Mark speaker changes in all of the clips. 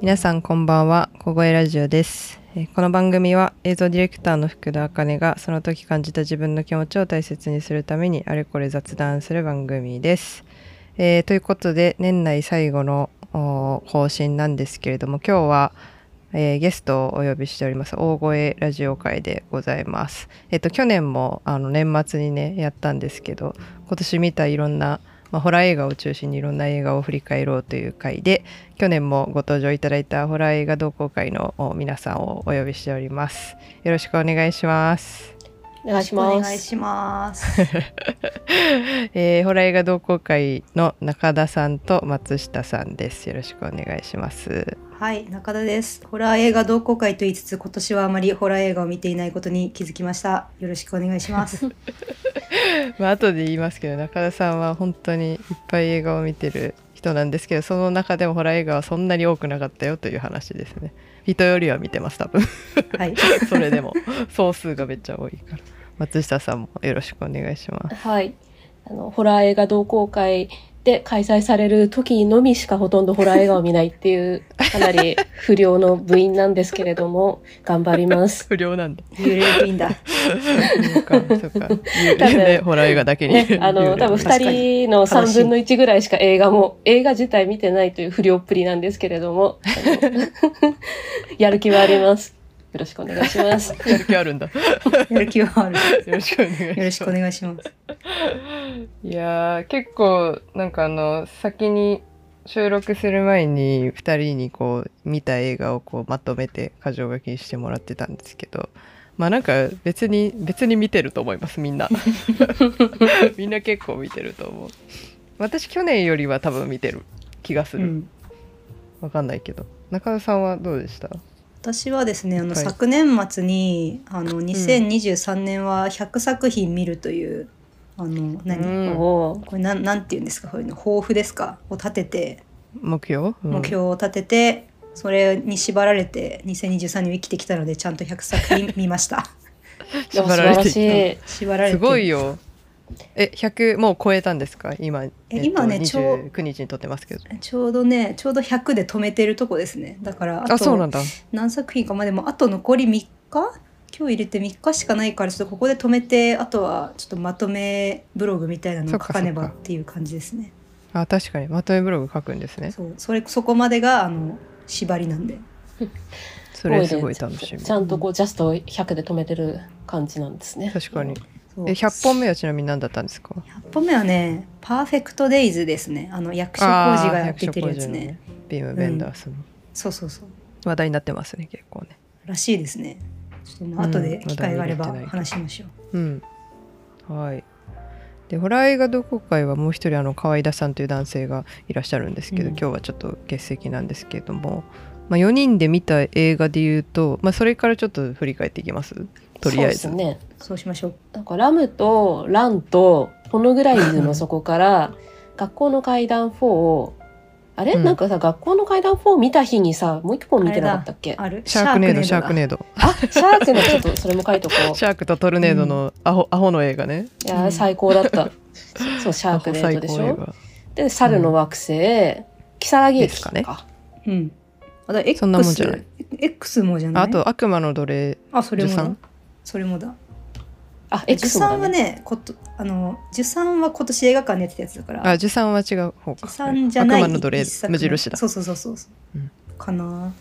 Speaker 1: 皆さんこんばんは小声ラジオですえーこの番組は映像ディレクターの福田茜がその時感じた自分の気持ちを大切にするためにあれこれ雑談する番組です、えーということで年内最後のおー更新なんですけれども今日は、えーゲストをお呼びしております大声ラジオ会でございますえっ、と去年もあの年末にねやったんですけど今年見たいろんな、まあ、ホラー映画を中心にいろんな映画を振り返ろうという回で去年もご登場いただいたホラー映画同好会のお皆さんをお呼びしておりますよろしくお願いします
Speaker 2: お願いします。
Speaker 3: お願いします。
Speaker 1: えーホラー映画同好会の中田さんと松下さんですよろしくお願いします
Speaker 3: はい、中田です。ホラー映画同好会と言いつつ、今年はあまりホラー映画を見ていないことに気づきました。よろしくお願いします。
Speaker 1: まあ後で言いますけど中田さんは本当にいっぱい映画を見てる人なんですけどその中でもホラー映画はそんなに多くなかったよという話ですね人よりは見てます多分
Speaker 3: はい、
Speaker 1: それで も総数がめっちゃ多いから松下さんもよろしくお願いします
Speaker 2: はい。あの、ホラー映画同好会で開催される時のみしかほとんどホラー映画を見ないっていう、かなり不良の部員なんですけれども、頑張ります。
Speaker 1: 不良なんだ
Speaker 3: 幽霊部員だ。
Speaker 1: そうか、そうか。幽
Speaker 2: 多
Speaker 1: 霊
Speaker 2: 分
Speaker 1: でホラー映画だけに。
Speaker 2: ね、あの、多分
Speaker 3: 確かに
Speaker 2: 二人の
Speaker 3: 悲
Speaker 2: 三
Speaker 3: しい
Speaker 2: 分の一ぐらいしか映画も、映画自体見てないという不良っぷりなんですけれども、あのやる気はあります。よろしくお願いします。
Speaker 1: やる気あるんだ。よ
Speaker 3: やる気はある。
Speaker 1: ろしくお願いします。
Speaker 3: よろしくお願いします。
Speaker 1: いやー結構なんかあの先に収録する前に2人にこう見た映画をこうまとめて箇条書きにしてもらってたんですけどまあなんか別に別に見てると思いますみんなみんな結構見てると思う私去年よりは多分見てる気がす
Speaker 3: う
Speaker 1: る、
Speaker 3: ん、
Speaker 1: わかんないけど中田さんはどうでした
Speaker 3: 私はですね、あの、
Speaker 1: はい
Speaker 3: 昨年末に、あの、2023年は100作品見るという、あの、何、
Speaker 1: うん
Speaker 2: おー
Speaker 3: これなん、なんて言うんですか、こういうの、抱負ですかを立てて、
Speaker 1: 目標、うん
Speaker 3: 目標を立てて、それに縛られて、2023年を生きてきたので、ちゃんと100作品見ました。
Speaker 2: で
Speaker 1: 縛ら
Speaker 2: も素晴
Speaker 1: れ
Speaker 2: ら
Speaker 1: てい
Speaker 2: しい。
Speaker 3: 縛られて
Speaker 1: すごいよ。え、100もう超えたんですか今。っと
Speaker 3: 今ねちょう
Speaker 1: 29日に撮ってますけど。
Speaker 3: ちょうどねちょうど100で止めてるとこですねだから
Speaker 1: あ、
Speaker 3: あ
Speaker 1: そうな
Speaker 3: と
Speaker 1: んだ。
Speaker 3: 何作品かまでもあと残り3日今日入れて3日しかないからちょっとここで止めてあとはちょっとまとめブログみたいなのを
Speaker 1: そ
Speaker 3: 書
Speaker 1: っか
Speaker 3: かねば
Speaker 1: そっ
Speaker 3: っ
Speaker 1: か
Speaker 3: ていう感じですね
Speaker 1: あ、確かにまとめブログ書くんですね。
Speaker 3: そうそれそこまでがあの縛りなんで
Speaker 1: それすごい楽しみ
Speaker 2: ち。ゃんとこう、ジャスト100で止めてる感じなんですね。
Speaker 1: 確かに。
Speaker 3: そう
Speaker 1: え、100本目はちなみに何だったんですか。
Speaker 3: 100本目はね「パーフェクト・デイズ」ですねあの役所
Speaker 1: あ
Speaker 3: 広
Speaker 1: ー
Speaker 3: 司がやっててるや
Speaker 1: 100工
Speaker 3: つね
Speaker 1: 事のビームベンダースの
Speaker 3: そうそうそう
Speaker 1: 話題になってますね、結構ね。
Speaker 3: らしいですねちょっとまあ
Speaker 1: うん
Speaker 3: 後で機会があれば
Speaker 1: まだ見れてないけど
Speaker 3: 話しましょう、
Speaker 1: うん。はい。でホラー映画同好会はもう一人あの河合田さんという男性がいらっしゃるんですけど、
Speaker 3: うん
Speaker 1: 今日はちょっと欠席なんですけれども、まあ、4人で見た映画で言うと、まあ、それからちょっと振り返っていきますとりあえず
Speaker 2: そうですね。
Speaker 3: そうしましょう
Speaker 2: なんかラムとランとほのぐらい水の底 から学校の階段4をあれ、
Speaker 1: うん
Speaker 2: なんかさ学校の階段4見た日にさもう一本見てなかったっけあ
Speaker 3: ある
Speaker 1: シャークネードシャー
Speaker 3: だ
Speaker 1: クネード
Speaker 2: シャークのちょっとそれも書いとこ う
Speaker 1: シャークとトルネードのアホ,、アホの映画ね
Speaker 2: いやー最高だ ったそそうシャ
Speaker 1: ア
Speaker 2: ーク
Speaker 1: ホ
Speaker 2: ネートでしょ
Speaker 1: 画
Speaker 2: で猿の惑星、キサラギ駅か
Speaker 1: です
Speaker 3: うん。あだ X
Speaker 1: そんなもんじゃない
Speaker 3: X もじゃない。
Speaker 1: あと「悪魔の奴隷
Speaker 3: あそれも
Speaker 1: 13
Speaker 3: だ。それもだ。
Speaker 2: あ
Speaker 3: 十
Speaker 2: X もだ
Speaker 3: 三
Speaker 2: ね
Speaker 3: はね、ことあの十三は今年映画館でやってたやつだか」
Speaker 1: あ
Speaker 3: ら。
Speaker 1: 十三は違う方か
Speaker 3: 十三じゃない。
Speaker 1: 悪魔の奴隷
Speaker 3: 一作目
Speaker 1: 無印だ
Speaker 3: そうそうそうそう。
Speaker 1: うん
Speaker 3: かな。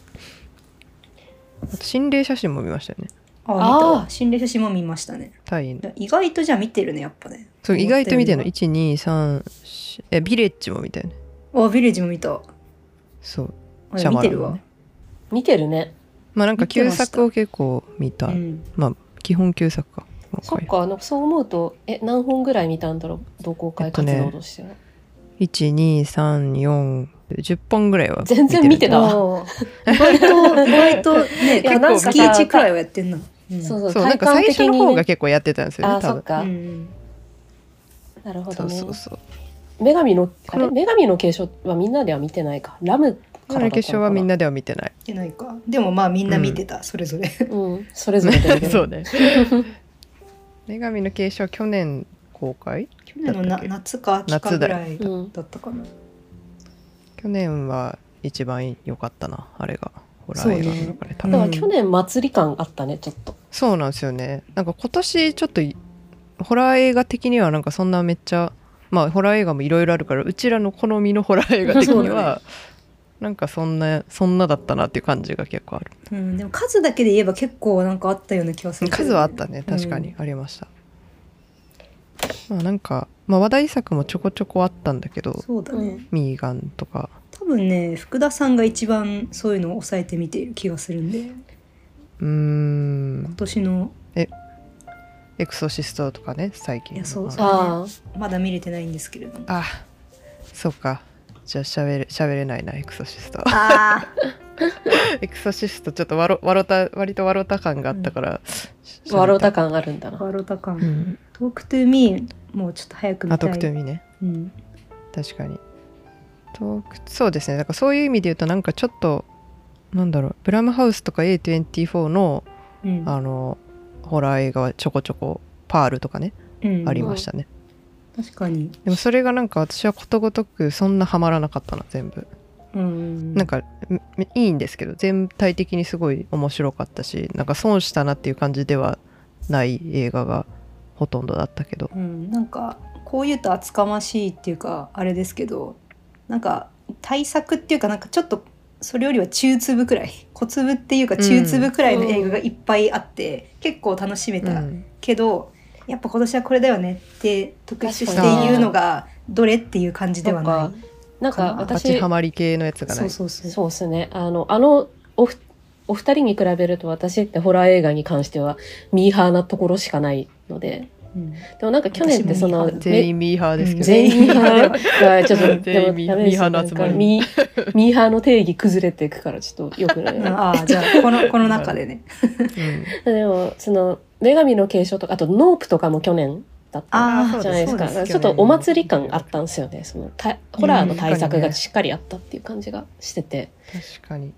Speaker 1: あと心霊写真も見ましたよね
Speaker 3: あ見た
Speaker 2: あ
Speaker 3: わ。
Speaker 2: ー
Speaker 3: 心霊写真も見ましたね。
Speaker 1: 隊員の
Speaker 3: 意外とじゃあ見てるねやっぱね。
Speaker 1: そう意外と見てるの
Speaker 3: 思っ
Speaker 1: 1234えビレッジも見たよね
Speaker 3: あビレッジも見た。
Speaker 1: そう
Speaker 3: あ
Speaker 1: シャ
Speaker 3: 見
Speaker 1: マラン
Speaker 3: てるわ。
Speaker 2: 見てるね
Speaker 1: まあなんか
Speaker 3: 見て
Speaker 1: 旧
Speaker 3: ました
Speaker 1: 作を結構見た
Speaker 3: うん。
Speaker 1: 基本旧作か今
Speaker 2: そっ
Speaker 1: 回
Speaker 2: かあのそう思うとえ何本ぐらい見たんだろう同好会活動としては、
Speaker 1: 123410本ぐらいは
Speaker 2: 全然見てたわ
Speaker 3: おー意外と意外とね
Speaker 2: いやな
Speaker 3: 結
Speaker 2: ん
Speaker 3: 構
Speaker 2: かさ
Speaker 3: 月一くらいはやってんな。うん
Speaker 2: そう
Speaker 1: そ
Speaker 2: そうう
Speaker 1: なんか
Speaker 2: 体
Speaker 1: 最
Speaker 2: 感的
Speaker 1: 初
Speaker 2: に、
Speaker 1: の
Speaker 2: ね、
Speaker 1: 方が結構やってたんですよ
Speaker 2: あ
Speaker 1: ね多
Speaker 2: そっ
Speaker 1: 分
Speaker 2: か、
Speaker 3: うん
Speaker 2: なるほど
Speaker 1: そう
Speaker 2: ね
Speaker 1: そうそう
Speaker 2: 女神の、あ
Speaker 1: う
Speaker 2: れ
Speaker 1: ん
Speaker 2: 女神の継承はみんなでは見てないか。ラムからだったのかな。
Speaker 1: 決勝はみんなでは見てない
Speaker 3: 見てないか。でもまあみんな見てた、それぞ れ。
Speaker 2: うん、それぞれで見て
Speaker 1: そ
Speaker 2: る。
Speaker 1: うね女神の継承は去年公開
Speaker 3: 去年の
Speaker 1: だっ
Speaker 3: な
Speaker 1: たっけ
Speaker 3: 夏か秋かぐらい
Speaker 2: うん、
Speaker 3: だったかな。
Speaker 1: 去年は一番良かったなあれがホラ
Speaker 3: そう
Speaker 1: ー
Speaker 3: ね
Speaker 1: 映画の中で多
Speaker 2: だ
Speaker 1: 分
Speaker 2: か
Speaker 1: そう,、
Speaker 2: ら去年祭り感あったね、ちょっと。
Speaker 1: なんですよねなんか今年ちょっといホラー映画的にはなんかそんなめっちゃまあホラー映画もいろいろあるからうちらの好みのホラー映画的に
Speaker 3: そうだ
Speaker 1: は、なんかそんなそんなだったなっていう感じが結構ある
Speaker 3: うん、でも数だけで言えば結構なんかあったような気がするけどね、
Speaker 1: 数はあったね確かにありました、まあなんか、まあ、話題作もちょこちょこあったんだけ
Speaker 3: うん
Speaker 1: ど
Speaker 3: そうだね
Speaker 1: ミーガンとか
Speaker 3: 多分ね福田さんが一番そういうのを抑えて見ている気がするんで今
Speaker 1: うーん
Speaker 3: 年の
Speaker 1: エクソシストとかね最近
Speaker 3: いやそうそう
Speaker 2: ああ、
Speaker 3: まだ見れてないんですけれども
Speaker 1: あそうかじゃあしゃべれしゃべれないなエクソシスト
Speaker 3: あ
Speaker 1: エクソシストちょっとわろわろた割とわろた感があったから、し
Speaker 2: わろた感あるんだ
Speaker 3: あ
Speaker 2: な。
Speaker 3: ワロタ感、
Speaker 1: うん
Speaker 3: トークトゥーミーもうちょっと早く見
Speaker 1: あト
Speaker 3: たい
Speaker 1: ークトゥーミーね
Speaker 3: うん、
Speaker 1: 確かにトークそうですねだからそういう意味で言うとなんかちょっとなんだろうブラムハウスとか A24 の
Speaker 3: うん
Speaker 1: あのホラー映画はちょこちょこパールとかね、
Speaker 3: うん
Speaker 1: ありましたね
Speaker 3: 確かに、
Speaker 1: でもそれがなんか私はことごとくそんなハマらなかったな全部、
Speaker 3: うん、
Speaker 1: なんかみいいんですけど全体的にすごい面白かったしなんか損したなっていう感じではない映画がほとんどだったけど
Speaker 3: うん、なんかこういうと厚かましいっていうかあれですけどなんか対策っていうかなんかちょっとそれよりは中粒くらい小粒っていうか中粒くらいの映画がいっぱいあって、結構楽しめ
Speaker 1: う
Speaker 3: た
Speaker 1: ん、
Speaker 3: けど、やっぱ今年はこれだよねって特集して言うのがどれっていう感じではな
Speaker 2: そなん
Speaker 3: か
Speaker 2: か
Speaker 3: な
Speaker 1: バチ
Speaker 2: 私
Speaker 1: ハ、マり系のやつ
Speaker 3: い。
Speaker 1: が
Speaker 3: そ
Speaker 1: な
Speaker 3: う
Speaker 1: い
Speaker 3: そうそう。
Speaker 2: そうですね。あの、あの、おふお二人に比べると私ってホラー映画に関してはミーハーなところしかないので。
Speaker 3: うん
Speaker 2: でもなんか去年ってその
Speaker 3: 私、も
Speaker 1: 全員ミーハーですけど、
Speaker 2: 全員ミー ハー。ちょっと、
Speaker 1: 全
Speaker 2: で
Speaker 1: 員ミー
Speaker 2: もダメで
Speaker 1: ミ
Speaker 2: す
Speaker 1: ーハーの集まり
Speaker 2: なんかミーミーハーの定義崩れていくから、ちょっとよくな
Speaker 3: う
Speaker 2: い。
Speaker 3: んああじゃあこのこの中でね。
Speaker 1: うん
Speaker 2: でも、その、女神の継承とか、あと、ノープとかも去年だった
Speaker 3: ああ
Speaker 2: じゃないですか。
Speaker 1: そうです
Speaker 2: ちょっとお祭り感あったんですよね。その、たホラーの対策
Speaker 1: うん
Speaker 2: がしっかりあったっていう感じがしてて。
Speaker 1: 確かにい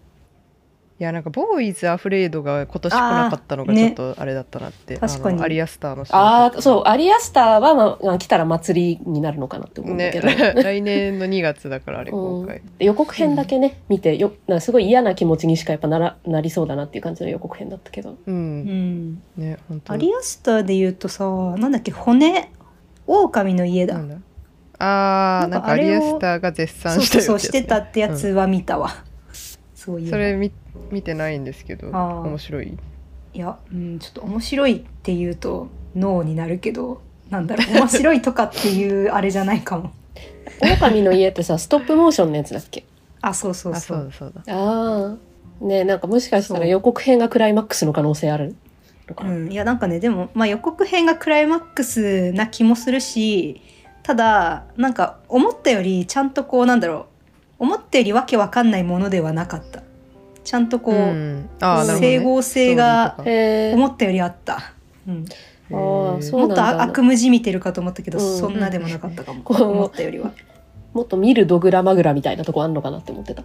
Speaker 1: やなんかボーイズ・アフレードが今年来なかったのが
Speaker 3: あー
Speaker 1: ちょっ
Speaker 3: ね
Speaker 1: とあれだったなって、
Speaker 3: 確かに
Speaker 1: あのアリアスターの
Speaker 2: ああ、そう、アリアスターは、まあまあ、来たら祭りになるのかなって思うんだ
Speaker 1: ね
Speaker 2: けど。
Speaker 1: 来年の2月だからあれ
Speaker 2: うん
Speaker 1: 公開、
Speaker 2: で予告編だけね、見てよ なんかすごい嫌な気持ちにしかやっぱならなりそうだなっていう感じの予告編だったけど
Speaker 1: う
Speaker 3: うんん。
Speaker 1: ね本当
Speaker 3: アリアスターで言うとさなんだっけ骨狼の家だ。
Speaker 1: なんだあー
Speaker 3: な
Speaker 1: なんん
Speaker 3: か
Speaker 1: か
Speaker 3: あ
Speaker 1: ア
Speaker 3: れ
Speaker 1: リ
Speaker 3: を
Speaker 1: アスターが絶賛
Speaker 3: そう
Speaker 1: した
Speaker 3: そう
Speaker 1: よ
Speaker 3: そう
Speaker 1: ってやつ
Speaker 3: して
Speaker 1: ね
Speaker 3: たってやつは見たわ、そういう
Speaker 1: それ見見てないんですけど
Speaker 3: あー
Speaker 1: 面白い
Speaker 3: いや、うん、ちょっと面白いっていうと脳になるけどなんだろう面白いとかっていうあれじゃないかも
Speaker 2: 「狼の家」ってさストップモーションのやつだっけ
Speaker 3: あそうそう
Speaker 1: あ
Speaker 3: そ
Speaker 1: そう
Speaker 3: う
Speaker 1: だそうだ
Speaker 2: ああねえなんかもしかした
Speaker 3: そ
Speaker 2: ら
Speaker 3: う
Speaker 2: 予告編がクライマックスの可能性あるのか
Speaker 3: う
Speaker 2: な、
Speaker 3: ん、いやなんかねでも、まあ、予告編がクライマックスな気もするしただなんか思ったよりちゃんとこうなんだろう思ったよりわけわかんないものではなかったちゃんとこう、
Speaker 1: ん、あーなるほどね
Speaker 3: 整合性が
Speaker 2: へえ
Speaker 3: 思ったよりあった、うん、
Speaker 1: ストーリーとか
Speaker 2: あーそう
Speaker 3: もっと
Speaker 2: なんだ
Speaker 3: 悪夢じみてるかと思ったけど、
Speaker 2: うん
Speaker 3: そんなでもなかったかも、
Speaker 2: こう
Speaker 3: 思ったよりは
Speaker 2: もっと見るドグラマグラみたいなとこあんのかなって思ってた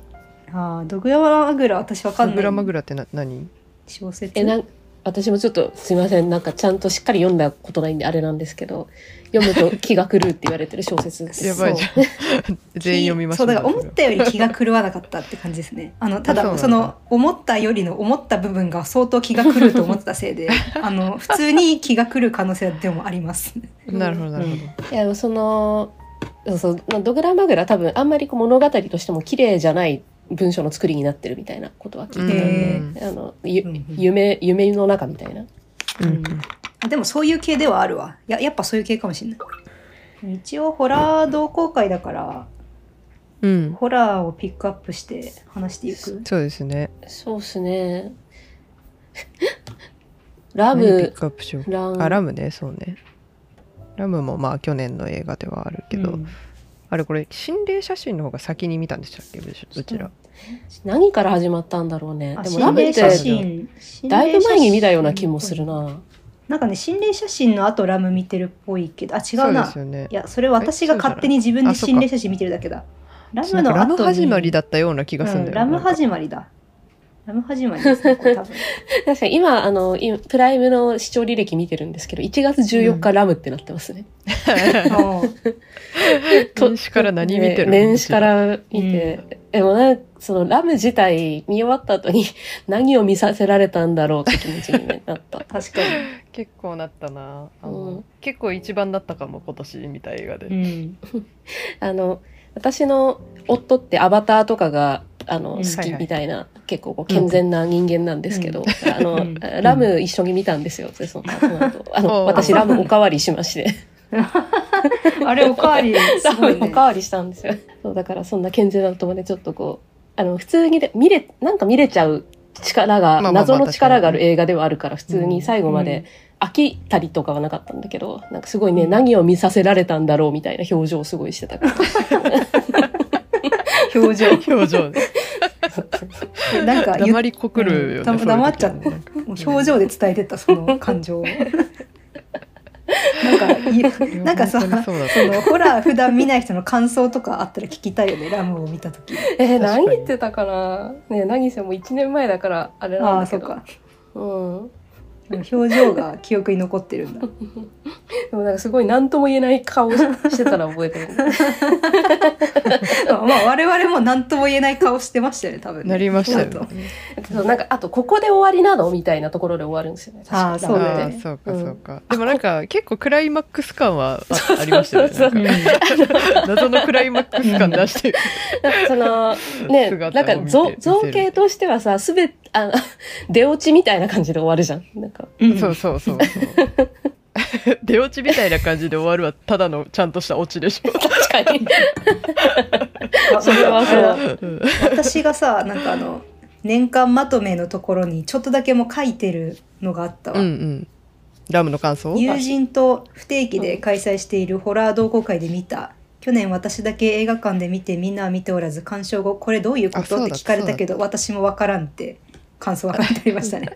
Speaker 3: ああドグラマグラ私わかんない
Speaker 1: グラマグラってな何
Speaker 3: 小説
Speaker 2: えなん私もちょっとすいませんなんかちゃんとしっかり読んだことないんであれなんですけど読むと気が狂うって言われてる小説で す
Speaker 1: やばいじゃん全員読みました
Speaker 3: そうだから思ったより気が狂わなかったって感じで すねあのただ
Speaker 1: そうなん
Speaker 3: そ
Speaker 1: だ
Speaker 3: の思ったよりの思った部分が相当気が狂うと思ってたせいで あの普通に気が狂う可能性はでもあります
Speaker 1: なるほどなるほど、
Speaker 2: いやでもそのそうそうドグラマグラ多分あんまりこう物語としても綺麗じゃない文章の作りになってるみたいなことは聞いてたんで、
Speaker 1: うん
Speaker 2: あのゆ
Speaker 3: うんうん
Speaker 2: 夢夢の中みたいな
Speaker 3: うん
Speaker 1: うん
Speaker 3: あでもそういう系ではあるわややっぱそういう系かもしれない一応ホラー同好会だから
Speaker 1: うん、
Speaker 3: ホラーをピックアップして話していく
Speaker 1: そうですね
Speaker 2: そうっすねラ
Speaker 1: 何ピッ
Speaker 2: ム
Speaker 1: クアップしよう
Speaker 2: ラン
Speaker 1: あラムねそうねラムもまあ去年の映画ではあるけど、
Speaker 3: うん
Speaker 1: あれこれ心霊写真の方が先に見たんでしたっけうちうちら
Speaker 2: 何から始まったんだろうね
Speaker 3: あ
Speaker 2: でもラ
Speaker 3: 心
Speaker 2: ムっ
Speaker 3: 霊写
Speaker 2: て
Speaker 3: 真
Speaker 2: だいぶ前に見たような気もするな
Speaker 3: なんかね心霊写真の後ラム見てるっぽいけどあ違う
Speaker 1: そうで
Speaker 3: な
Speaker 1: すよね
Speaker 3: いやそれ私が勝手に自分で心霊写真見てるだけだラム
Speaker 1: なん
Speaker 3: の
Speaker 1: か
Speaker 3: 後に
Speaker 1: ラム始まりだったような気がするん
Speaker 3: う
Speaker 1: だよ、
Speaker 3: んラム
Speaker 1: なんか
Speaker 3: 始まりだラム始まりですねこれ 多分
Speaker 2: 確かに今、あの、いプライムの視聴履歴見てるんですけど、1月14日ラムってなってますね。
Speaker 3: あー
Speaker 2: と
Speaker 1: 年始から何見てるの
Speaker 2: ね年始から見て。でもなんか、そのラム自体見終わった後に 何を見させられたんだろうって気持ちにねな った。
Speaker 3: 確か
Speaker 1: 結構なったなあの、
Speaker 2: うん
Speaker 1: 結構一番だったかも今年みたい映画で、
Speaker 3: に、
Speaker 2: あの、私の夫ってアバターとかが、あの、
Speaker 3: うん
Speaker 2: 好
Speaker 1: はい
Speaker 2: き
Speaker 1: はい
Speaker 2: みたいな、結構こう健全な人間なんですけど、あの、
Speaker 3: うん
Speaker 2: ラム一緒に見たんですよ、そのその後。あの、
Speaker 1: おう
Speaker 2: 私ラムおかわりしまして。
Speaker 3: うん、 あれおかわ り
Speaker 2: ラ
Speaker 3: すごい、
Speaker 2: ムお
Speaker 3: ね、
Speaker 2: かわりしたんですよ。そう、だからそんな健全な友でちょっとこう、あの、普通にで見れ、なんか見れちゃう力
Speaker 1: まあま
Speaker 2: が、
Speaker 1: あまあ
Speaker 2: 謎の力がある映画ではあるから、普通
Speaker 1: う
Speaker 2: に
Speaker 1: ん
Speaker 2: 最後まで飽きたりとかはなかったんだけど、なんかすごいね、何を見させられたんだろうみたいな表情をすごいしてたから。
Speaker 3: 表情
Speaker 1: 表情で
Speaker 3: なんか言っ
Speaker 1: 黙りこくるよね、
Speaker 3: うん
Speaker 1: そういう時はね
Speaker 3: 黙っもう表情で伝えてったその 感情をなんかい
Speaker 1: いや
Speaker 3: なんかさ
Speaker 1: 本当にそうだっ
Speaker 3: そのホラー普段見ない人の感想とかあったら聞きたいよねラムを見た時
Speaker 2: え ー、
Speaker 1: 確か
Speaker 2: 何
Speaker 1: に
Speaker 2: 言ってたかなね何せもう1年前だから、あれ
Speaker 3: あ
Speaker 2: なん
Speaker 3: あ
Speaker 2: だ
Speaker 3: そ
Speaker 2: けど。
Speaker 3: うか
Speaker 2: うん。
Speaker 3: 表情が記憶に残ってるん だ
Speaker 2: でもなんかすごい何とも言えない顔をししてたら覚えてる。
Speaker 3: まあ我々も何とも言えない顔してましたよね多分
Speaker 1: た
Speaker 3: ね
Speaker 1: なりましたよ
Speaker 3: そう
Speaker 1: ね
Speaker 2: そうなんか、あと、ここで終わりなのみたいなところで終わるんですよね。確か
Speaker 3: あー
Speaker 1: あ
Speaker 3: そうだよね
Speaker 1: ーそうか
Speaker 2: うん
Speaker 1: そうか、でもなんか結構クライマックス感はあありましたよね
Speaker 2: そうそう
Speaker 1: なんか謎のクライマックス感出してる
Speaker 2: なんかその、ね、なん
Speaker 1: 姿を
Speaker 2: か
Speaker 1: 見て
Speaker 2: 造造
Speaker 1: 見せ
Speaker 2: 形
Speaker 1: る
Speaker 2: としてはさ、すべ、あの、 出落ちみたいな感じで終わるじゃん。なんか、
Speaker 3: うん
Speaker 1: そうそうそうそう 出落ちみたいな感じで終わるはただのちゃんとした落ちでしょ
Speaker 2: 確かに。
Speaker 3: あ
Speaker 2: それはそう
Speaker 3: あの私がさなんかあの年間まとめのところにちょっとだけもう書いてるのがあったわ、
Speaker 1: うんうんラムの感想
Speaker 3: 友人と不定期で開催しているホラー同好会で見た去年私だけ映画館で見てみんなは見ておらず鑑賞後これどういうこ
Speaker 1: あそう
Speaker 3: と
Speaker 1: だ
Speaker 3: って聞かれたけど私もわからんって感想が書いてありましたね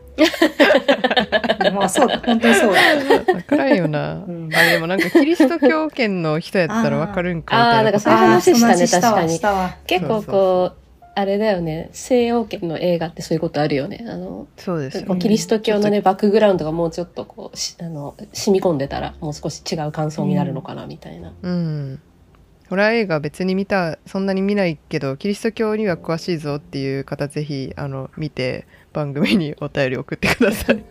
Speaker 3: まあそうだ本当にそうだ
Speaker 1: わ からんよな、
Speaker 3: うん
Speaker 1: あれでもなんかキリスト教圏の人やったらわかるんかみたいなこと
Speaker 2: そういう話したね
Speaker 3: あーその話わ
Speaker 2: 確かに
Speaker 3: したわ
Speaker 2: 結構こう、あれだよね、西洋圏の映画ってそういうことあるよね。あの、
Speaker 1: そうですよ
Speaker 2: こう
Speaker 1: ね
Speaker 2: キリスト教のね、バックグラウンドがもうちょっとこう、しあの、染み込んでたら、もう少し違う感想になるのかな、みたいな。
Speaker 1: うんホラー映画別に見たそんなに見ないけどキリスト教には詳しいぞっていう方ぜひあの見て番組にお便り送ってください
Speaker 3: よ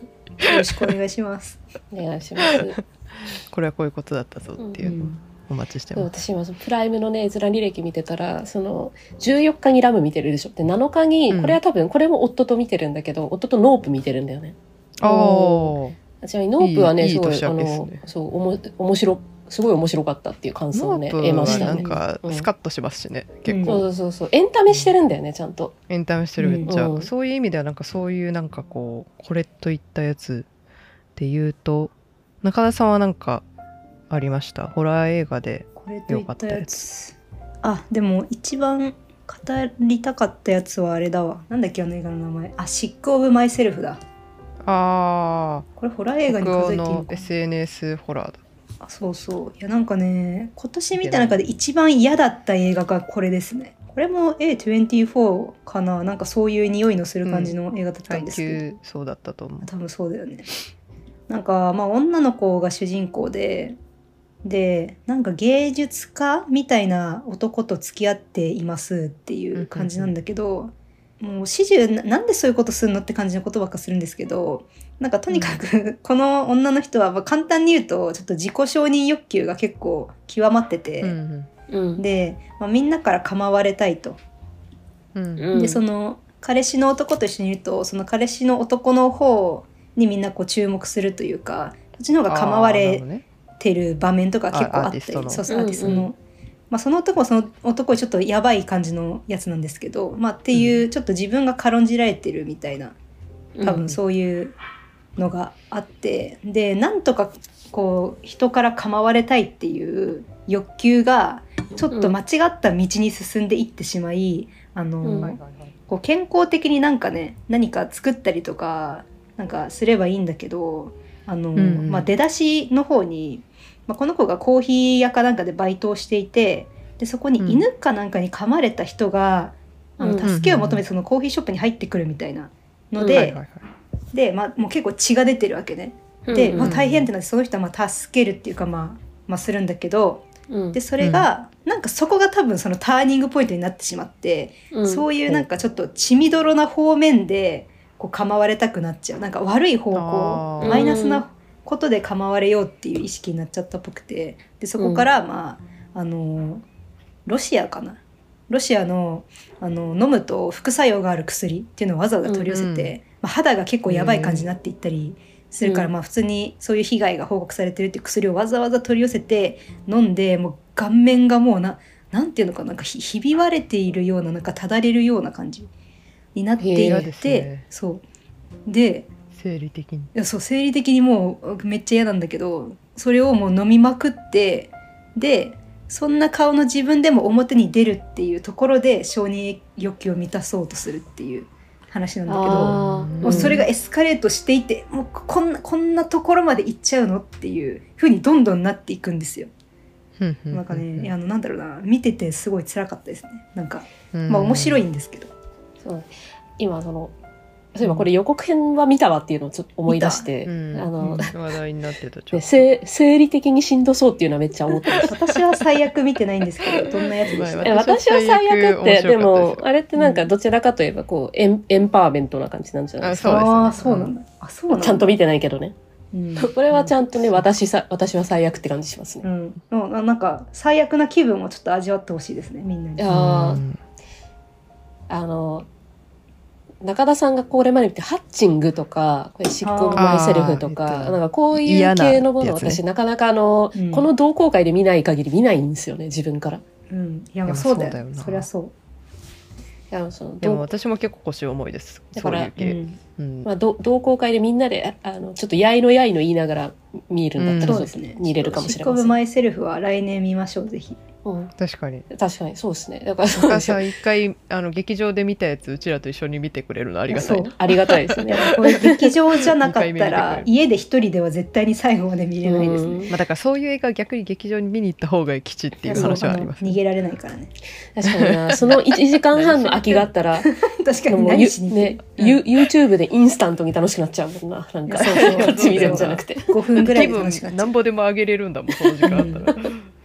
Speaker 3: ろしくお願いします、
Speaker 2: お願いします。
Speaker 1: これはこういうことだったぞっていうのをお待ちして
Speaker 2: そう
Speaker 1: ます、
Speaker 2: 私今そのプライムのね閲覧履歴見てたらその14日にラム見てるでしょって7日
Speaker 1: う
Speaker 2: に
Speaker 1: ん
Speaker 2: これは多分これも夫と見てるんだけど、夫とノープ見てるんだよね
Speaker 1: あー
Speaker 2: ちなみにノープはね
Speaker 1: いい
Speaker 2: すごい
Speaker 1: いい年
Speaker 2: あ
Speaker 1: 明けです
Speaker 2: の
Speaker 1: ね
Speaker 2: そうおも面白すごい面白かったっていう感想を
Speaker 1: ノ
Speaker 2: ね
Speaker 1: ー
Speaker 2: 得
Speaker 1: プ
Speaker 2: ま
Speaker 1: は
Speaker 2: した
Speaker 1: なん
Speaker 2: ね
Speaker 1: か
Speaker 2: うん
Speaker 1: スカッとしますしね、結
Speaker 2: そ
Speaker 1: 構
Speaker 2: うそうそうそうエンタメしてるんだよねちゃんと
Speaker 1: エンタメしてるめっちゃ、
Speaker 2: うん
Speaker 1: そういう意味ではなんかそういうなんかこうこれといったやつで言うと中田さんはなんかありましたホラー映画で
Speaker 3: これといったやつあでも一番語りたかったやつはあれだわなんだっけあの映画の名前あシック・オブ・マイ・セルフだ
Speaker 1: ああ
Speaker 3: これホラー映画に
Speaker 1: 北欧
Speaker 3: 数えていいの
Speaker 1: の
Speaker 3: かな
Speaker 1: SNS ホラーだ
Speaker 3: あそうそういやなんかね今年見た中で一番嫌だった映画がこれですねこれも A24 かななんかそういう匂いのする感じの映画だったん
Speaker 1: 耐
Speaker 3: ですけど、
Speaker 1: 久そうだったと思う
Speaker 3: 多分そうだよねなんかまあ女の子が主人公ででなんか芸術家みたいな男と付き合っていますっていう感じなんだけど、もう始終ななんでそういうことするのって感じのことばっかするんですけどなんかとにかく、この女の人は、まあ、簡単に言うとちょっと自己承認欲求が結構極まってて、
Speaker 1: うん
Speaker 2: うん
Speaker 3: で、まあ、みんなから構われたいと
Speaker 1: うんうん
Speaker 2: うん
Speaker 3: でその彼氏の男と一緒にいるとその彼氏の男の方にみんなこう注目するというかそっちの方が構わ
Speaker 1: あーなる
Speaker 3: れ
Speaker 1: ほどね
Speaker 3: てる場面とか結構あ
Speaker 1: あ
Speaker 3: っ
Speaker 1: アー
Speaker 3: た
Speaker 1: テ
Speaker 3: り
Speaker 1: ィストの
Speaker 3: そうそうアーティスト
Speaker 2: うんう
Speaker 3: の。まあ、その男はその男ちょっとやばい感じのやつなんですけど、まあ、っていうちょっと自分が軽んじられてるみたいな多分そういうのがあって、でなんとかこう人から構われたいっていう欲求がちょっと間違った道に進んでいってしまい、あの、
Speaker 2: うん
Speaker 1: はいはいはい
Speaker 3: こう健康的になんかね何か作ったりとかなんかすればいいんだけどあの、
Speaker 1: んうん
Speaker 3: まあ、出だしの方に、まあ、この子がコーヒー屋かなんかでバイトをしていてでそこに犬かなんかに噛まれた人があ
Speaker 2: う
Speaker 3: の
Speaker 2: ん
Speaker 3: 助けを求めてそのコーヒーショップに入ってくるみたいなので、
Speaker 2: うん
Speaker 1: はいはい
Speaker 3: で、まあ、もう結構血が出てるわけね。で、まあ、大変ってなってその人はまあ助けるっていうか、まあ、まあするんだけど
Speaker 2: うん
Speaker 3: でそれが、なんかそこが多分そのターニングポイントになってしまって、
Speaker 2: うん
Speaker 3: そういうなんかちょっと血みどろな方面でこう構われたくなっちゃうなんか悪い方
Speaker 1: あ
Speaker 3: 向
Speaker 1: ー
Speaker 3: マイナスなことで構われようっていう意識になっちゃったっぽくてでそこから、まああのーロシアかなロシアのあの飲むと副作用がある薬っていうのをわざわざ取り寄せて、
Speaker 1: うん
Speaker 3: まあ、肌が結構やばい感じになっていったりするから、
Speaker 2: うん
Speaker 3: まあ、普通にそういう被害が報告されてるっていう薬をわざわざ取り寄せて飲んでもう顔面がもうななんていうのかななんかひひび割れているようななんかただれるような感じになって
Speaker 2: へえ
Speaker 3: い
Speaker 2: 嫌
Speaker 1: で
Speaker 3: っ
Speaker 1: す
Speaker 3: て、
Speaker 1: ね
Speaker 3: そうで
Speaker 1: 生理的に
Speaker 3: いやそう生理的にもうめっちゃ嫌なんだけどそれをもう飲みまくってでそんな顔の自分でも表に出るっていうところで承認欲求を満たそうとするっていう話なんだけど
Speaker 2: あー
Speaker 3: もうそれが
Speaker 2: ん
Speaker 3: エスカレートしていってもうこんなこんなところまで行っちゃうのっていうふうにどんどんなっていくんですよ。なんかねいやあのなんだろうな見ててすごい辛かったですね。なんかまあ面白いんですけど。
Speaker 2: そう今そのそういえばこれ予告編は見たわっていうのをちょっと思い出して、
Speaker 1: うん
Speaker 2: あ
Speaker 1: う
Speaker 2: の、
Speaker 1: ん話題になってたちょ
Speaker 2: ね
Speaker 1: っと
Speaker 2: 生生理的にしんどそうっていうのはめっちゃ思ってました。
Speaker 3: 私は最悪見てないんですけどどんなやつでし
Speaker 1: ま
Speaker 3: た
Speaker 1: あま
Speaker 2: え
Speaker 1: 私
Speaker 2: 私
Speaker 1: は
Speaker 2: は
Speaker 1: 最
Speaker 2: 最
Speaker 1: 悪
Speaker 2: 悪っ
Speaker 1: 面白かっ
Speaker 2: てで
Speaker 1: たで
Speaker 2: も
Speaker 1: すよ
Speaker 2: あれってなんかどちらかといえばこうエンエンパワーメントな感じなんじゃないですか
Speaker 1: そうですね
Speaker 3: ああそうなんだ。あそうなんだ。
Speaker 2: ちゃんと見てないけどね
Speaker 3: うん。
Speaker 2: これはちゃんとね私さ私は最悪って感じしますね
Speaker 3: うん、もうななんか最悪な気分をちょっと味わってほしいですねみんなに。
Speaker 2: いやあー
Speaker 1: うん
Speaker 2: あの中田さんがこれまで見てハッチングとかこれ執行マイセルフと
Speaker 1: あーあー言って
Speaker 2: か
Speaker 1: た
Speaker 2: なんかこうい
Speaker 1: 嫌
Speaker 2: う
Speaker 1: な
Speaker 2: 系のものを
Speaker 1: やつね
Speaker 2: 私なかなかあの、
Speaker 3: うん
Speaker 2: この同好会で見ない限り見ないんですよね自分からい
Speaker 3: うん、いや
Speaker 1: い
Speaker 3: ま
Speaker 1: や
Speaker 3: あそうだ
Speaker 1: そう
Speaker 3: よ
Speaker 1: だよな
Speaker 3: そりゃそ
Speaker 2: やその
Speaker 1: でも
Speaker 2: 同
Speaker 1: 私も結構腰重いです
Speaker 2: だ
Speaker 1: そ
Speaker 2: か
Speaker 1: う
Speaker 2: ら
Speaker 1: いう
Speaker 3: う、
Speaker 1: 系
Speaker 3: ん
Speaker 1: うん
Speaker 2: まあ、同同好会でみんなでああのちょっとやいのやいの言いながら見るんだったら、
Speaker 1: うん
Speaker 3: そうですね
Speaker 2: 見れるかもしれ
Speaker 3: シ
Speaker 2: ま
Speaker 3: ックオ
Speaker 2: せ
Speaker 3: ブ
Speaker 2: ん、
Speaker 3: マイセルフは来年見ましょうぜひ。
Speaker 2: うん
Speaker 1: 確かに
Speaker 2: 確かにそうですねだからそう
Speaker 1: 高
Speaker 2: で
Speaker 1: 橋
Speaker 2: すよ
Speaker 1: さん一回あの劇場で見たやつうちらと一緒に見てくれるのありがたい
Speaker 3: そ
Speaker 1: な
Speaker 3: う
Speaker 2: ありがたいですね。
Speaker 3: これ劇場じゃなかっ
Speaker 1: 二回
Speaker 3: た
Speaker 1: 目見て
Speaker 3: ら
Speaker 1: くれ
Speaker 3: 家で一人では絶対に最後ま で見れないですね。
Speaker 2: うん
Speaker 1: まあ、だからそういう映画は逆に劇場に見に行った方が吉っていう話はあります
Speaker 3: そうあの逃げられないからね。
Speaker 2: 確かにな、その1時間半の空きがあったら、
Speaker 3: 確か
Speaker 2: で
Speaker 3: に
Speaker 2: も
Speaker 3: 何
Speaker 2: ゆ
Speaker 3: しに行
Speaker 2: ね
Speaker 3: く、
Speaker 2: ゆ YouTube でインスタントに楽しくなっちゃうもんな、なんか、
Speaker 3: そうそう
Speaker 2: こっち見るんじゃなくて。
Speaker 3: 5分ぐらい
Speaker 1: 気
Speaker 3: で楽しかっ
Speaker 1: 分
Speaker 3: ち
Speaker 1: な
Speaker 3: ゃ
Speaker 1: んぼでも上げれるんだもんその時間あったら
Speaker 3: う。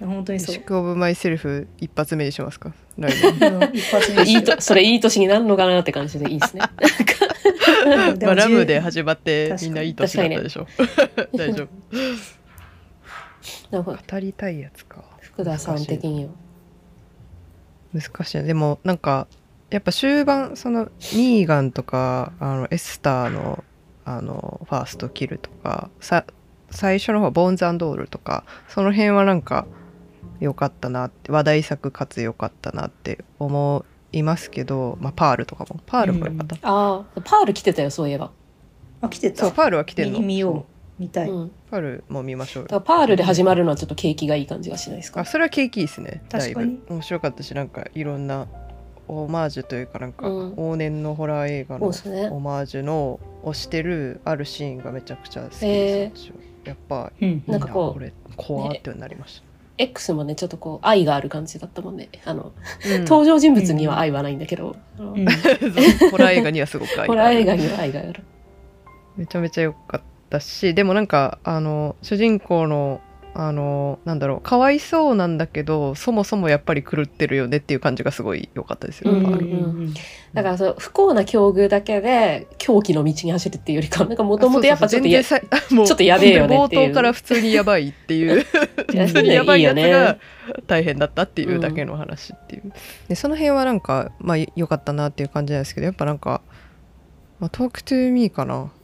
Speaker 3: 本
Speaker 1: 「
Speaker 3: 当にそう
Speaker 1: シッ。ク・オブ・マイ・セルフ」一発目にしますか来年
Speaker 3: うん一発目
Speaker 2: いいと、それいい年になるのかなって感じでいいですね。
Speaker 3: で
Speaker 1: まあ、
Speaker 3: も
Speaker 1: ラムで
Speaker 3: 十
Speaker 1: 始まって
Speaker 3: 確か
Speaker 1: み
Speaker 3: に
Speaker 1: んないい年だったでしょ 大丈夫
Speaker 2: なんか、
Speaker 1: 語りたいやつか
Speaker 2: 福田さん的には。
Speaker 1: 難しいねでもなんかやっぱ終盤そのニーガンとかあのエスターのあのファーストキルとかさ最初の方ボーンズオールとかその辺はなんか良かったなって話題作かつ良かったなって思いますけど、まあ、パールとかもパールも良かった、
Speaker 2: ああ、パール来てたよ、そういえば。
Speaker 3: あ来てた
Speaker 1: そう。パールは来てんの
Speaker 3: 見見よ
Speaker 1: そう
Speaker 3: 見たい。
Speaker 2: うん。
Speaker 1: パールも見ましょうよ
Speaker 2: だからパールで始まるのはちょっと景気がいい感じがしないです
Speaker 1: あ
Speaker 2: か。
Speaker 1: それは景気いいですねだい
Speaker 3: 確か
Speaker 1: ぶ
Speaker 3: に
Speaker 1: 面白かったしなんかいろんなオマージュというかなんか、
Speaker 2: うん
Speaker 1: 往年のホラー映画
Speaker 2: そう
Speaker 1: の
Speaker 2: ですね
Speaker 1: オ。マージュのをしてるあるシーンがめちゃくちゃ好きです、
Speaker 2: へー
Speaker 1: 私はやっぱ
Speaker 3: うん
Speaker 2: なんかこう
Speaker 1: いいれ怖ってなりまし
Speaker 2: X もね、ちょっとこう、愛がある感じだったもんね。あの、
Speaker 1: た、うん
Speaker 2: 登場人物には愛はないんだけど、あの
Speaker 3: うん
Speaker 1: ホラー映画にはすごく合い
Speaker 2: ホラー映画には愛がある。
Speaker 1: めちゃめちゃ良かったしでもなんかあの主人公のあのなんだろうかわいそうなんだけどそもそもやっぱり狂ってるよねっていう感じがすごい良かったですよ、
Speaker 2: うん
Speaker 1: パ
Speaker 3: う
Speaker 1: ー
Speaker 3: ん
Speaker 1: ル
Speaker 3: うん
Speaker 2: だからその不幸な境遇だけで狂気の道に走るっていうよりかはなんかもともとやっぱちょっとや
Speaker 1: あそうそう全然さもう
Speaker 2: ちょっとやべえよね っていう
Speaker 1: 冒頭から普通にやばいっていう普通にやばいやつが大変だったっていうだけの話っていう、でその辺はなんかまあ良かったなっていう感じなんですけどやっぱなんか、まあ、トークトゥーミーかない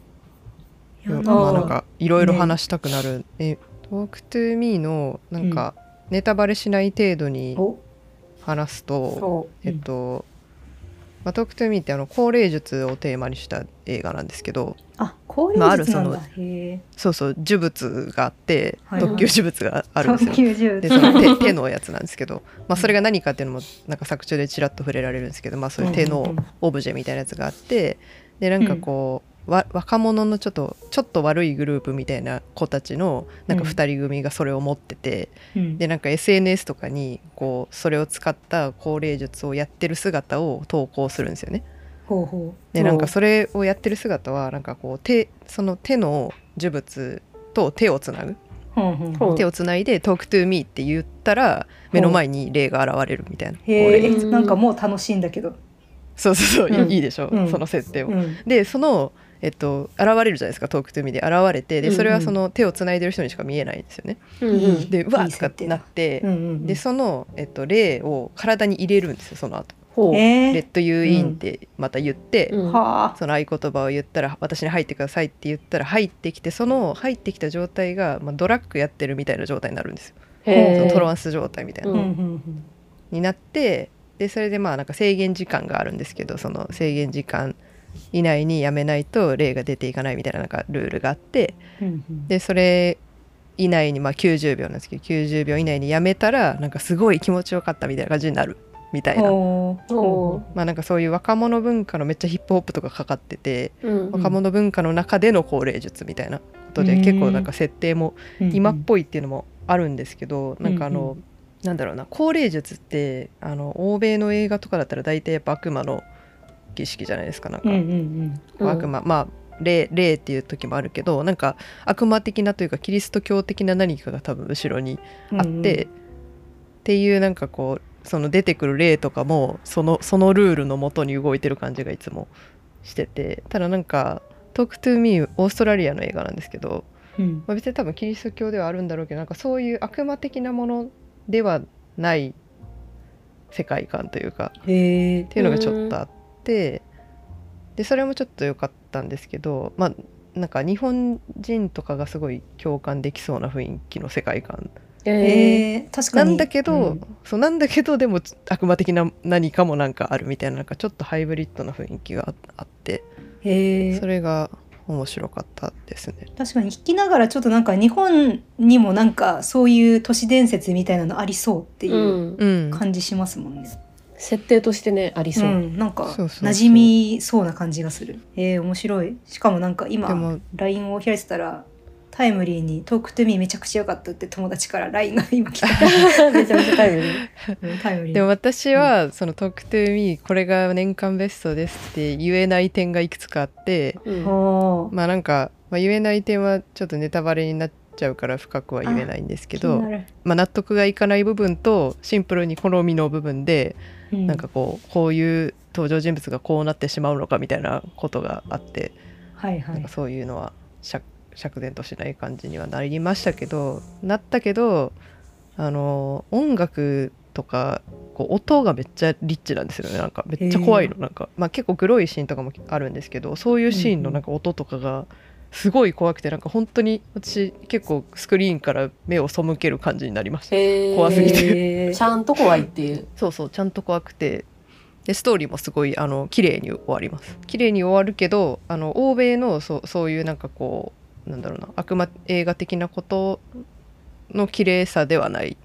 Speaker 3: やなん
Speaker 1: まあ
Speaker 3: か
Speaker 1: なんかいろいろ話したくなる、えトークトゥーミーのなんかネタバレしない程度に
Speaker 3: お
Speaker 1: 話すと、
Speaker 2: そ
Speaker 1: えっと、まあ、トークトゥーミーってあの高齢術をテーマにした映画なんですけど
Speaker 3: あ、こういう
Speaker 1: まあある
Speaker 3: 技術なんだ。
Speaker 1: その
Speaker 3: へえ。
Speaker 1: そうそう呪物があって、
Speaker 3: はい
Speaker 1: 特級呪物があるんですよ。
Speaker 3: 190
Speaker 1: でその手手のやつなんですけど、まあ、それが何かっていうのもなんか作中でちらっと触れられるんですけど、まあ、そういう手のオブジェみたいなやつがあってでなんかこう、わ若者のちょっとちょっと悪いグループみたいな子たちのなんか
Speaker 3: うん
Speaker 1: 2人組がそれを持ってて、
Speaker 3: うん
Speaker 1: でなんか SNS とかにこうそれを使った高齢術をやってる姿を投稿するんですよね。
Speaker 3: ほうほ
Speaker 1: で
Speaker 2: お
Speaker 1: なんかそれをやってる姿はなんかこう手その手の呪物と手をつなぐ
Speaker 3: うほうほうほう
Speaker 2: ほう
Speaker 1: 手をつないで「Talk to me」って言ったら目の前に霊が現れるみたいな。こ
Speaker 3: へ
Speaker 1: れ
Speaker 3: えなんかもう楽しいんだけど、
Speaker 1: そうそうそう、
Speaker 3: うん
Speaker 1: いいでしょ、
Speaker 3: うん
Speaker 1: その設定を。
Speaker 3: うん、
Speaker 1: でその、えっと、現れるじゃないですかトークトゥーミーで現れてでそれはその手をつないでる人にしか見えないんですよね。
Speaker 2: うんうん
Speaker 1: でうわ
Speaker 3: い
Speaker 1: っ
Speaker 3: い
Speaker 1: とか
Speaker 3: 設
Speaker 1: って
Speaker 3: 定
Speaker 1: な
Speaker 3: だ
Speaker 1: って、
Speaker 3: うんうんうん
Speaker 1: でその、えっと、霊を体に入れるんですよその後
Speaker 2: ほう
Speaker 3: え
Speaker 1: レ
Speaker 3: ー
Speaker 1: ッドユーインってまた言って、
Speaker 2: うん
Speaker 3: はあ
Speaker 1: その合言葉を言ったら私に入ってくださいって言ったら入ってきてその入ってきた状態が、まあ、ドラッグやってるみたいな状態になるんですよ、
Speaker 2: へ
Speaker 1: そ
Speaker 2: ー
Speaker 1: のトランス状態みたいな、
Speaker 2: う
Speaker 3: うんんうん
Speaker 1: になってでそれでまあなんか制限時間があるんですけどその制限時間以内にやめないと霊が出ていかないみたいななんかルールがあって
Speaker 3: うんうんうん
Speaker 1: でそれ以内にまあ90秒なんですけど90秒以内にやめたらなんかすごい気持ちよかったみたいな感じになるみたいな。
Speaker 3: おー
Speaker 2: おー
Speaker 1: まあなんかそういう若者文化のめっちゃヒップホップとかかかってて
Speaker 2: うん
Speaker 1: 若者文化の中での高齢術みたいなことで結構なんか設定も今っぽいっていうのもあるんですけど、なんかあの、
Speaker 3: う
Speaker 1: なんだろうな高齢術ってあの欧米の映画とかだったら大体やっぱ悪魔の儀式じゃないですかなんか、
Speaker 3: うんうん
Speaker 2: うん
Speaker 1: 悪魔まあ霊霊っていう時もあるけどなんか悪魔的なというかキリスト教的な何かが多分後ろに
Speaker 3: うん
Speaker 1: あって、っていうなんかこうその出てくる例とかもそのそのルールのもとに動いてる感じがいつもしててただなんか「Talk to Me」オーストラリアの映画なんですけど、
Speaker 3: うん
Speaker 1: まあ、別に多分キリスト教ではあるんだろうけどなんかそういう悪魔的なものではない世界観というか
Speaker 3: うんへえ
Speaker 1: っていうのがちょっとあってでそれもちょっと良かったんですけどまあなんか日本人とかがすごい共感できそうな雰囲気の世界観
Speaker 2: へー
Speaker 3: えー、確か
Speaker 1: な
Speaker 3: に
Speaker 1: んだけど、
Speaker 3: うん
Speaker 1: そうなんだけどでも悪魔的な何かもなんかあるみたいななんかちょっとハイブリッドな雰囲気がああって
Speaker 3: へえ
Speaker 1: それが面白かったですね。
Speaker 3: 確かに聞きながらちょっとなんか日本にもなんかそういう都市伝説みたいなのありそうっていう
Speaker 2: うん
Speaker 1: うん、
Speaker 3: 感じしますもんね。
Speaker 2: 設定としてねあり
Speaker 3: う
Speaker 2: そ
Speaker 3: ん
Speaker 2: う
Speaker 3: なんか
Speaker 1: そうそうそう
Speaker 3: 馴染みそうな感じがする。えー、面白い。しかもなんか
Speaker 1: で
Speaker 3: 今
Speaker 1: も
Speaker 3: LINE を開いてたらタイムリーに「トークトゥミーめちゃくちゃ良かった」って友達から LINE が 今来た。
Speaker 2: めちゃめちゃタイムリー
Speaker 3: うんタイムリーに
Speaker 1: でも私はその「Talk to Me」これが年間ベストですって言えない点がいくつかあって、
Speaker 2: うん
Speaker 3: おー
Speaker 1: まあなんか、まあ、言えない点はちょっとネタバレになっちゃうから深くは言えないんですけ
Speaker 3: 気
Speaker 1: ど
Speaker 3: になる
Speaker 1: まあ、納得がいかない部分とシンプルに好みの部分で、
Speaker 3: う
Speaker 1: なんかこうこういう登場人物がこうなってしまうのかみたいなことがあって、
Speaker 3: はいは
Speaker 1: なん
Speaker 3: い
Speaker 1: か。そういうのは釈釈然としない感じにはなりましたけどなったけどあの音楽とかこう音がめっちゃリッチなんですよねなんかめっちゃ怖いのなんか、まあ、結構グロいシーンとかもあるんですけどそういうシーンのなんか音とかがすごい怖くてなんか本当に私結構スクリーンから目を背ける感じになりました
Speaker 2: へー
Speaker 1: 怖すぎて
Speaker 3: え
Speaker 2: ちゃんと怖いっていう
Speaker 1: そうそうちゃんと怖くてでストーリーもすごいあの綺麗に終わります綺麗に終わるけどあの欧米のそうそういうなんかこうなんだろうな悪魔映画的なことの綺麗さではない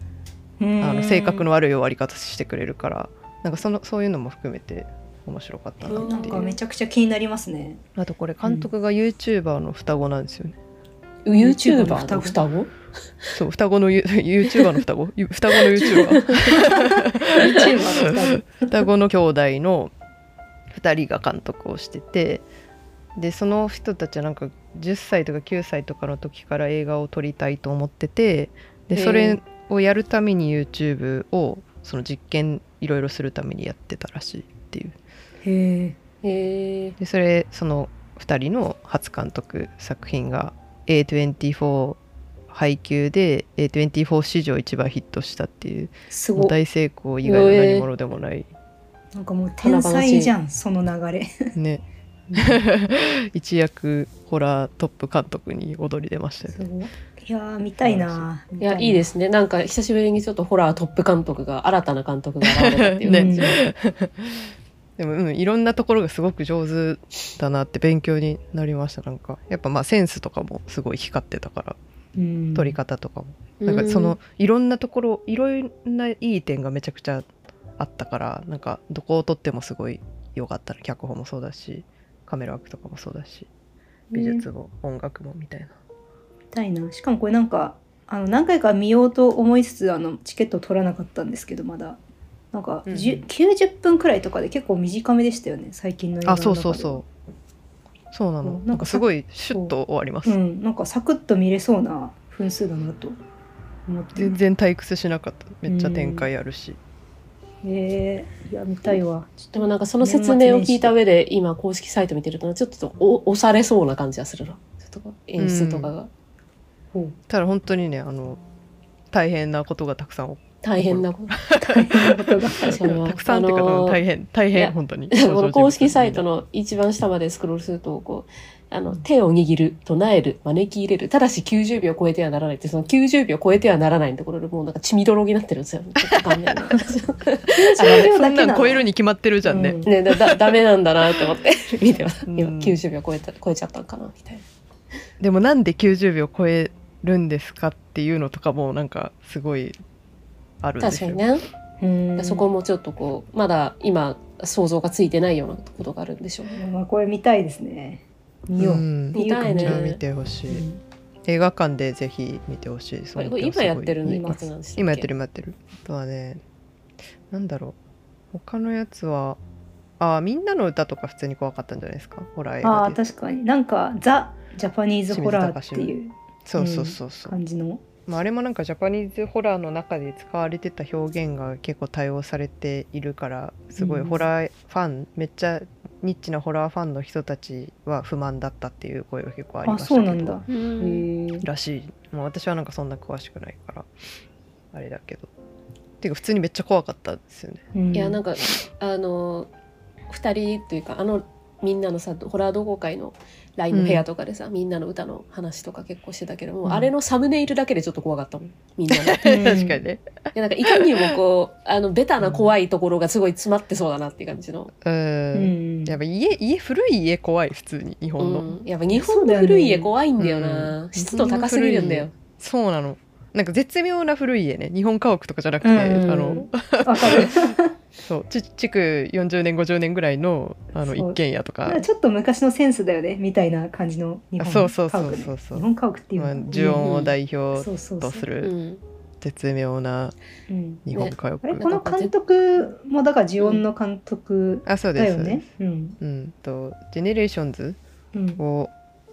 Speaker 1: あの性格の悪い終わり方してくれるからなんかそのそういうのも含めて面白かったな
Speaker 3: な
Speaker 1: っ
Speaker 3: ん
Speaker 1: てい
Speaker 3: か
Speaker 1: う
Speaker 3: めちゃくちゃ気になりますね。
Speaker 1: あとこれ監督が YouTuber の双子なんですよね、
Speaker 2: YouTuber
Speaker 3: の
Speaker 2: の
Speaker 3: 双子
Speaker 2: 双子
Speaker 1: そう双子のユ YouTuber の双子ゆ双子の YouTuber
Speaker 3: YouTuber の双子
Speaker 1: 双子の兄弟の2人が監督をしててでその人たちはなんか10歳とか9歳とかの時から映画を撮りたいと思っててで
Speaker 2: へえ
Speaker 1: それをやるために YouTube をその実験いろいろするためにやってたらしいっていう
Speaker 3: へえ。
Speaker 2: へえ
Speaker 1: でそれその2人の初監督作品が A24 配給で A24 史上一番ヒットしたっていう
Speaker 3: す
Speaker 1: も
Speaker 3: ご
Speaker 1: う
Speaker 3: い。
Speaker 1: 大成功以外の何者でもない
Speaker 3: なんかもう天才じゃんその流れ。
Speaker 1: ね 一躍ホラートップ監督に躍り出ましたよ
Speaker 3: す ごいいやー見たいな。。
Speaker 2: いやいいですすねなんか久しぶりにちょっとホラートップ監督が新たな監督が現れたっていう感じ、
Speaker 3: ね
Speaker 1: でも、うん、いろんなところがすごく上手だなって勉強になりましたなんかやっぱまあセンスとかもすごい光ってたから
Speaker 3: うん
Speaker 1: 撮り方とかも、
Speaker 2: う
Speaker 1: なんかそのいろんなところいろんないい点がめちゃくちゃあったからなんかどこを撮ってもすごい良かったら脚本もそうだしカメラワークとかもそうだし美術も音楽もみたいな、
Speaker 3: 見たいなしかもこれなんかあの何回か見ようと思いつつあのチケット取らなかったんですけどまだなんか、
Speaker 1: うん
Speaker 3: じゅ90分くらいとかで結構短めでしたよね最近の映画の
Speaker 1: あ
Speaker 3: 中で
Speaker 1: そうそうそうそうなの
Speaker 3: うん
Speaker 1: な
Speaker 3: なんん
Speaker 1: か
Speaker 3: か
Speaker 1: すごいシュッと終わります、
Speaker 3: うんなんかサクッと見れそうな分数だなと思って
Speaker 1: 全然退屈しなかっためっちゃ展開あるし、
Speaker 3: えー、いや見たいわ
Speaker 2: でもなんかその説明を聞いた上で今公式サイト見てるとちょっとお押されそうな感じがするなちょっとこう演出とかが
Speaker 1: ただ本当にねあの大変なことがたくさん起こ
Speaker 2: 大変なこと
Speaker 3: 大変な ことが
Speaker 2: 確かに
Speaker 1: たくさんっていうか、
Speaker 2: あのー
Speaker 1: 大変大
Speaker 2: い
Speaker 1: 変
Speaker 2: や
Speaker 1: 本当に
Speaker 2: この公式サイトの一番下までスクロールすると、こう、あの、手を握る、唱える、招き入れる、ただし90秒超えてはならないって、その90秒超えてはならないのところでもうなんか血みどろになってるん ですよ。ちょっと画面が
Speaker 3: 90秒
Speaker 1: そ
Speaker 3: だ
Speaker 1: ん
Speaker 3: け
Speaker 1: な
Speaker 3: なん
Speaker 1: 超えるに決まってるじゃんね、
Speaker 3: うん
Speaker 2: ね、だ、だ、ダメなんだなと思って 見てます。今
Speaker 1: うん
Speaker 2: 90秒超えた、超えちゃったんかな、みたいな。
Speaker 1: でもなんで90秒超えるんですかっていうのとかもなんかすごいあるんで
Speaker 2: 確
Speaker 1: す
Speaker 2: か
Speaker 1: よ
Speaker 2: にね。
Speaker 3: うん
Speaker 2: そこもちょっとこう、まだ今、想像がついてないようなことがあるんでしょうね。
Speaker 3: まあこれ見たいですね見よう、
Speaker 1: ん
Speaker 2: 見たい
Speaker 1: こ
Speaker 2: ね
Speaker 1: ちら見てほしい、
Speaker 3: うん
Speaker 1: 映画館でぜひ見てほしいです
Speaker 2: これこれ今やってるの
Speaker 3: 見
Speaker 2: 今
Speaker 3: ま
Speaker 2: や
Speaker 3: す
Speaker 2: つなんです
Speaker 1: 今やってる今やってるあとはねなんだろう他のやつはあーみんなの歌とか普通に怖かったんじゃないですかホラー映
Speaker 3: あ
Speaker 1: 画
Speaker 3: あ
Speaker 1: で
Speaker 3: 確かになんかザ・ジャパニーズホラーっていう
Speaker 1: そうそうそうそう、
Speaker 3: 感じの
Speaker 1: まあ、あれもなんかジャパニーズホラーの中で使われてた表現が結構対応されているからすごい
Speaker 3: うん
Speaker 1: ホラーファン、めっちゃニッチなホラーファンの人たちは不満だったっていう声が結構あり
Speaker 3: あ
Speaker 1: ましたけ
Speaker 3: そ
Speaker 1: ど
Speaker 3: うなんだ
Speaker 2: う
Speaker 3: へ
Speaker 2: ん。
Speaker 3: ー
Speaker 1: らしい、まあ、私はなんかそんな詳しくないからあれだけどていうか普通にめっちゃ怖かったですよね
Speaker 3: うん
Speaker 2: いやなんかあの2人というかあのみんなのさホラー同好会の LINE の部屋とかでさ、みんなの歌の話とか結構してたけども、
Speaker 1: うん
Speaker 2: あれのサムネイルだけでちょっと怖かったもんみんなのい
Speaker 3: うん
Speaker 1: 確かにね
Speaker 2: やなんかいかにもこうあのベタな怖いところがすごい詰まってそうだなっていう感じの、
Speaker 1: うん
Speaker 3: うん
Speaker 1: やっぱ家家古い家怖い普通に日
Speaker 2: う
Speaker 1: 本の、
Speaker 2: ん、やっぱ日本の古い家怖いんだよな
Speaker 1: うん
Speaker 2: 湿度高すぎるんだよ、
Speaker 1: そうなのなんか絶妙な古い家ね日本家屋とかじゃなくて、
Speaker 3: うん
Speaker 1: あの
Speaker 3: わかる
Speaker 1: そうち築40年50年ぐらいのあの
Speaker 3: そう
Speaker 1: 一軒家とか
Speaker 3: なんかちょっと昔のセンスだよねみたいな感じの日本
Speaker 1: あそうそうそう
Speaker 3: 家屋ね
Speaker 1: そうそう
Speaker 3: 日本家屋っていう
Speaker 1: ま
Speaker 3: の
Speaker 1: あ
Speaker 3: かな
Speaker 1: 呪音を代表
Speaker 3: そうそうそ
Speaker 1: と
Speaker 3: う
Speaker 1: す
Speaker 2: う
Speaker 1: る
Speaker 2: ん、
Speaker 1: 絶妙な
Speaker 3: うん
Speaker 1: 日本家屋、
Speaker 3: あれこの監督もだから呪音の監督
Speaker 1: あそう
Speaker 3: だ
Speaker 1: で
Speaker 3: よ
Speaker 1: す、
Speaker 3: ねうん
Speaker 1: うんと「ジェネレーションズ
Speaker 3: うん
Speaker 1: を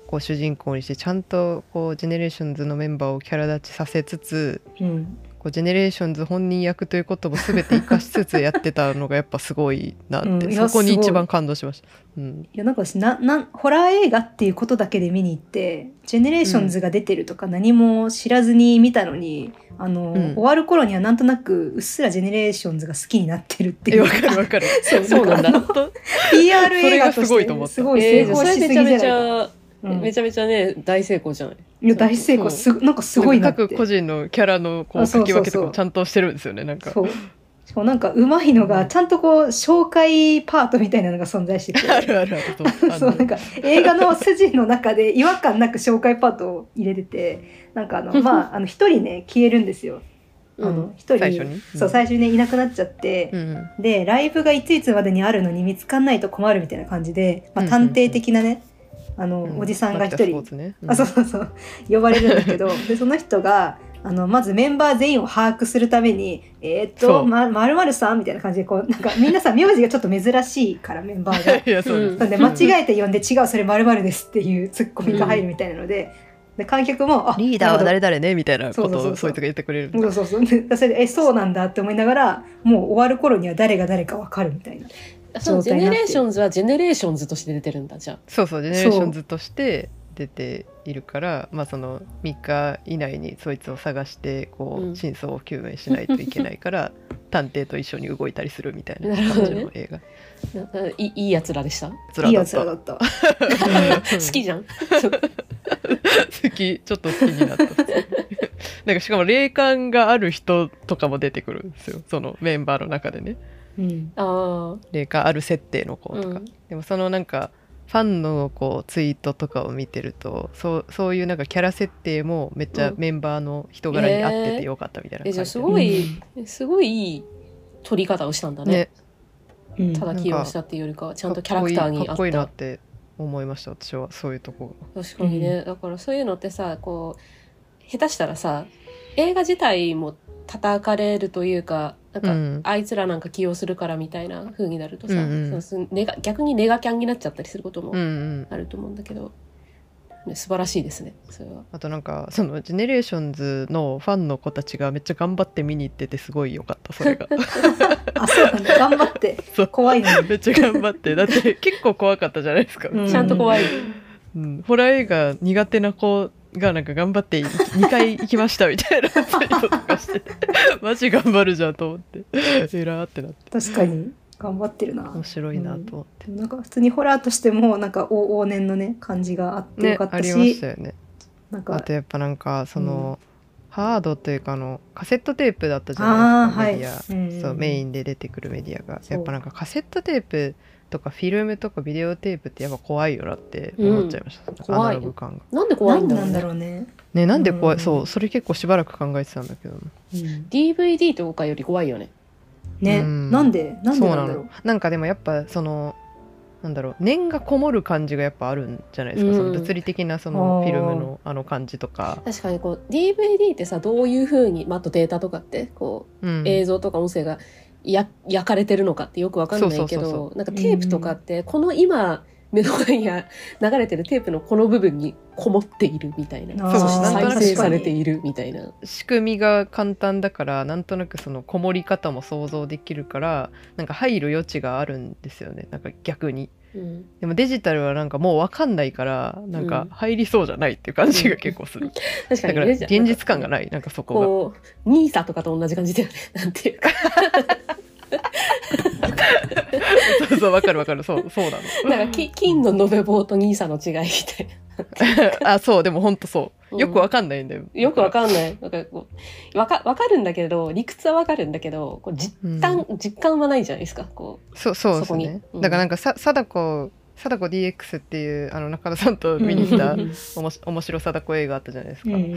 Speaker 1: こう主人公にしてちゃんとこうジェネレーションズのメンバーをキャラ立ちさせつつ
Speaker 3: うん
Speaker 1: こうジェネレーションズ本人役ということも全て生かしつつやってたのがやっぱすごいなって、
Speaker 3: うんい
Speaker 1: そ
Speaker 3: や
Speaker 1: こに
Speaker 3: すごい
Speaker 1: 一番感動しました。うん、
Speaker 3: いやなんか私ななんホラー映画っていうことだけで見に行って「ジェネレーションズが出てるとか何も知らずに見たのに、あの
Speaker 1: うん
Speaker 3: 終わる頃にはなんとなくうっすら「ジェネレーションズが好きになってるってい
Speaker 1: え
Speaker 3: う
Speaker 1: わかるわかる
Speaker 3: そう
Speaker 2: そうなん だ
Speaker 3: かあの PR 映画と
Speaker 1: それがす
Speaker 3: して
Speaker 1: ごいと思った
Speaker 3: すごい
Speaker 2: えー、
Speaker 3: 成功
Speaker 2: それ
Speaker 3: しす
Speaker 2: め
Speaker 3: ぎ
Speaker 2: ち
Speaker 3: じ
Speaker 2: ゃ
Speaker 3: ゃない
Speaker 2: め
Speaker 3: か
Speaker 2: ちゃ、
Speaker 3: うん
Speaker 2: めちゃめちゃね大成功じゃない
Speaker 3: いや大成功すごなんかすごいなって
Speaker 1: 各個人のキャラのこう
Speaker 3: あそう
Speaker 1: 書
Speaker 3: そう
Speaker 1: き分け
Speaker 3: そう
Speaker 1: とかもちゃんとしてるんですよねなんか
Speaker 3: そうしかもなんかうまいのがちゃんとこう紹介パートみたいなのが存在して て
Speaker 1: あるあるあるそうあの
Speaker 3: そうなんか映画の筋の中で違和感なく紹介パートを入れててなんかあのまああの一人ね消えるんですよあ
Speaker 2: う
Speaker 3: の
Speaker 2: ん
Speaker 3: 一人
Speaker 1: 最初に
Speaker 3: そう最初にねいなくなっちゃって、
Speaker 1: うん
Speaker 3: でライブがいついつまでにあるのに見つかんないと困るみたいな感じで、ま
Speaker 1: うん
Speaker 3: あ、
Speaker 1: うんうん
Speaker 3: 探偵的なね、あの、
Speaker 1: うん
Speaker 3: おじさんが一
Speaker 1: マキタスポ
Speaker 3: 人
Speaker 1: ー、ツね
Speaker 3: あそうそうそう呼ばれるんだ けどでその人があのまずメンバー全員を把握するために「えーっ
Speaker 1: そ
Speaker 3: と
Speaker 1: う。
Speaker 3: まるまるさん」みたいな感じでこうなんかみんなさ名字がちょっと珍しいからメンバーが
Speaker 1: いやそう
Speaker 2: うん
Speaker 1: です
Speaker 3: なんで間違えて呼んで「違うそれまるです」っていうツッコミが入るみたいなので,、で観客も「あ
Speaker 1: リーダーは
Speaker 3: なるほど
Speaker 1: 誰々ねみたいなこ
Speaker 3: そうそう
Speaker 1: と
Speaker 3: そう
Speaker 1: をそ
Speaker 3: そう
Speaker 1: いつが言ってくれる
Speaker 3: そうそうそう。でそれで、え、そうなんだって思いながら、もう終わる頃には誰が誰かわかるみたいな。
Speaker 2: そう
Speaker 3: 状
Speaker 2: ジェ
Speaker 3: 態に
Speaker 2: ネ
Speaker 3: なって
Speaker 2: レー
Speaker 3: る
Speaker 2: ションズはジェネレーションズとして出てるんだじゃあ
Speaker 1: そうそうジェネレーションズとして出ているからまあその3日以内にそいつを探してこう、
Speaker 2: うん
Speaker 1: 真相を究明しないといけないから探偵と一緒に動いたりするみたいな
Speaker 2: なるほ
Speaker 1: 感
Speaker 2: ど
Speaker 1: じ
Speaker 2: ね
Speaker 1: の映画
Speaker 2: なないいいいやつらでした
Speaker 1: つ
Speaker 3: いい
Speaker 1: だ
Speaker 3: や
Speaker 1: っ
Speaker 3: つ ら
Speaker 1: た
Speaker 3: だった。
Speaker 2: 好きじゃん。
Speaker 1: 好きちょっと好きになったなんかしかも霊感がある人とかも出てくるんですよそのメンバーの中でね
Speaker 3: うん。
Speaker 2: あ
Speaker 1: 霊感ある設定の子
Speaker 2: あ、
Speaker 1: とか、
Speaker 2: うん。
Speaker 1: でもそのなんかファンのこうツイートとかを見てるとそうそういうなんかキャラ設定もめっちゃ
Speaker 2: うん
Speaker 1: メンバーの人柄に合っててよかったみたいな感
Speaker 2: え、じ
Speaker 1: じ
Speaker 2: ゃあ
Speaker 1: です
Speaker 2: ごい、すごいいい取り方をしたんだね。
Speaker 1: ね
Speaker 3: うん
Speaker 2: ただ起用したっていうよりかは、ちゃんとキャラクターに
Speaker 1: か
Speaker 2: 合
Speaker 1: っ
Speaker 2: っ
Speaker 1: こいいかっこいいな
Speaker 2: た
Speaker 1: っ。て思いました私はそういうとこ
Speaker 2: 確かにね、だからそういうのってさこう下手したらさ映画自体も叩かれるというかなんか、
Speaker 1: うん
Speaker 2: あいつらなんか起用するからみたいな風になるとさ、
Speaker 1: うんうん
Speaker 2: そのすネガ逆にネガキャンになっちゃったりすることも
Speaker 1: が、うんうん、
Speaker 2: あると思うんだけど、ね素晴らしいですねそれは。
Speaker 1: あとなんかそのジェネレーションズのファンの子たちがめっちゃ頑張って見に行っててすごい良かったそれが
Speaker 3: あそうなんだ頑張って
Speaker 1: そう
Speaker 3: 怖いのに
Speaker 1: めっちゃ頑張ってだ って結構怖かったじゃないですか、
Speaker 3: うん
Speaker 2: ちゃんと怖い、
Speaker 1: うん、ホラー映画苦手な子がなんか頑張って い2回行きましたみたいなツイートとかしてマジ頑張るじゃんと思ってえらーってなって
Speaker 3: 確かに頑張ってるな
Speaker 1: 面白いなと思って、
Speaker 3: でもなんか普通にホラーとしてもなんか往往年のね感じがあってよ
Speaker 1: ね
Speaker 3: かった
Speaker 1: あり
Speaker 3: し、
Speaker 1: ましたよね
Speaker 3: なん
Speaker 1: あ
Speaker 3: か
Speaker 1: とやっぱなんかその、ハードというかあのカセットテープだったじゃ
Speaker 3: あーは
Speaker 1: ない
Speaker 3: い
Speaker 1: ですか、メディア、
Speaker 3: うんうん
Speaker 1: そうメインで出てくるメディアが
Speaker 3: そう
Speaker 1: やっぱなんかカセットテープとかフィルムとかビデオテープってやっぱ怖いよなって思っちゃいました、なんかアナログ感が
Speaker 2: なんで怖い
Speaker 3: 何
Speaker 2: んだろ
Speaker 3: な
Speaker 2: うんね
Speaker 3: だろうね、
Speaker 1: ねなんで怖い、
Speaker 3: うん
Speaker 1: そうそれ結構しばらく考えてたんだけどな
Speaker 3: うん、
Speaker 2: DVD とかより怖いよね
Speaker 3: ね、
Speaker 1: うん
Speaker 3: なんでなんで
Speaker 1: そう
Speaker 3: な
Speaker 1: なん
Speaker 3: だろう
Speaker 1: のなんかでもやっぱそのなんだろう念がこもる感じがやっぱあるんじゃないですか、
Speaker 2: うん
Speaker 1: その物理的なそ
Speaker 3: あ
Speaker 1: の
Speaker 3: ー
Speaker 1: フィルムのあの感じとか、
Speaker 2: 確かにこう DVD ってさどういう風に、まあ、あとデータとかってこう、
Speaker 1: うん
Speaker 2: 映像とか音声がや焼かれてるのかってよくわかんない
Speaker 1: そう
Speaker 2: け
Speaker 1: そうそう
Speaker 2: どなんか
Speaker 3: うん
Speaker 2: テープとかってこの今目の前に流れてるテープのこの部分にこもっているみたいな
Speaker 3: あー
Speaker 2: そして
Speaker 1: なんとなく
Speaker 2: 再生されているみたいな
Speaker 1: 仕組みが簡単だからなんとなくそのこもり方も想像できるからなんか入る余地があるんですよねなんか逆に
Speaker 2: うん
Speaker 1: でもデジタルはなんかもう分かんないからなんか入りそうじゃないっていう感じが結構する、
Speaker 2: 確か
Speaker 1: だ
Speaker 2: に
Speaker 1: から
Speaker 2: ね
Speaker 1: 現実感がないなんかそこ
Speaker 2: こう NISA とかと同じ感じだよね なんていうか
Speaker 1: が そうそう分かる分かるそうそうなの
Speaker 2: なんかき金の延べ棒と NISA の違いみたい な
Speaker 1: あそうでもほんとそう
Speaker 2: うん
Speaker 1: よく分かんないんだよ、
Speaker 2: よくわかんないなんかこうわかわかるんだけど理屈はわかるんだけどこう実
Speaker 1: うん
Speaker 2: 感、実感はないじゃないですかこう
Speaker 1: そうそうですね
Speaker 2: そこにうん
Speaker 1: だからなんかさ貞子貞子 DX っていうあの中田さんと見に行った
Speaker 3: うん
Speaker 1: おもし面白貞子映画あったじゃないですか,、
Speaker 3: う
Speaker 1: なん
Speaker 3: ん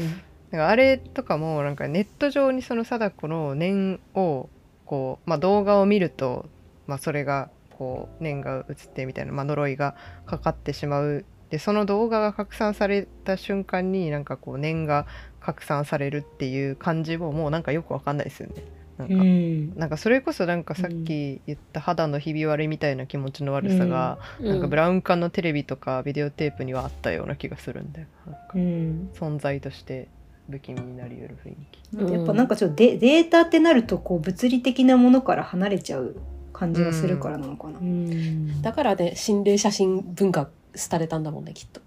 Speaker 1: かあれとかもなんかネット上にその貞子の念をこう、まあ、動画を見ると、まあ、それがこう念が映ってみたいな、まあ、呪いがかかってしまうでその動画が拡散された瞬間になんかこう念が拡散されるっていう感じももうなんかよくわかんないですよねなんか、
Speaker 3: うん
Speaker 1: なんかそれこそなんかさっき言った肌のひび割れみたいな気持ちの悪さが、なんかブラウン管のテレビとかビデオテープにはあったような気がするんだよなんか
Speaker 3: うん
Speaker 1: 存在として不気味になり得る雰囲気
Speaker 3: なんかやっぱなんかちょっとデデータってなるとこう物理的なものから離れちゃう感じがするからなのかな、うん
Speaker 2: だからね心霊写真文化廃れたんだもんねきっと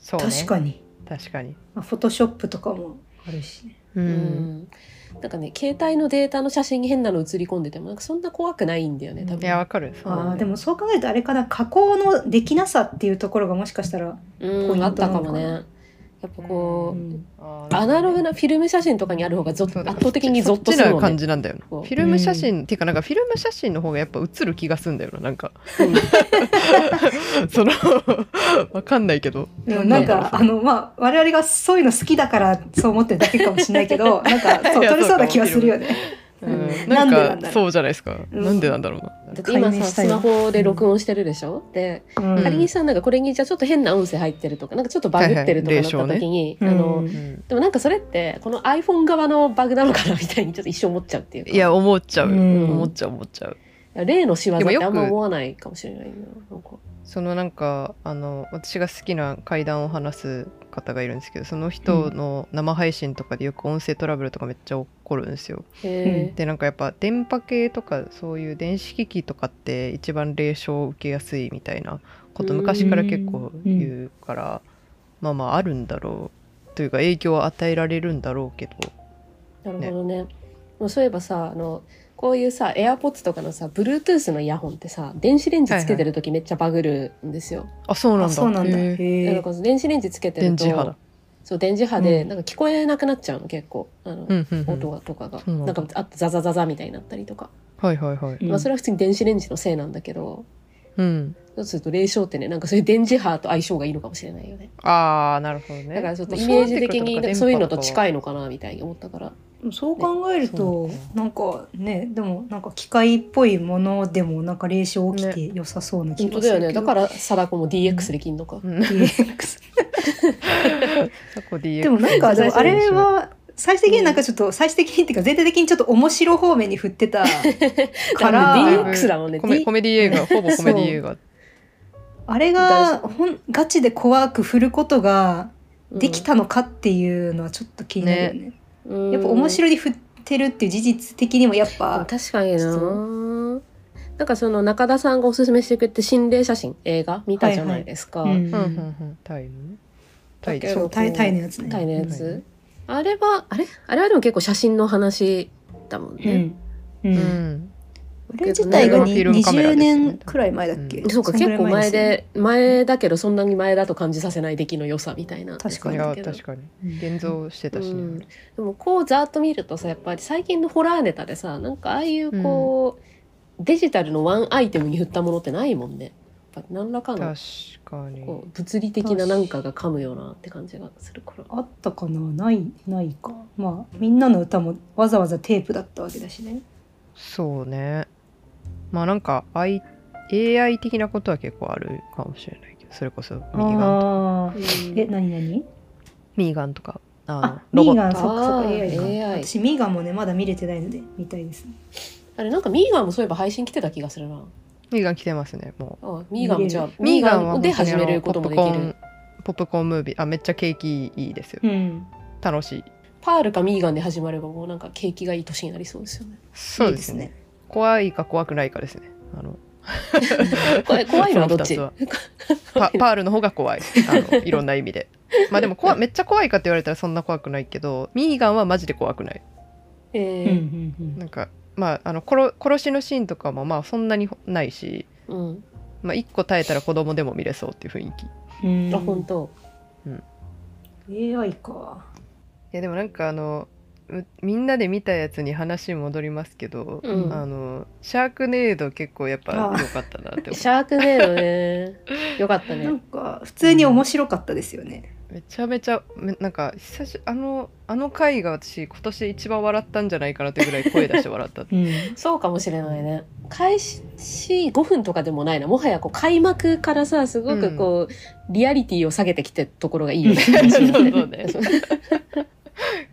Speaker 1: そう、ね、
Speaker 3: 確かに、
Speaker 1: 確かに
Speaker 3: まあ、フォトショップとかもあるしね
Speaker 1: う、
Speaker 2: うんなんかね携帯のデータの写真に変なの写り込んでてもなんかそんな怖くないんだよね多
Speaker 3: うん
Speaker 2: 分
Speaker 1: いやわかるそう
Speaker 3: あ
Speaker 1: だ
Speaker 3: ー
Speaker 1: ね
Speaker 3: でもそう考えるとあれかな加工のできなさっていうところがもしかしたら、
Speaker 2: うん
Speaker 3: ポイントな
Speaker 2: あっ
Speaker 3: のか
Speaker 2: た
Speaker 3: な
Speaker 2: かもねやっぱ
Speaker 3: う
Speaker 2: こう、
Speaker 3: ん
Speaker 1: あー
Speaker 2: アナログなフィルム写真とかにある方がぞ
Speaker 1: そう
Speaker 2: 圧
Speaker 1: だ
Speaker 2: 倒的にゾッとす
Speaker 1: そっち
Speaker 2: る
Speaker 1: な
Speaker 2: もん
Speaker 1: 感
Speaker 2: ね
Speaker 1: じなんだよなフ
Speaker 2: そう
Speaker 1: ィルム写真、っていうかなんかフィルム写真の方がやっぱ映る気がすんだよななんか その わかんないけど
Speaker 3: でもなんかあのまあ我々がそういうの好きだからそう思ってるだけかもしれないけ どなんかそう
Speaker 1: いや
Speaker 3: 取れそうな気がするよね。
Speaker 1: う
Speaker 2: うん
Speaker 1: ん
Speaker 3: なんで
Speaker 1: な
Speaker 3: な
Speaker 1: ん
Speaker 3: んだろ
Speaker 1: か
Speaker 3: う
Speaker 1: そうじゃないですか、
Speaker 3: うん
Speaker 1: なんでなんだろうな
Speaker 2: だって今
Speaker 3: 解明
Speaker 2: さ
Speaker 3: した
Speaker 2: ス
Speaker 3: い
Speaker 2: マホで録音してるでしょ、で
Speaker 3: うん
Speaker 2: 仮にさなんかこれにじゃあちょっと変な音声入ってるとかなんかちょっとバグってるとか
Speaker 1: はいはい
Speaker 2: なっ
Speaker 1: 霊障
Speaker 2: た
Speaker 1: ね
Speaker 2: 時に、
Speaker 3: うん
Speaker 2: あの
Speaker 1: うん
Speaker 2: でもなんかそれってこの iPhone 側のバグなのかなみたいにちょっと一生思っちゃうっていうか
Speaker 1: いや思っちゃう、
Speaker 3: うん
Speaker 1: 思っちゃう思っちゃう
Speaker 2: 例の仕業っ
Speaker 1: でも
Speaker 2: て
Speaker 1: よく
Speaker 2: あんま思わないかもしれないななんか
Speaker 1: そのなんかあの私が好きな怪談を話す方がいるんですけどその人の生配信とかでよく音声トラブルとかめっちゃ起こるんですよ
Speaker 2: へ
Speaker 1: でなんかやっぱ電波系とかそういう電子機器とかって一番霊障を受けやすいみたいなこと
Speaker 2: うん
Speaker 1: 昔から結構言うからまあまああるんだろうというか影響を与えられるんだろうけど
Speaker 2: えなるほどねもうそういえばさあのこういうさ AirPods とかのさ Bluetooth のイヤホンってさ電子レンジつけてる時めっちゃバグるんですよ、
Speaker 1: あそうなん
Speaker 3: あ
Speaker 1: だ
Speaker 3: そうなんだ。
Speaker 1: へえ
Speaker 3: へ
Speaker 2: な
Speaker 3: え
Speaker 2: んか電子レンジつけて
Speaker 1: 電
Speaker 2: ると
Speaker 1: 磁波だ
Speaker 2: そう電磁波で
Speaker 3: うん
Speaker 2: なんか聞こえなくなっちゃうの結構あの、
Speaker 1: うんうん、うん
Speaker 2: 音、がとかが、
Speaker 1: そうなん
Speaker 2: な
Speaker 1: だ
Speaker 2: んかあとザザザザみたいになったりとか、
Speaker 1: はいはいはい、
Speaker 3: うん
Speaker 2: まあ、それは普通に電子レンジのせいなんだけど
Speaker 1: うん、
Speaker 2: そうすると霊障ってねなんかそういう電磁波と相性がいいのかもしれないよね
Speaker 1: ああなるほどね
Speaker 2: だからちょっと
Speaker 1: まあ
Speaker 2: イメージ的に
Speaker 1: なってくると
Speaker 2: そういうのと
Speaker 1: い
Speaker 2: 近いのかなみたいに思ったから
Speaker 3: でもそう考えると、
Speaker 2: ね
Speaker 3: なんかねでもなんか機械っぽいものでもなんか霊障起きて良さそうな気
Speaker 2: 本
Speaker 3: が
Speaker 2: 当
Speaker 3: す
Speaker 2: だ
Speaker 3: る
Speaker 2: よ
Speaker 3: けど、
Speaker 2: ねだから貞子も DX できんのか、
Speaker 1: うん、
Speaker 3: DX
Speaker 1: そこ DX
Speaker 3: でもなん かでもあれは最終的
Speaker 2: う
Speaker 3: に
Speaker 2: ん
Speaker 3: なんかちょっと最終的にっていうか全体的にちょっと面白方面に振 ってたか
Speaker 2: だ
Speaker 3: ら
Speaker 2: からら DX だもんね
Speaker 1: コメ
Speaker 2: D-
Speaker 1: コメディ映画ほぼコメディ映画
Speaker 3: あれがほんガチで怖く振ることができたのかっていうのはちょっと気になるよね。
Speaker 2: うん、
Speaker 3: やっぱ面
Speaker 2: い
Speaker 3: 白に振ってるっていう事実的にもやっぱ
Speaker 2: 確かに
Speaker 3: そ
Speaker 2: ななんかその中田さんがおすすめしてくれて心霊写真映画見たじゃないですか、
Speaker 3: うん
Speaker 1: うんうんうんタイのねタイ
Speaker 2: だ
Speaker 1: で
Speaker 2: けど
Speaker 3: そうタイタイのやつね。
Speaker 2: タイのやつ、
Speaker 1: うん
Speaker 2: あれはあれあれはでも結構写真の話だもん
Speaker 3: う
Speaker 2: ね、
Speaker 3: ん
Speaker 1: う
Speaker 3: う
Speaker 1: んん
Speaker 3: あれ自体が
Speaker 1: フィルムカメラ
Speaker 3: 20
Speaker 1: ですね
Speaker 3: 年くらい前だっけ、
Speaker 1: うん
Speaker 2: そうか
Speaker 3: んぐら
Speaker 2: 結
Speaker 3: い
Speaker 2: 構前
Speaker 3: すね
Speaker 2: で前だけどそんなに前だと感じさせない出来の良さみたいな
Speaker 3: 確か
Speaker 1: い
Speaker 3: に
Speaker 1: や
Speaker 2: けど
Speaker 1: 確かに現像してたしね、
Speaker 2: うんでもこうざーっと見るとさやっぱり最近のホラーネタでさなんかああいうこう、デジタルのワンアイテムに振ったものってないもんねやっぱ何らかの
Speaker 1: 確かに
Speaker 2: こう物理的ななんかが噛むようなって感じがするから
Speaker 3: あったかなないないかまあみんなの歌もわざわざテープだったわけだしね
Speaker 1: そうねまあなんか I- AI 的なことは結構あるかもしれないけどそれこそミーガンと
Speaker 3: ああ
Speaker 2: うん
Speaker 3: え何何
Speaker 1: ミーガンとかあ
Speaker 3: あ
Speaker 1: のロ
Speaker 3: ミ
Speaker 1: ボ
Speaker 3: ー
Speaker 1: ッ
Speaker 3: ガ
Speaker 1: ト
Speaker 3: ンそっかそっ
Speaker 2: あ
Speaker 3: か
Speaker 2: ー
Speaker 3: AI か
Speaker 2: AI
Speaker 3: 私ミーガンもねまだ見れてないので見たいですね
Speaker 2: あれなんかミーガンもそういえば配信来てた気がするな
Speaker 1: ミーガン来てますねも
Speaker 2: あミーガンもじゃあ
Speaker 1: う
Speaker 2: ミーガ
Speaker 1: は
Speaker 2: ン
Speaker 1: 本当
Speaker 2: で
Speaker 1: に
Speaker 2: 始めることもでき
Speaker 1: あの
Speaker 2: る
Speaker 1: ポップコーンポップコーンムービーあめっちゃ景気いいですよ
Speaker 3: うん
Speaker 1: 楽しい
Speaker 2: パールかミーガンで始まればもうなんか景気がいい年になりそうですよね
Speaker 1: そう
Speaker 3: いい
Speaker 1: で
Speaker 3: ですす
Speaker 1: ね
Speaker 3: ね
Speaker 1: 怖いか怖くないかですねあの
Speaker 2: 怖い怖いのはどっ ち
Speaker 1: その二つ はパパールの方が怖いあのいろんな意味でまあでも怖めっちゃ怖いかって言われたらそんな怖くないけどミーガンはマジで怖くない
Speaker 2: え
Speaker 3: う
Speaker 2: ー
Speaker 3: んうん
Speaker 1: なんかまああの殺殺しのシーンとかもまあそんなにないし、
Speaker 2: うん
Speaker 1: まあ、1個耐えたら子供でも見れそうっていう雰囲気い
Speaker 3: うん
Speaker 2: あ本当
Speaker 3: AI か
Speaker 1: やでもなんかあのうみんなで見たやつに話戻りますけど、
Speaker 2: うん
Speaker 1: あのシャークネード結構やっぱ
Speaker 3: ああ
Speaker 1: 良かったなっ て思
Speaker 2: シャークネードねよかったね
Speaker 3: なんか普通に面白かったですよね
Speaker 1: うめちゃめちゃめなんか久しあのあの回が私今年一番笑ったんじゃないかなってぐらい声出して笑ったって
Speaker 3: うん
Speaker 2: そうかもしれないね。開始5分とかでもないな。もはやこう開幕からさ、すごくこう、リアリティを下げてきてるところがいいよね。
Speaker 3: うん
Speaker 2: そう
Speaker 1: そうね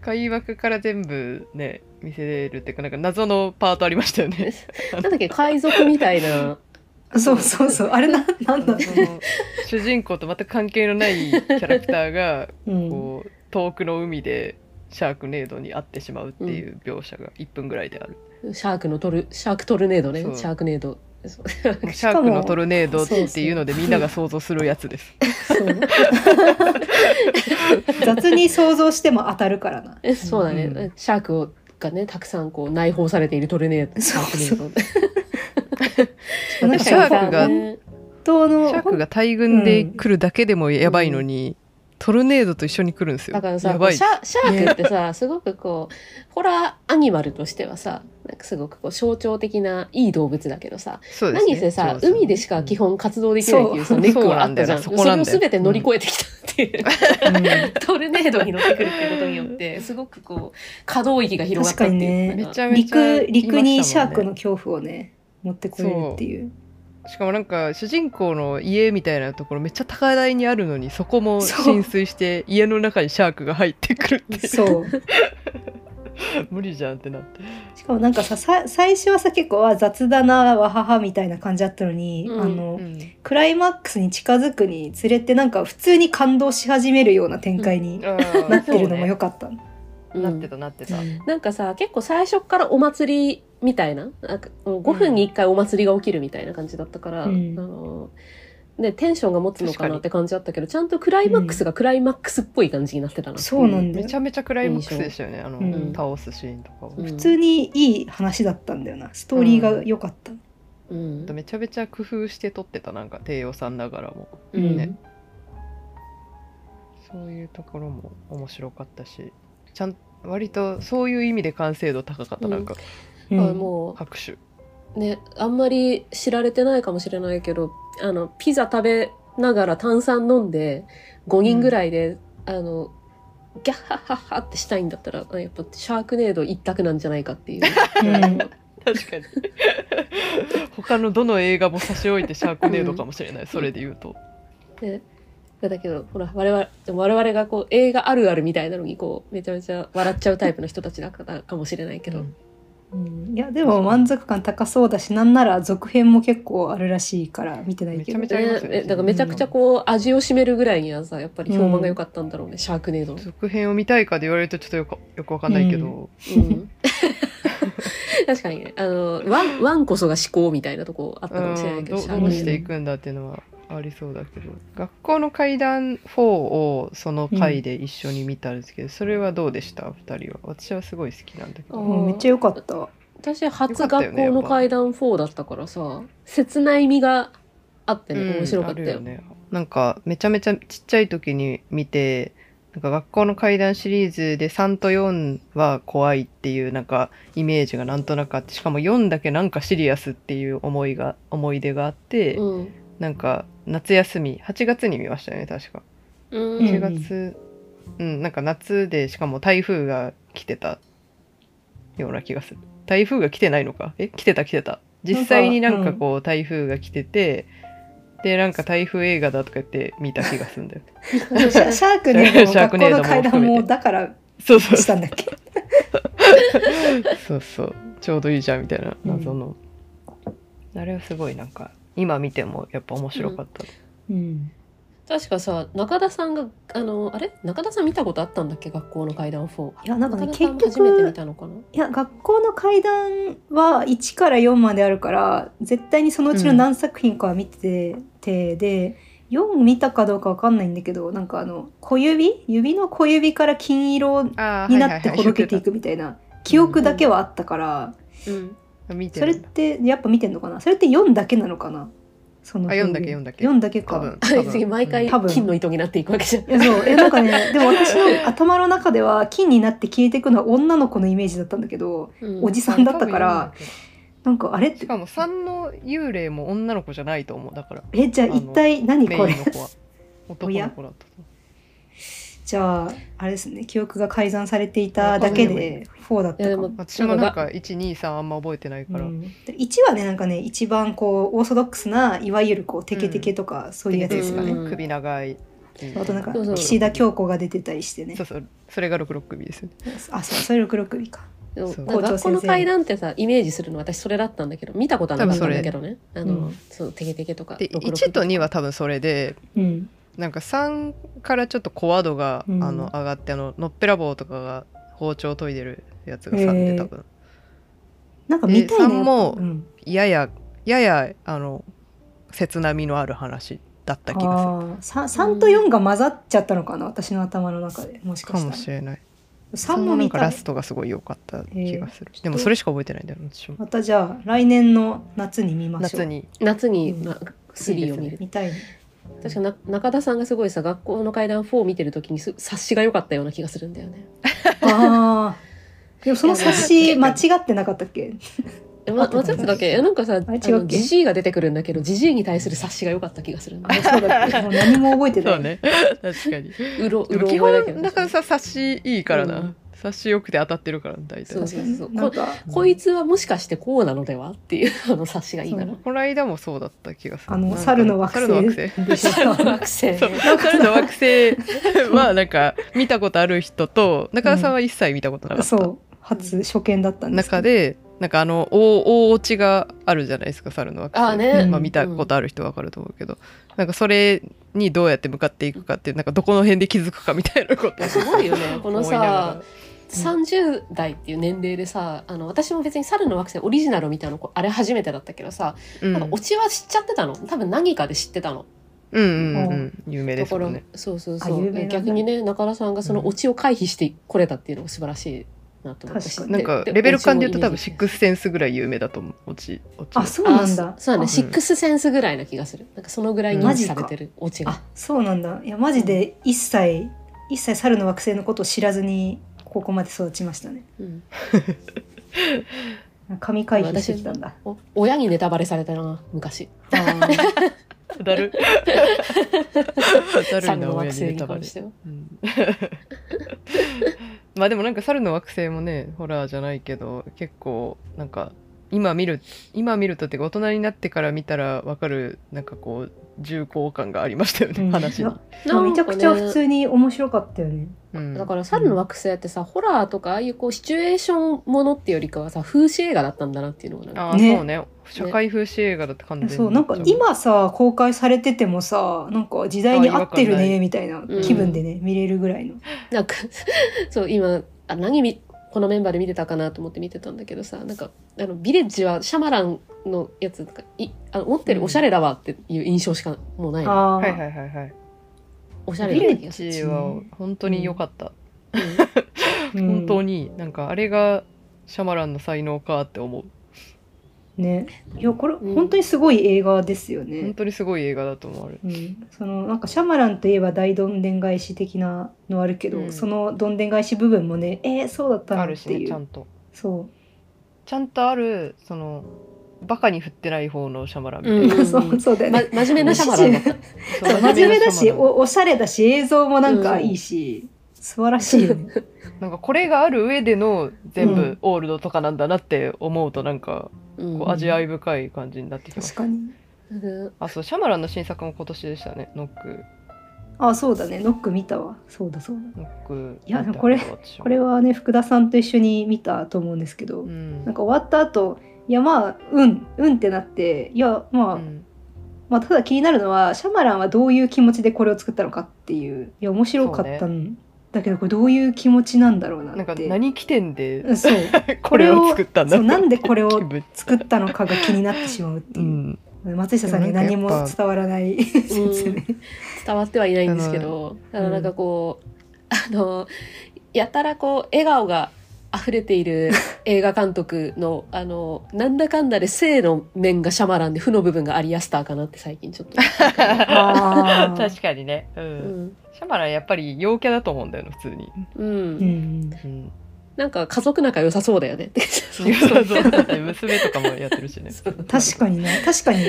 Speaker 1: 開幕から全部ね見せれるっていうかなんか謎のパートありましたよね
Speaker 2: なんだっけ、海賊みたいな。
Speaker 3: そうそうそうあれななん
Speaker 1: そ
Speaker 3: だ
Speaker 1: の主人公と全く関係のないキャラクターが
Speaker 3: うん
Speaker 1: こう遠くの海でシャークネードに会ってしまうっていう描写が1分ぐらいである、
Speaker 2: シャークのトル、シャークトルネードね
Speaker 1: そう。
Speaker 2: シャークネード。そう
Speaker 1: もうシャークのトルネードっていうので
Speaker 3: そう
Speaker 1: み
Speaker 3: そう
Speaker 1: んなが想像するやつです
Speaker 3: そう 雑に想像しても当たるからな
Speaker 2: えそうだね。
Speaker 1: うん
Speaker 2: シャークをがね、たくさんこう内包されているトルネード。
Speaker 3: そうそう
Speaker 2: シャークネード
Speaker 3: なんか
Speaker 1: シャーク
Speaker 3: さ
Speaker 1: が
Speaker 3: 本当
Speaker 1: シ
Speaker 3: の
Speaker 1: ャークが大群で来るだけでもやばいのに、トルネードと一緒に来るんですよ
Speaker 2: だからさ
Speaker 1: やばい
Speaker 2: シャシャークってさすごくこうホラーアニマルとしてはさなんかすごくこう象徴的ないい動物だけどさ、
Speaker 1: そうですね
Speaker 2: 何せさ
Speaker 1: そうそう
Speaker 2: 海でしか基本活動できないっていうさ
Speaker 3: そう
Speaker 2: ネックはあったじゃん
Speaker 1: そ
Speaker 2: そう
Speaker 1: なんだよそこなんだ
Speaker 2: れ
Speaker 1: よ
Speaker 2: を全て乗り越えてきたって いう、
Speaker 3: うん
Speaker 2: トルネードに乗ってくるっていうことによってすごくこう可動域が広がったっていう
Speaker 3: 確かにね
Speaker 1: めちゃめちゃ
Speaker 3: 陸陸にシャーク
Speaker 1: いましたもんね
Speaker 3: の恐怖をね持ってこれるっていう
Speaker 1: しかもなんか主人公の家みたいなところめっちゃ高台にあるのにそこも
Speaker 3: そう
Speaker 1: 浸水して家の中にシャークが入ってくるって
Speaker 3: そう
Speaker 1: 無理じゃんってなって
Speaker 3: しかもなんかささ最初はさ結構は雑だなわははみたいな感じだったのに、
Speaker 2: うん
Speaker 3: あ
Speaker 1: う
Speaker 3: の
Speaker 1: ん
Speaker 3: クライマックスに近づくにつれてなんか普通に感動し始めるような展開に
Speaker 1: あ
Speaker 3: な
Speaker 1: ー
Speaker 3: ってるの
Speaker 1: そう
Speaker 3: も
Speaker 1: ね
Speaker 3: 良かった、
Speaker 2: うん
Speaker 1: なってたなってた、
Speaker 2: なんかさ結構最初からお祭りみたいななんか5分に1回お祭りが起きるみたいな感じだったから、
Speaker 3: うん
Speaker 2: あのね、テンションが持つのかなって感じだったけどちゃんとクライマックスがクライマックスっぽい感じになってたな、
Speaker 3: そうなんだ
Speaker 1: め
Speaker 3: よ
Speaker 1: ちゃめちゃクライマックスでしたよねあの、
Speaker 3: うん
Speaker 1: 倒すシーンとかを、
Speaker 2: うん
Speaker 3: 普通にいい話だったんだよなストーリーが良かった、
Speaker 2: うん
Speaker 1: めちゃめちゃ工夫して撮ってたなんか低予算ながらも
Speaker 2: うん
Speaker 1: ねそういうところも面白かったしちゃん割とそういう意味で完成度高かった、
Speaker 2: うん
Speaker 1: なんか
Speaker 3: うん
Speaker 2: あも
Speaker 1: 拍手
Speaker 2: うねあんまり知られてないかもしれないけどあのピザ食べながら炭酸飲んで5人ぐらいで、あのギャッハッハッハってしたいんだったらあやっぱシャークネード一択なんじゃないかっていう
Speaker 3: うん
Speaker 1: 確かに他のどの映画も差し置いてシャークネードかもしれないそれで言うと
Speaker 2: でだけどほら我々我々がこう映画あるあるみたいなのにこうめちゃめちゃ笑っちゃうタイプの人たちだからかもしれないけど、
Speaker 1: うん
Speaker 3: うんいやでも満足感高そうだしなんなら続編も結構あるらしいから見てないけど
Speaker 1: めちゃめちゃあり
Speaker 2: ね
Speaker 1: ますよね
Speaker 2: えだからめちゃくちゃこう味を占めるぐらいにはさやっぱり評判が良かったんだろうね、シャークネードの
Speaker 1: 続編を見たいかで言われるとちょっとよくよくわかんないけど、
Speaker 2: うん 確かにねあのワンワンこそが思考みたいなとこあった
Speaker 1: う
Speaker 2: かも
Speaker 1: ん
Speaker 2: しれないけど、
Speaker 1: ど
Speaker 2: シャ
Speaker 1: ど
Speaker 2: ーク
Speaker 1: う
Speaker 2: ネ
Speaker 1: し
Speaker 2: ー
Speaker 1: ていくんだっていうのはありそうだけど学校の階段4をその回で一緒に見たんですけど、それはどうでした2人は私はすごい好きなんだけ
Speaker 2: う
Speaker 1: ど
Speaker 2: ん
Speaker 3: うんめっちゃ良かった
Speaker 2: ド私初
Speaker 1: よかったよ
Speaker 2: 学
Speaker 1: ねやっ
Speaker 2: 校
Speaker 1: ぱ
Speaker 2: の階段4だったからさ切ない身があってね、
Speaker 1: うん
Speaker 2: 面白かったよ
Speaker 1: あるね、なんかめちゃめちゃちっちゃい時に見てなんか学校の怪談シリーズで3と4は怖いっていうなんかイメージがなんとなくあってしかも4だけなんかシリアスっていう思いが思い出があって、
Speaker 2: うん
Speaker 1: なんか夏休み8月に見ましたよね確か
Speaker 2: うん
Speaker 3: うん
Speaker 1: 8月うん、なんか夏でしかも台風が来てたような気がする台風が来てないのかえ来てた来てた実際になんかこう台風が来てて、でなんか台風映画だとか言って見た気がするんだよね
Speaker 3: シャ シャークネードも
Speaker 1: シャー
Speaker 3: 学
Speaker 1: クネード
Speaker 3: 校の
Speaker 1: も
Speaker 3: 階段
Speaker 1: 含め
Speaker 3: も
Speaker 1: て
Speaker 3: だから
Speaker 1: そう そう
Speaker 3: したんだっけ
Speaker 1: そうそうちょうどいいじゃんみたいな謎の、あれはすごいなんか今見てもやっぱ面白かった、
Speaker 3: うん
Speaker 2: 確かさ中田さんがあのあれ中田さん見たことあったんだっけ学校の階段4
Speaker 3: いやなんか
Speaker 2: 中
Speaker 3: ね
Speaker 2: 田さ
Speaker 3: 結
Speaker 2: ん
Speaker 3: 局
Speaker 2: 初めて見たのかない
Speaker 3: や学校の階段は1から4まであるから絶対にそのうちの何作品かは見てて、で4見たかどうかわかんないんだけどなんかあの小指指の小指から金色に
Speaker 1: ああ
Speaker 3: なってほどけていくみたいな記憶だけはあったから、
Speaker 2: うん
Speaker 1: 見て
Speaker 3: それ
Speaker 1: る
Speaker 3: っ
Speaker 1: んだ
Speaker 3: てやっぱ見てんのかなそれって4だけなのかなその
Speaker 1: あ4だけ4だけ
Speaker 3: 4だけか
Speaker 1: 多分
Speaker 2: 次毎回
Speaker 3: 多分
Speaker 2: 金の糸になっていくわけじゃん
Speaker 3: いやそうえなんかね でも私の頭の中では金になって消えていくのは女の子のイメージだったんだけど
Speaker 2: うん
Speaker 3: おじさんだったからなんかあれっ
Speaker 1: してかも3の幽霊も女の子じゃないと思うだから
Speaker 3: えじゃあ
Speaker 1: あの
Speaker 3: 一体何
Speaker 1: メイン
Speaker 3: これ
Speaker 1: の子は男の子だったと
Speaker 3: じゃああれですね記憶が改ざんされていただけで4だっ
Speaker 2: いや
Speaker 3: た
Speaker 2: で
Speaker 3: かも
Speaker 2: も。
Speaker 1: 私もなんか123あんま覚えてないから、
Speaker 3: うん、1はねなんかね一番こうオーソドックスないわゆるこうテケテケとかそういうやつですかね、
Speaker 2: うん
Speaker 1: 首長い、
Speaker 3: あとなんか
Speaker 2: そうそう
Speaker 3: 岸田京子が出てたりしてね
Speaker 1: そうそうそれが66首ですよね
Speaker 3: あそうそれ6首か
Speaker 2: でも
Speaker 1: そう
Speaker 2: なんか学校の階段ってさイメージするの私それだったんだけど見たことはなかったんだけどねあの、
Speaker 3: うん
Speaker 2: そうテケテケとか
Speaker 1: で
Speaker 2: ろくろく
Speaker 1: 1と2は多分それで
Speaker 3: うん
Speaker 1: なんか3からちょっと小ワードが、
Speaker 3: うん
Speaker 1: あの上がってあののっぺらぼうとかが包丁研いでるやつが3
Speaker 3: へ
Speaker 1: で
Speaker 3: ー
Speaker 1: 多分、
Speaker 3: なんか見た
Speaker 1: で
Speaker 3: いね
Speaker 1: 三も
Speaker 3: うん、
Speaker 1: ややややあの切なみのある話だった気がする
Speaker 3: あ 3, 三と4が混ざっちゃったのかな私の頭の中でもしか
Speaker 1: か
Speaker 3: した
Speaker 1: も
Speaker 3: ら
Speaker 1: しれない
Speaker 3: 3も
Speaker 1: なん
Speaker 3: 見
Speaker 1: か
Speaker 3: た
Speaker 1: ラ
Speaker 3: い
Speaker 1: ストがすごい良かった気がする、でもそれしか覚えてないんだよ私も
Speaker 3: またじゃあ来年の夏に見ましょう
Speaker 1: 夏に
Speaker 2: 夏に、
Speaker 3: うん
Speaker 2: まあ、3を見る
Speaker 3: 見たいね
Speaker 2: 確かな中田さんがすごいさ学校の階段4を見てる時にす察しが良かったような気がするんだよね。
Speaker 3: ああ。 でもその冊子間違ってなかったっけ？
Speaker 2: えま、
Speaker 3: あ
Speaker 2: 松やつだっけえなんかさあ
Speaker 3: あれ違うっけ
Speaker 2: のジジイが出てくるんだけどジジイに対する察しが良かった気がするんだよ。
Speaker 3: そうだ っけ。もう何も覚えてない。
Speaker 1: ね 確かに
Speaker 2: うろう
Speaker 1: でも
Speaker 2: ろ
Speaker 1: 基
Speaker 2: 覚えだけ
Speaker 1: 本
Speaker 2: ど。
Speaker 1: だからさ差しいいからな、
Speaker 2: うん
Speaker 1: 差しよくて当たってるから大体
Speaker 2: そうそうそう
Speaker 3: なんか
Speaker 2: こいつはもしかしてこうなのではっていうあの察しがいいから
Speaker 3: そ。
Speaker 1: この間もそうだった気がする
Speaker 3: あの
Speaker 1: なんか
Speaker 3: 猿の惑
Speaker 1: 猿の惑星
Speaker 3: 星でしょ。
Speaker 2: 猿の惑星ね
Speaker 1: そう猿の惑星はなんか見たことある人と中田さんは一切見たことなかった、
Speaker 3: そう初初見だったんですけど。
Speaker 1: 中でなんかあの大大落ちがあるじゃないですか猿の惑星
Speaker 2: ああね、
Speaker 1: まあ、見たことある人はわかると思うけど、なんかそれにどうやって向かっていくかっていうなんかどこの辺で気づくかみたいなことを
Speaker 2: すごい よねこの
Speaker 1: 思いなが
Speaker 2: さ
Speaker 1: ら
Speaker 2: 30代っていう年齢でさあの私も別に猿の惑星オリジナルみたいなのこうあれ初めてだったけどさ、
Speaker 1: うん
Speaker 2: なんかオチは知っちゃってたの多分何かで知ってたの
Speaker 1: うんうんうん有名
Speaker 2: だ
Speaker 1: です
Speaker 2: か
Speaker 1: よ
Speaker 2: ら、
Speaker 1: ね
Speaker 2: そうそうそ
Speaker 3: あ有名な
Speaker 2: うん
Speaker 3: だ
Speaker 2: 逆にね中田さんがそのオチを回避してこれたっていうのが素晴らしいなと思ったし
Speaker 3: 確かに
Speaker 1: なん
Speaker 2: で
Speaker 1: か
Speaker 2: で
Speaker 1: レベル感で言うと多分
Speaker 2: オチ
Speaker 1: シッ
Speaker 2: もイ
Speaker 1: ク
Speaker 2: メージ
Speaker 1: スセンスぐらい有名だと思うオチオチ
Speaker 3: あそうなんだ
Speaker 2: あ。そうだね
Speaker 3: あ
Speaker 2: シックスセンスぐらいな気がするなんかそのぐらい認知されてるオチが
Speaker 3: あそうなんだ。いやマジで一切一切猿の惑星のことを知らずにここまで育ちましたね。
Speaker 2: うん
Speaker 3: 神回避してきたんだ。
Speaker 2: お親にネタバレされたな昔
Speaker 3: あー
Speaker 1: だる。だるい
Speaker 2: 猿
Speaker 1: な
Speaker 2: の
Speaker 1: 親に
Speaker 2: 惑星
Speaker 1: ネ
Speaker 2: に
Speaker 1: タバ
Speaker 2: 関
Speaker 1: レ
Speaker 2: しては。
Speaker 1: うん、 まあでもなんか猿の惑星もねホラーじゃないけど結構なんか今見る今見るとっていうか大人になってから見たらわかるなんかこう重厚感がありましたよね、
Speaker 3: うん
Speaker 1: 話に。
Speaker 2: なんかね
Speaker 3: めちゃくちゃ普通に面白かったよね。
Speaker 1: うん
Speaker 2: だから猿の惑星ってさ、ホラーとかああいうこうシチュエーションものってよりかはさ、風刺映画だったんだなっていうのがなんか
Speaker 1: ああ、
Speaker 3: ね
Speaker 1: そうね社会風刺映画だって完全に
Speaker 3: そうなんか今さ公開されててもさなんか時代に合って
Speaker 1: あ違
Speaker 3: る
Speaker 1: 和感な
Speaker 3: ねみたいな気分でね、見れるぐらいの。
Speaker 2: なんか そう今あ何みこのメンバーで見てたかなと思って見てたんだけどさなんかあのビレッジはシャマランのやつとかいあの持ってるおしゃれだわっていう印象しかもうない、
Speaker 3: ああ、
Speaker 1: はいはいはいはい
Speaker 2: おしゃれ
Speaker 1: ビ
Speaker 2: な
Speaker 1: レ
Speaker 2: 気が
Speaker 1: ッ
Speaker 2: する、
Speaker 1: ジは本当に良かった、
Speaker 2: うん
Speaker 3: うん
Speaker 1: 本当になんかあれがシャマランの才能かって思う
Speaker 3: ね。いやこれ、
Speaker 2: うん
Speaker 3: 本当にすごい映画ですよ
Speaker 1: 本
Speaker 3: ね。
Speaker 1: 当にすごい映画だと思われる
Speaker 3: うん、そのなんかシャマランといえば大どんでん返し的なのあるけど、
Speaker 1: うん
Speaker 3: そのどんでん返し部分もねえー、そうだった
Speaker 1: あ
Speaker 3: の
Speaker 1: る
Speaker 3: っ
Speaker 1: してね
Speaker 3: い
Speaker 1: ちゃ
Speaker 3: うん
Speaker 1: と
Speaker 3: そ
Speaker 1: ちゃんとあるそのバカに振ってない方のシャマランみたいな、
Speaker 2: う
Speaker 3: う、
Speaker 2: ん
Speaker 3: そうそうだよ
Speaker 2: ま
Speaker 3: ね、
Speaker 2: 真面目なシャマランだった
Speaker 1: そう
Speaker 3: 真面目だ
Speaker 1: シ
Speaker 3: し
Speaker 1: ャマラン
Speaker 3: おおしゃれだし映像もなんかいいし、素晴らしいよね
Speaker 1: なんかこれがある上での全
Speaker 3: う
Speaker 1: 部
Speaker 3: ん
Speaker 1: オールドとかなんだなって思うとなんか
Speaker 2: うん
Speaker 1: こう味わい深い感じになってきます、
Speaker 3: 確かに
Speaker 2: うん
Speaker 1: あそうシャマランの新作も今年でしたねノック
Speaker 3: あそうだねノック見たわそうだそうだ
Speaker 1: ノック
Speaker 3: いやでもこれこれ
Speaker 1: は、
Speaker 3: はね福田さんと一緒に見たと思うんですけど、
Speaker 1: うん
Speaker 3: なんか終わった後いやまあうんうんってなっていやまあ、
Speaker 1: うん
Speaker 3: まあ、ただ気になるのはシャマランはどういう気持ちでこれを作ったのかっていういや面白かったん、だけどこれどういう気持ちなんだろうなって
Speaker 1: なんか何起点で
Speaker 3: うん そう
Speaker 1: これを作ったんだ
Speaker 3: そうなんでこれを
Speaker 1: 気分
Speaker 3: 作ったのかが気になってしまうって
Speaker 1: う
Speaker 3: いう、
Speaker 1: ん、
Speaker 3: 松下さんに何
Speaker 1: で
Speaker 3: も
Speaker 1: もなんかやっぱ
Speaker 3: 伝わらない説明、
Speaker 2: 伝わってはいないんですけど、
Speaker 1: ん
Speaker 2: あのなんかこう、あの、やたらこう、笑顔が溢れてい る映画監督の、あの、なんだかんだで正の面がシャマランで、負の部分がアリアスターかなって最近ち ょっと。
Speaker 3: あ ー
Speaker 1: 確かにね、うん
Speaker 2: うん。
Speaker 1: シャマランやっぱり陽キャだと思うんだよね普通に、
Speaker 2: う。
Speaker 3: うんん
Speaker 1: うん、
Speaker 2: なんか家族仲良さそうだよねって。そ
Speaker 1: そうそうそうだって娘とかもやってるしね
Speaker 2: う
Speaker 3: 確かにね確かに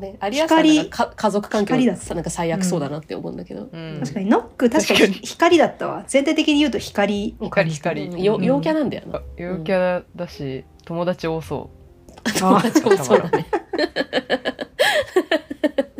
Speaker 2: ね、 アリアスターなんかか家族関係
Speaker 3: 光だ
Speaker 2: がさなんか最悪そうだなって思うんだけど。
Speaker 1: うん
Speaker 3: 確かにノック確かに
Speaker 1: 確か
Speaker 3: 光だったわ全体的に言うと光を感じた
Speaker 1: 光
Speaker 2: うんよ陽キャなんだよな。
Speaker 1: 陽キャだし、友達多そ
Speaker 3: あ
Speaker 2: 友達もそうだね。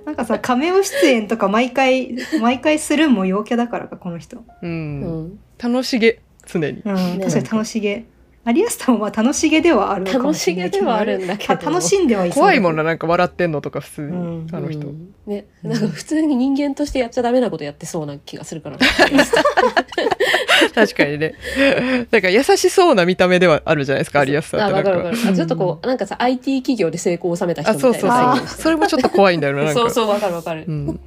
Speaker 3: なんかさカメオ出演とか毎回毎回するんも陽キャだからかこの人
Speaker 1: う、う
Speaker 2: うんん。
Speaker 1: 楽しげ常に、
Speaker 3: うん、
Speaker 2: ね
Speaker 3: 確かに楽しげ。アリアスタもまあ楽しげではあるのかも
Speaker 2: 楽
Speaker 3: し
Speaker 2: し
Speaker 3: れ
Speaker 2: げ
Speaker 3: ないけ
Speaker 2: で
Speaker 3: ど
Speaker 2: はあるんだけど。
Speaker 3: た楽しんではいそう
Speaker 1: 怖いもんななんか笑ってんのとか普通に、
Speaker 3: うん
Speaker 1: あの人、
Speaker 2: うんね、
Speaker 3: うん
Speaker 2: なんか普通に人間としてやっちゃダメなことやってそうな気がするから。
Speaker 1: 確かにねなんか優しそうな見た目ではあるじゃないですかアリアスター
Speaker 2: あ、
Speaker 1: って
Speaker 2: わかる
Speaker 1: な
Speaker 2: わ
Speaker 1: ん
Speaker 2: か
Speaker 1: か
Speaker 2: る。あちょっとこう、なんかさ、IT 企業で成功を収めた人
Speaker 1: あ
Speaker 2: み
Speaker 1: そう
Speaker 2: たい
Speaker 1: そう
Speaker 2: な
Speaker 3: あ
Speaker 1: そう
Speaker 2: さ。
Speaker 1: それもちょっと怖いんだよねなんか
Speaker 2: そうそう、わかるわかる
Speaker 1: う。ん、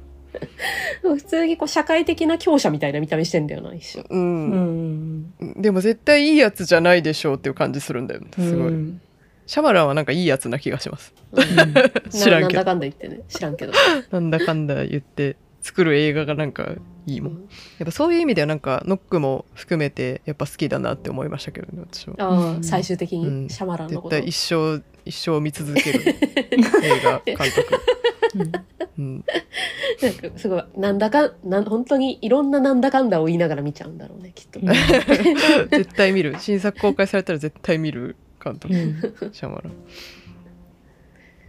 Speaker 2: 普通にこう、社会的な強者みたいな見た目してんだよな、一緒。
Speaker 1: う
Speaker 3: うん
Speaker 1: ん
Speaker 3: うん
Speaker 1: でも絶対いいやつじゃないでしょうっていう感じするんだよねすごい、
Speaker 3: うん
Speaker 1: シャマランはなんかいいやつな気がします
Speaker 2: うん
Speaker 1: 知らんけ
Speaker 2: な
Speaker 1: ど
Speaker 2: んだかんだ言ってね。知らんけど。
Speaker 1: なんだかんだ言って作る映画がなんかいいうもん
Speaker 2: ん
Speaker 1: やっぱそういう意味ではなんかノックも含めてやっぱ好きだなって思いましたけどね私は
Speaker 2: あ
Speaker 3: う
Speaker 2: あ、
Speaker 3: ん
Speaker 2: 最終的
Speaker 1: う
Speaker 2: に
Speaker 1: ん
Speaker 2: シャマランの
Speaker 1: 絶
Speaker 2: こと。
Speaker 1: 対一生一生見続 ける映画監督、 うん、
Speaker 2: なんかすごい、なんだか、なん本当にいろんななんだかんだを言いながら見ちゃうんだろうね、きっと。
Speaker 3: うん
Speaker 1: 絶対見る新作公開されたら絶対見る監督
Speaker 3: う
Speaker 1: シャ
Speaker 3: ん
Speaker 1: マラン、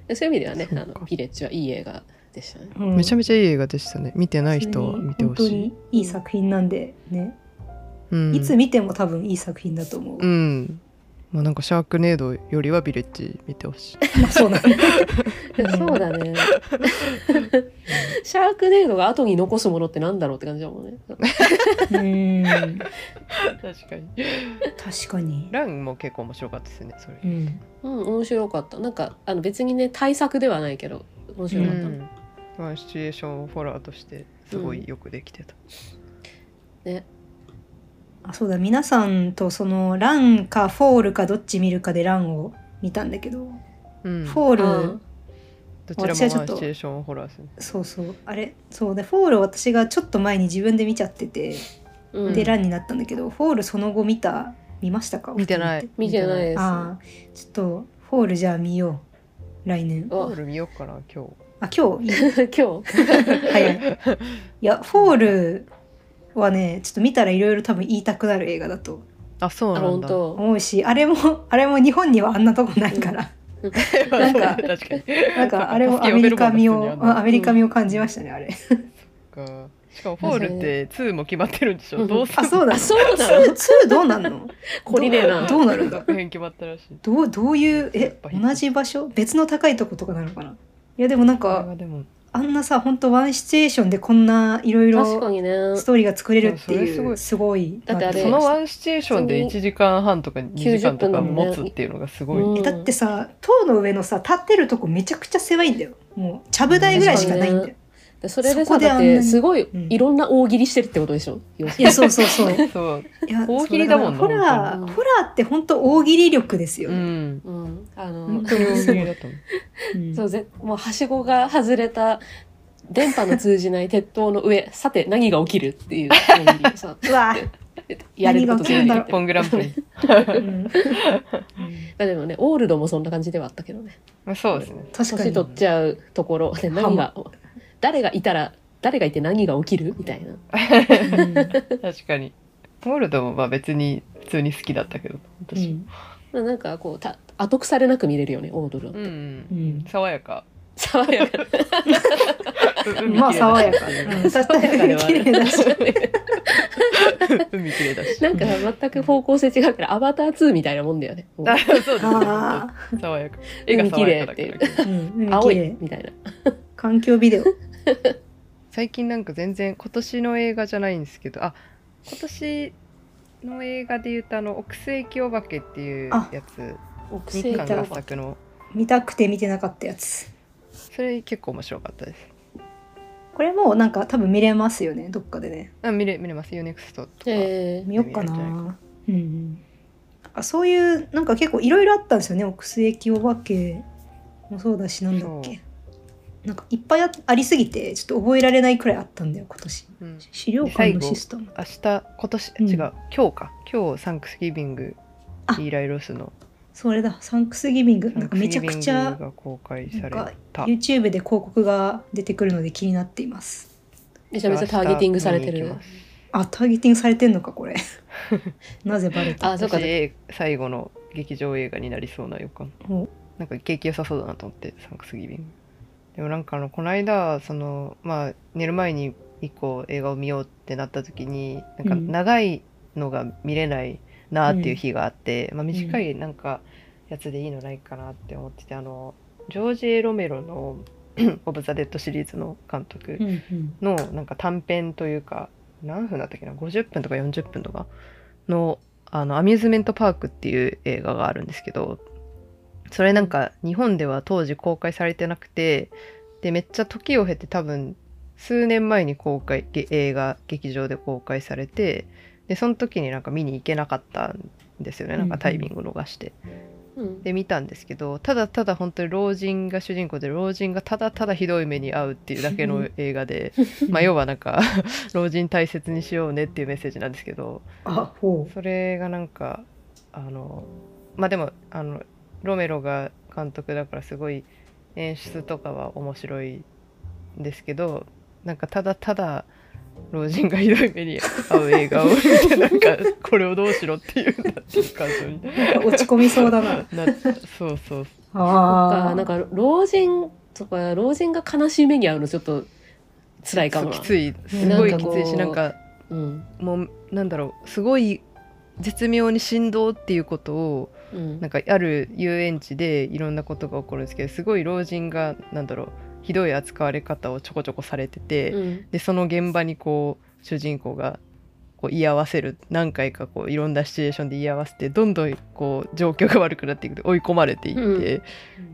Speaker 2: でそういう意味ではね、
Speaker 1: そうか
Speaker 2: あの、ビレッジはいい映画でしたね。
Speaker 3: うん
Speaker 1: めちゃめちゃいい映画でしたね見てない人は見てほし
Speaker 3: 本当
Speaker 1: い、
Speaker 3: にいい作品なんでね、
Speaker 1: うん、
Speaker 3: いつ見ても多分いい作品だと思う、
Speaker 1: うんまあなんかシャークネードよりはビレッジ見てほしい
Speaker 3: まあ そ うなんだうん
Speaker 2: そうだね。 シャークネードが後に残すものってなんだろうって感じだもんね。
Speaker 3: うん
Speaker 1: 確かに
Speaker 3: 確かに、
Speaker 1: ランも結構面白かったですねそれ
Speaker 3: うん、
Speaker 2: うん、面白かった。なんか、あの別にね、対策ではないけど、面白かった。
Speaker 1: うんまあ、シチュエーションホラーとしてすごいよくできてた、
Speaker 3: あそうだ皆さんとそのランかフォールかどっち見るかでランを見たんだけど、
Speaker 1: うん
Speaker 3: フォール、
Speaker 2: うん
Speaker 1: どちらも
Speaker 3: 私はち
Speaker 1: ま
Speaker 3: ょ
Speaker 1: あ
Speaker 3: っ
Speaker 1: シ
Speaker 3: と
Speaker 1: チュエーションホラーですね
Speaker 3: そうそうあれそうでフォール私がちょっと前に自分で見ちゃってて、
Speaker 2: うん
Speaker 3: でランになったんだけどフォールその後見た見ましたか
Speaker 1: 見てない
Speaker 3: お二人っ
Speaker 2: 見てないです。
Speaker 3: ああちょっとフォールじゃあ見よう来年
Speaker 2: あ
Speaker 1: ホール見ようかな今日
Speaker 3: あ今日いい
Speaker 2: 今日。
Speaker 3: 早いいやフォールはねちょっと見たらいろいろ多分言いたくなる映画だと
Speaker 1: あそう
Speaker 2: あ、
Speaker 1: な
Speaker 2: 本
Speaker 1: んだ
Speaker 2: 当。
Speaker 3: 思うしあれもあれも日本にはあんなとこないからなんか
Speaker 1: 確かに
Speaker 3: なんかあれもアメリカ味をあアメリカ味を感じましたねあれ
Speaker 1: かしかもフォールって2も決まってるんでしょ、
Speaker 2: うん
Speaker 1: どうす
Speaker 3: あそうだ
Speaker 2: あ、そう
Speaker 3: ツ
Speaker 2: な
Speaker 3: ー
Speaker 2: の。
Speaker 3: ツーどうなんの
Speaker 2: 懲りねえな。
Speaker 3: どうなるんだ
Speaker 1: 続編決まったらしい
Speaker 3: どうどういう
Speaker 1: やっ
Speaker 3: え
Speaker 1: ぱり
Speaker 3: 同じ場所別の高いとことかなのかないやでもなん
Speaker 1: これ
Speaker 3: か
Speaker 1: はでも
Speaker 3: あんなさ本当ワンシチュエーションでこんないろい
Speaker 2: 確か
Speaker 3: ろ
Speaker 2: にね。
Speaker 3: ストーリーが作れるって
Speaker 1: いやそ
Speaker 3: い
Speaker 1: れ
Speaker 3: うすごい
Speaker 2: だってあれ
Speaker 3: な
Speaker 1: そ
Speaker 3: ん
Speaker 1: のワンシチュエーションで
Speaker 2: 普通
Speaker 1: 1時間半とか2時間とか持つっていうのがすごい、
Speaker 2: 90分
Speaker 3: えだってさ塔の上のさ立ってるとこめちゃくちゃ狭いんだよもうちゃぶ台ぐらいしかないんだよ、
Speaker 2: でそれで
Speaker 3: そ
Speaker 2: さ、
Speaker 3: こであ
Speaker 2: だっ
Speaker 3: んなに
Speaker 2: て、すごい
Speaker 3: うん、
Speaker 2: いろんな大喜利してるってことでしょ。要する
Speaker 3: い
Speaker 2: に
Speaker 3: やそうそうそう い
Speaker 1: そう、
Speaker 3: や
Speaker 1: 大喜利だもんな
Speaker 3: そうからホラ
Speaker 2: 本当に
Speaker 3: ーホラーって本当大喜利力ですよ、
Speaker 1: う
Speaker 3: ね
Speaker 1: ん、
Speaker 2: うん。あの
Speaker 1: 本、当に大喜利だと思う
Speaker 3: うん
Speaker 2: そうぜ、もう、はしごが外れた、電波の通じない鉄塔の上、さて、何が起きるっていう大喜利をさ、
Speaker 3: うわ、
Speaker 2: やれること全部や
Speaker 3: 何が
Speaker 1: 日
Speaker 2: っ
Speaker 3: 起
Speaker 2: てる
Speaker 1: 本グランプリ
Speaker 3: うん
Speaker 2: まあでもね、オールドもそんな感じではあったけどね。
Speaker 1: まあそうですね
Speaker 3: 確か
Speaker 2: 年
Speaker 3: に
Speaker 2: 取っちゃうところで何が、誰がいたら、誰がいて何が起きるみたいな。
Speaker 3: うん
Speaker 1: 確かにゴールドもまあ別に普通に好きだったけど私
Speaker 2: まあなんかこう、た後腐れなく見れるよね、オールド
Speaker 1: う。ん、
Speaker 3: うんうん
Speaker 1: 爽やか
Speaker 2: 爽やか。
Speaker 3: まあ爽やか
Speaker 1: 海綺麗だし
Speaker 3: うん確かに綺麗だし
Speaker 1: 海綺麗だし
Speaker 2: なんか全く方向性違うから、アバター2みたいなもんだよね。こう
Speaker 1: あそうですね
Speaker 3: あ
Speaker 1: 爽やか 絵が爽やかだか
Speaker 2: 海
Speaker 1: ら
Speaker 3: ー、うん、海
Speaker 2: 青
Speaker 3: 綺
Speaker 2: い
Speaker 3: 麗
Speaker 2: みたいな。
Speaker 3: 環境ビデオ
Speaker 1: 最近なんか全然今年の映画じゃないんですけどあ今年の映画で言うとあの「奥世紀お化け」っていう
Speaker 3: あ
Speaker 1: やつ
Speaker 2: 奥
Speaker 1: 日
Speaker 2: 性
Speaker 1: 韓
Speaker 2: が
Speaker 1: 合作の
Speaker 3: 見たくて見てなかったやつ
Speaker 1: それ結構面白かったです
Speaker 3: これもうなんか多分見れますよねどっかでね
Speaker 1: あ見れ見れますユネクストとか、
Speaker 2: えー
Speaker 3: 見よっか
Speaker 1: 見れるんじゃ
Speaker 3: なうんうんあそういうなんか結構いろいろあったんですよね奥末きお化けもそうだしなんだっけなんかいっぱいあありすぎてちょっと覚えられないくらいあったんだよ今年
Speaker 1: うん、
Speaker 3: 資料館のシステム
Speaker 1: 明日今年、
Speaker 3: うん
Speaker 1: 違う今日か今日サンクスギビング
Speaker 3: あ
Speaker 1: イーライ・ロスの
Speaker 3: それだサンクスギビング
Speaker 1: サ
Speaker 3: な
Speaker 1: ン
Speaker 3: んか
Speaker 1: クス
Speaker 3: めち
Speaker 1: ギ
Speaker 3: ゃ
Speaker 1: ビン
Speaker 3: く
Speaker 1: グ
Speaker 3: ちゃ
Speaker 1: が公開
Speaker 3: な
Speaker 1: さ
Speaker 3: ん
Speaker 1: れ
Speaker 3: か
Speaker 1: た
Speaker 3: YouTube で広告が出てくるので気になっています
Speaker 2: めちゃめちゃターゲティングされて
Speaker 1: 明日見に
Speaker 2: る
Speaker 1: 行き。ます
Speaker 3: あターゲティングされてんのかこれなぜバレた
Speaker 2: あ、そうか
Speaker 1: 私。え最後の劇場映画になりそうな予感
Speaker 3: お
Speaker 1: なんか景気良さそうだなと思ってサンクスギビングでもなんかあのこの間そのまあ寝る前に一個映画を見ようってなった時になんか
Speaker 3: うん
Speaker 1: 長いのが見れないなっていう日があって、まあ、短いなんかやつでいいのないかなって思っててあのジョージ・エロメロの 「オブ・ザ・デッド」シリーズの監督
Speaker 3: うんうん
Speaker 1: のなんか短編というか何分だったっけな50分とか40分とかのあのアミューズメントパークっていう映画があるんですけどそれなんか日本では当時公開されてなくてでめっちゃ時を経て多分数年前に公開げ映画劇場で公開されてでその時になんか見に行けなかったんですよねなんかタイミング逃して。
Speaker 2: うん
Speaker 1: で見たんですけどただただ本当に老人が主人公で老人がただただひどい目に遭うっていうだけの映画で まあ要はなんか 老人大切にしようねっていうメッセージなんですけど
Speaker 3: あほう
Speaker 1: それがなんかあのまあでもあのロメロが監督だからすごい演出とかは面白いんですけどなんかただただ老人がひどい目に遭う映画を見てなんかこれをどうしろっていうんだっていう感情に
Speaker 3: なんか落ち込みそうだな
Speaker 1: な そうそう
Speaker 3: あ
Speaker 2: あ
Speaker 3: あ、
Speaker 2: なんか老人とか老人が悲しい目に遭うのちょっと辛いかもな
Speaker 1: そうきついすごいきついし
Speaker 2: な
Speaker 1: なんん
Speaker 2: か
Speaker 1: か
Speaker 2: うん
Speaker 1: もうなんだろうすごい絶妙に振動っていうことを
Speaker 2: うん
Speaker 1: なんかある遊園地でいろんなことが起こるんですけどすごい老人がなんだろうひどい扱われ方をちょこちょこされてて、
Speaker 2: うん
Speaker 1: でその現場にこう主人公がこう居合わせる何回かこういろんなシチュエーションで居合わせてどんどんこう状況が悪くなっていく追い込まれていって、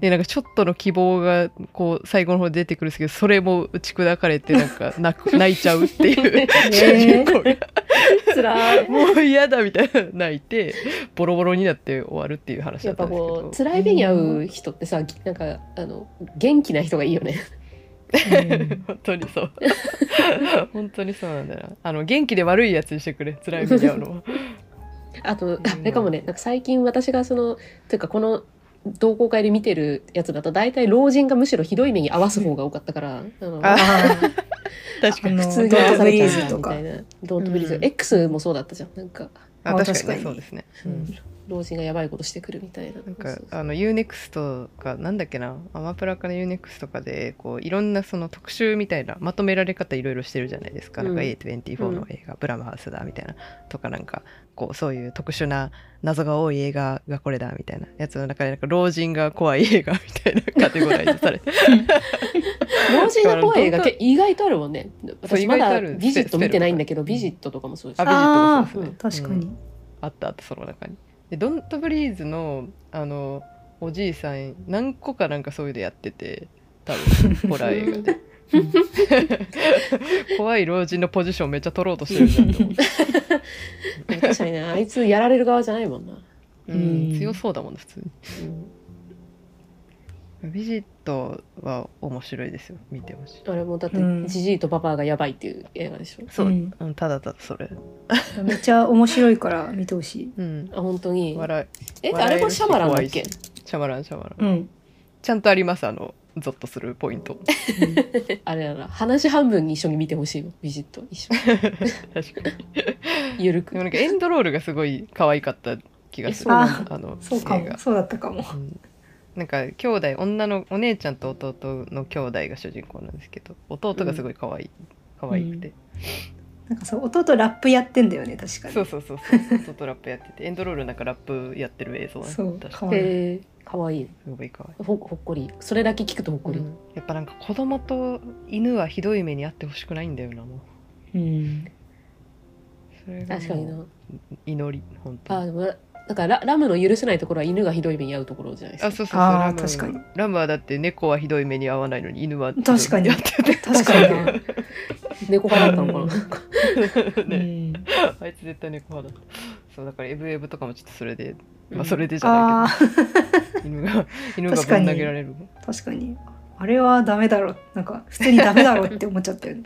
Speaker 1: でなんかちょっとの希望がこう最後の方で出てくるんですけどそれも打ち砕かれてなんか泣く泣いちゃうっていう主人
Speaker 3: ね
Speaker 1: 公が
Speaker 2: 辛い
Speaker 1: もう嫌だみたいな泣いてボロボロになって終わるっていう話だ
Speaker 2: や
Speaker 1: っ
Speaker 2: ったぱ
Speaker 1: んですけど
Speaker 2: こう。辛い目に遭う人ってさなんかあの元気な人がいいよね
Speaker 3: うん
Speaker 1: 本当 にそう 本当にそうなんだよなあの元気で悪いやつにしてくれ辛い目に遭うのは
Speaker 2: あとあれかもねなんか最近私がそのというかこの同好会で見てるやつだと大体老人がむしろひどい目に合わす方が多かったから、あの
Speaker 1: あ
Speaker 3: あ
Speaker 1: 確かに
Speaker 3: の
Speaker 2: 普通に
Speaker 3: ド
Speaker 2: 合
Speaker 3: ン
Speaker 2: わ
Speaker 3: ト
Speaker 2: され
Speaker 3: ブリ
Speaker 2: ちゃう
Speaker 3: ーズ
Speaker 2: な
Speaker 3: と
Speaker 2: み
Speaker 3: か
Speaker 2: たいなドントブリーズ、
Speaker 1: うん
Speaker 2: X もそうだったじゃんなんか
Speaker 1: あ
Speaker 3: あ
Speaker 1: 確かに,、
Speaker 3: 確かに
Speaker 1: そうですね、
Speaker 2: う
Speaker 1: うんん、
Speaker 2: 老人がやばいことしてくるみたいな
Speaker 1: なん
Speaker 2: そう
Speaker 1: か
Speaker 2: そうそう
Speaker 1: あの UNEXT がなんだっけなアマプラから UNEXT とかでこういろんなその特集みたいなまとめられ方いろいろしてるじゃないですか,、なんか
Speaker 2: うん
Speaker 1: A24 の映画、ブラムハウスだみたいなとかなんかこうそういう特殊な謎が多い映画がこれだみたいなやつの中でなんか老人が怖い映画みたいなカテゴライズさ れて
Speaker 2: 老人が怖い映画け意外とあるもんね私
Speaker 1: 意
Speaker 2: ま
Speaker 1: 外と
Speaker 2: だ
Speaker 1: ある
Speaker 2: ビジット見てないんだけど
Speaker 1: スペ
Speaker 2: ビ
Speaker 1: ルとか
Speaker 2: ジットとかもそうです
Speaker 1: あ
Speaker 2: し
Speaker 1: ビジットもそうですね
Speaker 3: 確か
Speaker 1: うん
Speaker 3: に、
Speaker 1: あったあったその中にでドントブリーズのあのおじいさん何個かなんかそういうのやってて多分ホラー映 画で
Speaker 3: うん
Speaker 1: 怖い老人のポジションめっちゃ取ろうとしてるじゃんと思って、
Speaker 2: でも確かにねあいつやられる側じゃないもんな、
Speaker 1: う、
Speaker 3: うんん
Speaker 1: 強そうだもんね普通
Speaker 2: うん
Speaker 1: にビジットは面白いですよ見てほしい
Speaker 2: あれもだって
Speaker 3: うん
Speaker 2: じじいとパパがやばいっていう映画でしょ
Speaker 1: そう、
Speaker 3: うん
Speaker 1: うんただただそれ
Speaker 3: めっちゃ面白いから見てほしい。
Speaker 1: うん
Speaker 2: あ本当に
Speaker 1: 笑い
Speaker 2: え
Speaker 1: 笑
Speaker 2: あれもシャマランだっ
Speaker 1: え
Speaker 2: け
Speaker 1: るしシャマランシャマラン
Speaker 3: うん。
Speaker 1: ちゃんとありますあのゾッとするポイント
Speaker 2: あれだな話半分に一緒に見てほしいわビジット一緒に
Speaker 1: 確かに
Speaker 2: ゆる
Speaker 1: でも
Speaker 2: く
Speaker 1: なんかエンドロールがすごい可愛かった気がする
Speaker 3: え
Speaker 1: あの
Speaker 3: そうか
Speaker 1: 映
Speaker 3: も。
Speaker 1: 画
Speaker 3: そうだったかも。
Speaker 1: うんなんか兄弟女のお姉ちゃんと弟の兄弟が主人公なんですけど弟がすごい可愛い、可愛くて、
Speaker 3: なんかさ、弟ラップやってんだよね、確かに。
Speaker 1: そうそうそうそう弟ラップやっててエンドロールなんかラップやってる映像
Speaker 3: そう
Speaker 1: 確
Speaker 3: か
Speaker 1: か
Speaker 3: わいい
Speaker 2: えー、かわいい
Speaker 1: すごい可愛い
Speaker 2: ほほっこりそれだけ聞くとほっこり、
Speaker 1: うんやっぱなんか子供と犬はひどい目にあってほしくないんだよなもう
Speaker 3: うん。
Speaker 1: それがもう
Speaker 2: 確かにな
Speaker 1: 祈り本当
Speaker 2: あ
Speaker 1: に
Speaker 2: でもななんかララムの許せないところは犬がひどい目に遭うところじゃない
Speaker 1: あ
Speaker 2: ですか
Speaker 1: そうそうそう
Speaker 3: あー
Speaker 1: ラム
Speaker 3: 確かに
Speaker 1: ラムはだって猫はひどい目に遭わないのに犬は
Speaker 3: 確かに
Speaker 1: やってて
Speaker 3: 確かにな。
Speaker 2: 猫派だったのか な
Speaker 1: ね
Speaker 3: うん
Speaker 1: あいつ絶対猫派だった。そうだからエブエブとかもちょっとそれで、ま
Speaker 2: う
Speaker 1: あ
Speaker 2: ん
Speaker 1: それでじゃ
Speaker 3: あ
Speaker 1: ないけど、犬 が犬がぶ
Speaker 3: 確か
Speaker 1: ん
Speaker 3: に
Speaker 1: 投げられる。
Speaker 3: あ、確かに。あれはダメだろ。なんか、普通にダメだろって思っちゃったよね。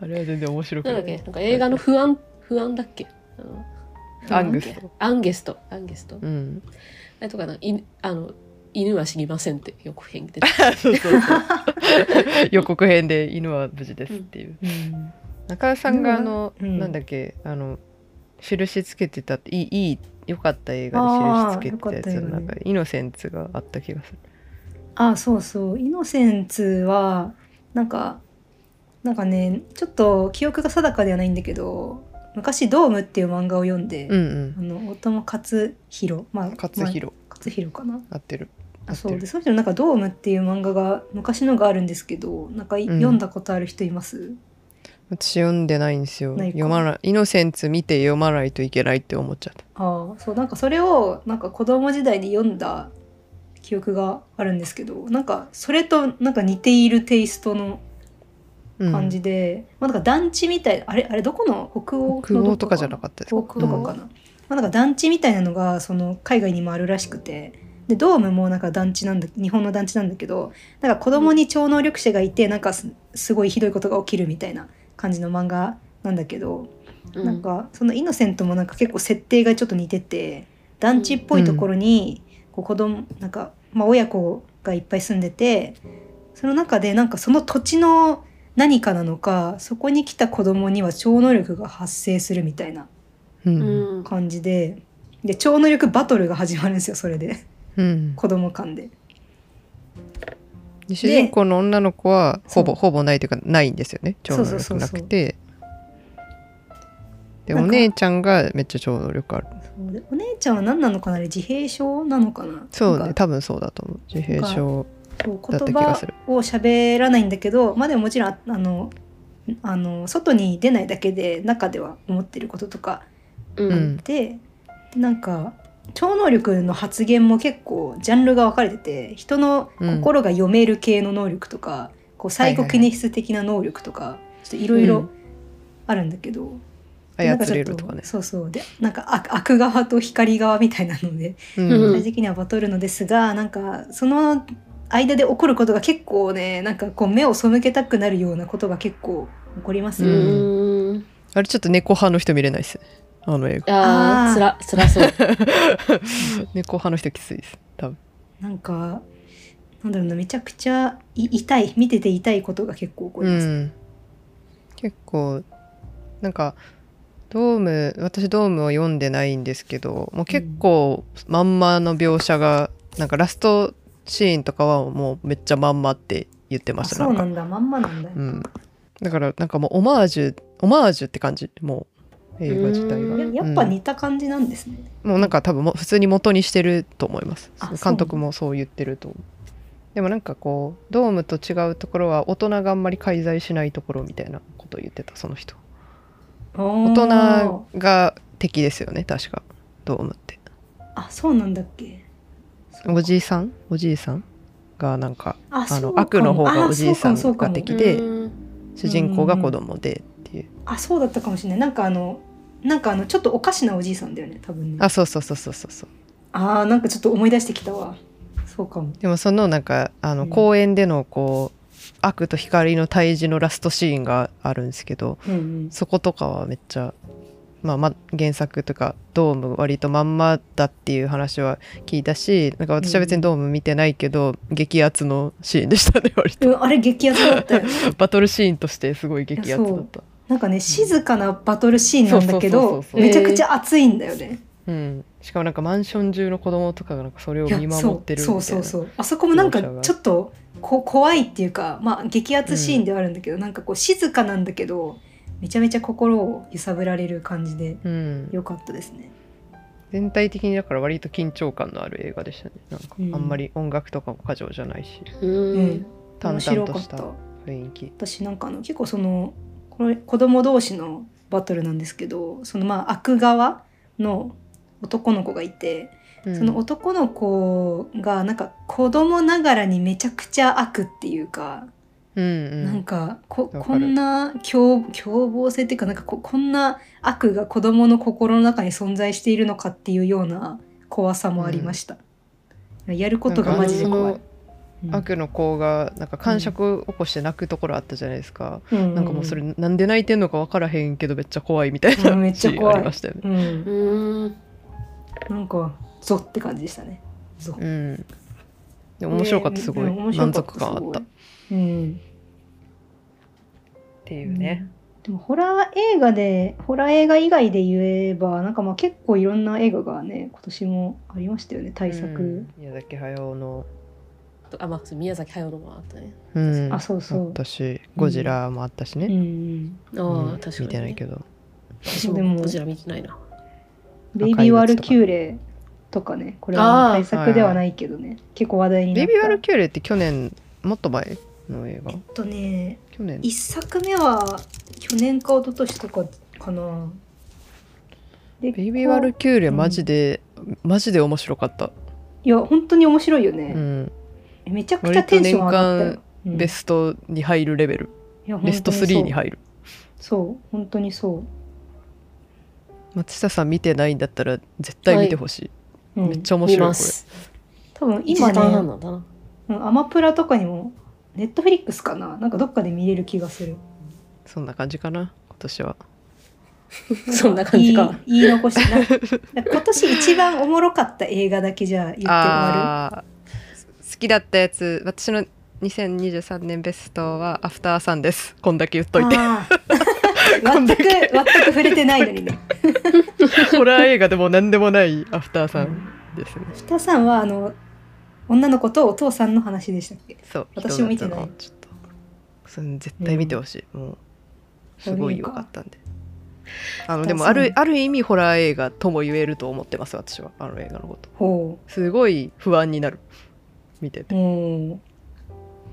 Speaker 1: あれは全然面白く
Speaker 2: なん
Speaker 1: な
Speaker 2: だ
Speaker 1: い。
Speaker 2: っけなんか映画の不安不安だっけあの
Speaker 1: アングスと。
Speaker 2: アンゲストアンゲスト、
Speaker 1: うん。
Speaker 2: あれとかな犬あの犬は死にませんってよく変で
Speaker 1: そうそうそう。 予告編で犬は無事ですっていう。
Speaker 3: うん。
Speaker 1: 中田さんがあの、
Speaker 3: うん
Speaker 1: なんだっけあの印つけてたっていいいい良かった映画で印つけてたやつの
Speaker 3: あー良かった映
Speaker 1: 中
Speaker 3: 画
Speaker 1: でイノセンツがあった気がする。
Speaker 3: あ、そうそう。イノセンツは、なんか、なんかね、ちょっと記憶が定かではないんだけど、昔、ドームっていう漫画を読んで、
Speaker 1: うん
Speaker 3: あの、大友克弘、まあ、
Speaker 1: うん。勝
Speaker 3: ま
Speaker 1: 弘
Speaker 3: あ勝弘かな。
Speaker 1: 合ってる。
Speaker 3: あそ
Speaker 1: 合
Speaker 3: う
Speaker 1: って
Speaker 3: で
Speaker 1: る
Speaker 3: そういうのなんか「ドーム」っていう漫画が昔のがあるんですけどなんかい、
Speaker 1: うん
Speaker 3: 読んだことある人います
Speaker 1: 私読んでないんですよ。
Speaker 3: ないか
Speaker 1: 読まない。イノセンツ見て読まないといけないって思っちゃった。
Speaker 3: ああそうなんかそれをなんか子供時代に読んだ記憶があるんですけどなんかそれとなんか似ているテイストの
Speaker 1: うん
Speaker 3: 感じで、まあなんか団地みたいあれあれどこの北欧
Speaker 1: 北欧とかじゃな
Speaker 3: っ
Speaker 1: かったです
Speaker 3: た北欧とかか
Speaker 1: うん
Speaker 3: な,、まあ、なんか団地みたいなのがその海外にもあるらしくてでドームもなんか団地なんだ日本の団地なんだけどなんか子供に超能力者がいてなんかすすごいひどいことが起きるみたいな感じの漫画なんだけど なんかそのイノセントもなんか結構設定がちょっと似てて団地っぽいところにこう子供なんかまあ親子がいっぱい住んでてその中でなんかその土地の何かなのかそこに来た子供には超能力が発生するみたいな
Speaker 1: う。
Speaker 2: うんん、
Speaker 3: 感じでで超能力バトルが始まるんですよそれで
Speaker 1: うん。
Speaker 3: 子供間で。
Speaker 1: で主人公の女の子はほぼ
Speaker 3: そう
Speaker 1: ほぼないというかないんですよね。超能
Speaker 3: そうそ
Speaker 1: 力
Speaker 3: うそ
Speaker 1: な
Speaker 3: うそう
Speaker 1: くて。で
Speaker 3: なん
Speaker 1: お
Speaker 3: か
Speaker 1: 姉ちゃんがめっちゃ超能力ある。
Speaker 3: そうでお姉ちゃんは何なのかなあれ自閉症なのかな
Speaker 1: そう
Speaker 3: な
Speaker 1: ね
Speaker 3: んか
Speaker 1: 多分そうだと思う。自閉症。
Speaker 3: そう
Speaker 1: だ
Speaker 3: 言
Speaker 1: った気がす
Speaker 3: 葉
Speaker 1: る
Speaker 3: を喋らないんだけどまあでももちろんああのあの外に出ないだけで中では思ってることとか
Speaker 2: うん
Speaker 1: うん
Speaker 3: でなんか超能力の発言も結構ジャンルが分かれてて人の心が読める系の能力とか、こうサイコキネシス的な能力とか、ちょっといろいうろ
Speaker 2: ん
Speaker 3: あるんだけど、
Speaker 1: 操
Speaker 3: なんちょっ
Speaker 1: れるとかね。
Speaker 3: そうそうでなんか悪悪側と光側みたいなので
Speaker 1: うん
Speaker 2: うん
Speaker 3: 最終的にはバトルのですがなんかその間で起こることが結構ねなんかこう目を背けたくなるようなことが結構起こります
Speaker 2: う
Speaker 3: よ、
Speaker 1: ん
Speaker 2: ん
Speaker 1: あれちょっと猫派の人見れないですねあの映画
Speaker 2: ああ、
Speaker 3: あー
Speaker 2: つら、つらそう。
Speaker 1: 猫派の人きついです多分
Speaker 3: なんかなんだろうなめちゃくちゃい痛い見てて痛いことが結構起こります、
Speaker 1: うん、結構なんかドーム私ドームを読んでないんですけどもう結構まんまの描写がなんかラストシーンとかはもうめっちゃまんまって言ってま
Speaker 3: あ
Speaker 1: した
Speaker 3: そう
Speaker 1: か
Speaker 3: なんだまんまなんだ、
Speaker 1: うん、だからなんかもうオマージュオマージュって感じもう映画自体が
Speaker 2: う
Speaker 3: や
Speaker 2: ん
Speaker 3: やっぱ似た感じなんですね、
Speaker 1: もうなんか多分もう普通に元にしてると思います
Speaker 3: あそう
Speaker 1: 監督もそう言ってると思うでもなんかこうドームと違うところは大人があんまり介在しないところみたいなことを言ってたその人大
Speaker 3: 大
Speaker 1: 人が敵ですよね確かドームって
Speaker 3: あそうなんだっけ
Speaker 1: おじいさんおじいさんがなんか
Speaker 3: あ
Speaker 1: あ
Speaker 3: そう
Speaker 1: の
Speaker 3: かも
Speaker 1: 悪の方がおじいさ
Speaker 3: あそ
Speaker 1: ん
Speaker 3: うか
Speaker 1: が
Speaker 3: もそ
Speaker 1: 敵
Speaker 3: うかも
Speaker 1: で
Speaker 2: うん
Speaker 1: 主人公が子供でっていう
Speaker 3: あそうだったかもしれないなんかあのなんかあのちょっとおかしなおじいさんだよね多分ね
Speaker 1: あそうそうそうそうそうそう
Speaker 3: あーなんかちょっと思い出してきたわそうかも
Speaker 1: でもそのなんかあ
Speaker 3: う
Speaker 1: の
Speaker 3: ん
Speaker 1: 公園でのこう悪と光の対峙のラストシーンがあるんですけど
Speaker 3: うんうん
Speaker 1: そことかはめっちゃ、まあ、ま原作とかドーム割とまんまだっていう話は聞いたしなんか私は別にドーム見てないけど、激アツのシーンでしたね割 と
Speaker 3: うんあれ激アツだ ったよ
Speaker 1: バトルシーンとしてすごい激アツだった。
Speaker 3: なんかね静かなバトルシーンなんだけ
Speaker 1: そうそう
Speaker 3: ど
Speaker 1: そうそう
Speaker 3: めちゃくちゃ熱いんだよね、
Speaker 1: うん、しかもなんかマンション中の子供とかがなんかそれを
Speaker 3: いや
Speaker 1: 見
Speaker 3: そ
Speaker 1: 守
Speaker 3: う
Speaker 1: ってるみたい
Speaker 3: そ
Speaker 1: な
Speaker 3: うそうそうあそこもなんか
Speaker 1: 描写が
Speaker 3: ちょっとこ怖いっていうかまあ激アツシーンではあるんだけど、なんかこう静かなんだけどめちゃめちゃ心を揺さぶられる感じで
Speaker 1: うん、
Speaker 3: 良かったですね
Speaker 1: 全体的にだから割と緊張感のある映画でしたねなんかあ
Speaker 3: うん
Speaker 1: んまり音楽とかも過剰じゃないし、
Speaker 2: うん。
Speaker 1: 淡
Speaker 3: 面
Speaker 1: 々
Speaker 3: 白
Speaker 1: と
Speaker 3: かっ
Speaker 1: した
Speaker 3: た
Speaker 1: 雰囲気
Speaker 3: 私なんかあの結構そのこれ子供同士のバトルなんですけどそのまあ悪側の男の子がいて、その男の子がなんか子供ながらにめちゃくちゃ悪っていうか、
Speaker 1: うんうん
Speaker 3: なんかこ
Speaker 1: かる
Speaker 3: こんな凶凶暴性っていうかなんかここんな悪が子供の心の中に存在しているのかっていうような怖さもありました、やることがマジで怖
Speaker 1: なん
Speaker 3: い
Speaker 1: か。悪の子がなんか感触起こして泣くところあったじゃないですか、
Speaker 3: うん
Speaker 1: なんかもうそれなんで泣いてんのか分からへんけどめっちゃ怖いみたいな
Speaker 3: うんめっちゃ怖い
Speaker 1: シーンありましたよね、
Speaker 3: うん
Speaker 2: うん。
Speaker 3: なんかゾって感じでしたね。ゾ。
Speaker 1: うん、でも面白かったすごい、
Speaker 3: ね面白
Speaker 1: 満
Speaker 3: か
Speaker 1: 足感あったっ
Speaker 3: すごいうん。
Speaker 1: ていうね、
Speaker 3: うん。でもホラー映画でホラー映画以外で言えばなんかまあ結構いろんな映画がね今年もありましたよね対策。
Speaker 1: うん宮崎駿の、
Speaker 2: あ、まあ、そう宮崎駿のもあったね。
Speaker 1: うん、
Speaker 3: あそうそ
Speaker 1: あっ
Speaker 3: う。
Speaker 1: たしゴジラもあったし
Speaker 3: うん
Speaker 1: ね、
Speaker 3: うん。
Speaker 2: ああ、
Speaker 1: うん
Speaker 2: 確かに、ね。
Speaker 1: 見てないけど
Speaker 2: 私
Speaker 3: で
Speaker 2: も
Speaker 3: も
Speaker 2: どちら見てないな。
Speaker 3: ベイビーワルキューレとかねこれは
Speaker 2: あー
Speaker 3: 対策ではないけどね結構話
Speaker 1: 「
Speaker 3: 題にな
Speaker 1: ベ
Speaker 3: っ
Speaker 1: イ
Speaker 3: た。
Speaker 1: ビー・ワルキューレ」って去年もっと前の映画
Speaker 3: えっとね
Speaker 1: 去年
Speaker 3: 一作目は去年か一昨年とかかな。ベ
Speaker 1: ベイビー・ワルキューレマジで、マジで面白かった、
Speaker 3: いや本当に面白いよね
Speaker 1: う、ん、
Speaker 3: めちゃくちゃテンション上がったよ、うん
Speaker 1: ベストに入るレベル
Speaker 3: いや
Speaker 1: ベスト3に
Speaker 3: 本当に
Speaker 1: 入る
Speaker 3: そうそう本当にそ
Speaker 1: 松下さん見てないんだったら絶対見てほし
Speaker 3: う、
Speaker 1: い、
Speaker 3: うん
Speaker 1: めっちゃ面
Speaker 2: 見
Speaker 1: 白いこ
Speaker 2: ます。
Speaker 3: 多分
Speaker 2: 今
Speaker 3: 今
Speaker 2: 時間半
Speaker 3: ね
Speaker 2: なんだな。
Speaker 3: うんアマプラとかにもネットフリックスかななんかどっかで見れる気がする
Speaker 1: れそんな感じかな今年は
Speaker 2: そんな感じか。
Speaker 3: 言い言い残してななんか今年一番おもろかった映画だけじゃ言って終わ
Speaker 1: あー好きだったやつ私の2023年ベストはアフターさんですこんだけ言っと
Speaker 3: る
Speaker 1: いて
Speaker 3: あ
Speaker 1: こん
Speaker 3: ー
Speaker 1: だ
Speaker 3: 全
Speaker 1: け
Speaker 3: く全く触れてないのにね
Speaker 1: ホラー映画でも何でもないアフターさんですね
Speaker 3: 北さんはあの女の子とお父さんの話でしたっけ
Speaker 1: そう
Speaker 3: 私も見てな
Speaker 1: 人
Speaker 3: い
Speaker 1: のやつのちょっとそれ絶対見てほしい、もうすごい良かったんであのでもあるある意味ホラー映画とも言えると思ってます私はあの映画のこと
Speaker 3: ほ
Speaker 1: すごい不安になる見て
Speaker 3: う
Speaker 1: て、
Speaker 3: も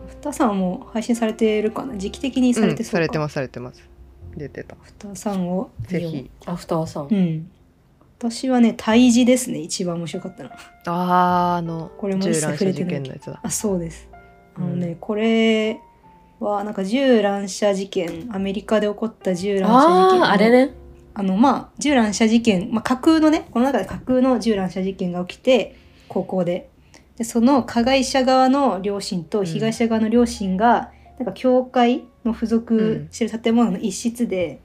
Speaker 3: う北さんはもう配信されてるかな時期的にさ
Speaker 1: う
Speaker 3: れ
Speaker 1: ん
Speaker 3: てそうか、
Speaker 1: されてますされてます出てた
Speaker 3: ふたさんを
Speaker 1: ぜ
Speaker 3: 見よ
Speaker 1: ひ
Speaker 2: アフターさん
Speaker 3: う。うん私はね胎児ですね一番面白かったの
Speaker 1: あああの
Speaker 3: これも一
Speaker 1: 銃
Speaker 3: 切
Speaker 1: 乱
Speaker 3: 触
Speaker 1: 射
Speaker 3: れて
Speaker 1: 事
Speaker 3: ない
Speaker 1: 件のやつだ
Speaker 3: あそうですあのね、
Speaker 1: うん
Speaker 3: これはなんか銃乱射事件アメリカで起こった銃乱射事件の
Speaker 2: あーあれね。
Speaker 3: あのまあ銃乱射事件、まあ、架空のねこの中で架空の銃乱射事件が起きて高校ででその加害者側の両親と被害者側の両親が、なんか教会の付属してる建物の一室で、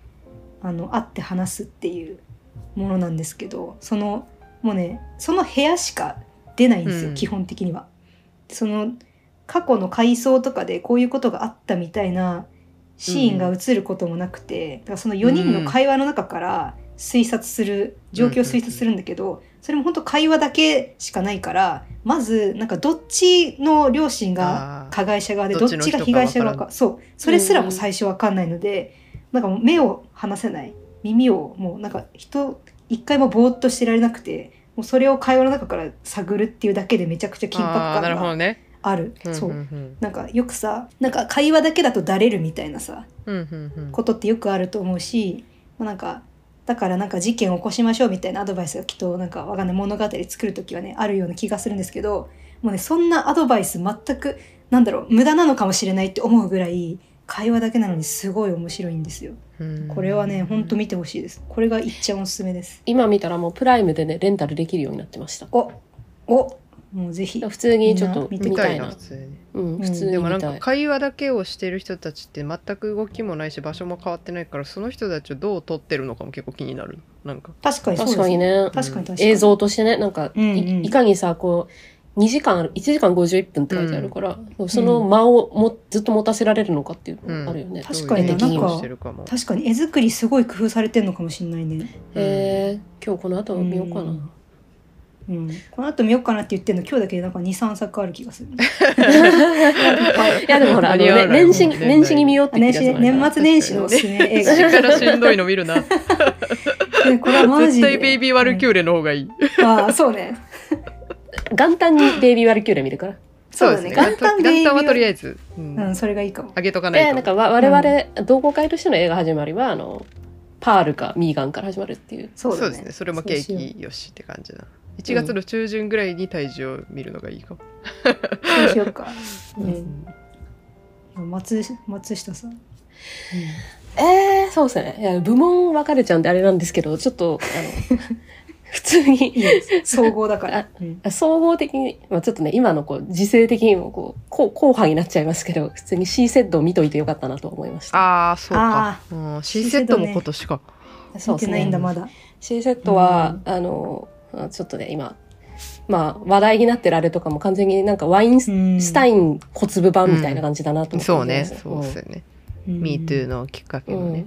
Speaker 3: あの会って話すっていうものなんですけどそのもうねその部屋しか出ないんですよ、
Speaker 1: うん
Speaker 3: 基本的には。その過去の回想とかでこういうことがあったみたいなシーンが映ることもなくて、だからその4人の会話の中から推察する状況を推察するんだけど、それも本当会話だけしかないからまずなんかどっちの両親
Speaker 1: あ
Speaker 3: が
Speaker 1: ー
Speaker 3: 加害者側で
Speaker 1: ど
Speaker 3: ど
Speaker 1: っ
Speaker 3: っ
Speaker 1: ちの
Speaker 3: ちが被害者側
Speaker 1: 人かわから
Speaker 3: かそうそれすらも最初わかんないので、なんかもう目を離せない耳をもうなんか人一回もぼーっとしてられなくてもうそれを会話の中から探るっていうだけでめちゃくちゃ緊迫
Speaker 1: あーなる
Speaker 3: 感
Speaker 1: ほど
Speaker 3: が
Speaker 1: ね。
Speaker 3: あるそ
Speaker 1: うん
Speaker 3: う
Speaker 1: うん
Speaker 3: なんかよくさなんか会話だけだとだれるみたいなさ
Speaker 1: うんうんうんうん
Speaker 3: ことってよくあると思うし、まあ、なんかだからなんか事件を起こしましょうみたいなアドバイスがきっとなんかわかんない物語作る時はねあるような気がするんですけどもうねそんなアドバイス全くなんだろう無駄なのかもしれないって思うぐらい会話だけなのにすごい面白いんですよ
Speaker 1: うん
Speaker 3: これはねほんと見てほしいですこれがいっちゃんおすすめです
Speaker 2: 今見たらもうプライムでね、レンタルできるようになってました。
Speaker 3: おおもうぜひ
Speaker 2: 普通にちょっと
Speaker 3: みん
Speaker 1: 見
Speaker 2: 見
Speaker 3: な
Speaker 2: た
Speaker 1: た
Speaker 2: い
Speaker 1: いな
Speaker 2: な
Speaker 1: 普。通に。
Speaker 2: うん、普通
Speaker 1: で
Speaker 2: に
Speaker 1: もな
Speaker 2: 見
Speaker 1: ん
Speaker 2: た
Speaker 1: か
Speaker 2: い。
Speaker 1: 会話だけをしてる人たちって全く動きもないし場所も変わってないからその人たちをどう撮ってるのかも結構気になるなんか
Speaker 3: 確かにそうで
Speaker 2: 確
Speaker 3: す
Speaker 2: かに
Speaker 3: ね
Speaker 2: ね。
Speaker 3: 確かに確かに
Speaker 2: 映像としてね、なんか、
Speaker 3: うんうん
Speaker 2: いいかにさ、こう、2時間ある、1時間51分って書いてあるから、その
Speaker 3: う
Speaker 2: 間をもずっと持たせられるのかっていうのがあるよね。
Speaker 3: うん確かに
Speaker 1: どういう演技
Speaker 2: なんか
Speaker 1: をしてるかも
Speaker 3: 確かに絵作りすごい工夫されてんのかもしれないね
Speaker 2: えー、今日この後見ようかな。
Speaker 3: うんうん、この後見ようかなって言ってるの今日だけでなんか23作ある気 がする
Speaker 2: いやでもほら、あの、
Speaker 1: 間に合わ
Speaker 2: ね、
Speaker 1: ない
Speaker 2: 年始に、
Speaker 1: 年代
Speaker 2: 年始に見ようって言っ
Speaker 3: 年
Speaker 2: てたや
Speaker 3: 始
Speaker 2: つもあるから
Speaker 3: 年末年始のおすすめ映
Speaker 1: し
Speaker 3: 画
Speaker 1: からしんどいの見るな
Speaker 3: ねこれは マジ
Speaker 1: 絶
Speaker 3: で
Speaker 1: 対ベイビーワルキューレの方がいい
Speaker 3: うんああそうね
Speaker 2: 元旦にベイビーワルキューレ見るから。
Speaker 3: そうだね
Speaker 1: 元旦
Speaker 3: 元旦ベイビー
Speaker 1: 元旦はとりあえずうん
Speaker 3: うんそれがいいかも
Speaker 1: 上げとかない
Speaker 2: で、
Speaker 1: と
Speaker 2: なんかわ我々、同好会としての映画始まりは、あの、パールかミーガンから始まるっていう。
Speaker 3: そう
Speaker 1: そ
Speaker 3: だ
Speaker 1: うで
Speaker 3: ね
Speaker 1: すねそれも景気よしって感じな1月の中旬ぐらいに体重を見るのがいいかも、
Speaker 3: そうしようか、う、
Speaker 1: うんん
Speaker 3: 松松下さん、
Speaker 2: ええそうですね。いや、部門分かれちゃうんであれなんですけど、ちょっ と、あの、普通
Speaker 3: いい
Speaker 2: に、
Speaker 3: です総合だから
Speaker 2: あ、
Speaker 3: うん、
Speaker 2: 総合的に、まあちょっとね、今のこう、時勢的にもこう、こう後半になっちゃいますけど、普通に C セットを見といてよかったなと思いました。
Speaker 1: ああそうか
Speaker 3: あ
Speaker 1: うん、C セットも今年か、
Speaker 2: そう
Speaker 3: 見
Speaker 2: です
Speaker 3: てないん
Speaker 2: ね
Speaker 3: だ。まだ
Speaker 2: C セットは、あの、あちょっとね、今、まあ話題になってるあれとかも完全になんかワインス,、
Speaker 3: うん
Speaker 2: タイン小粒版みたいな感じだなと思って
Speaker 1: そう
Speaker 2: 見て
Speaker 1: ね
Speaker 2: ます、
Speaker 1: そうっすよね、
Speaker 3: うん
Speaker 1: MeToo のきっかけ
Speaker 2: う
Speaker 1: の
Speaker 2: ん
Speaker 1: ね、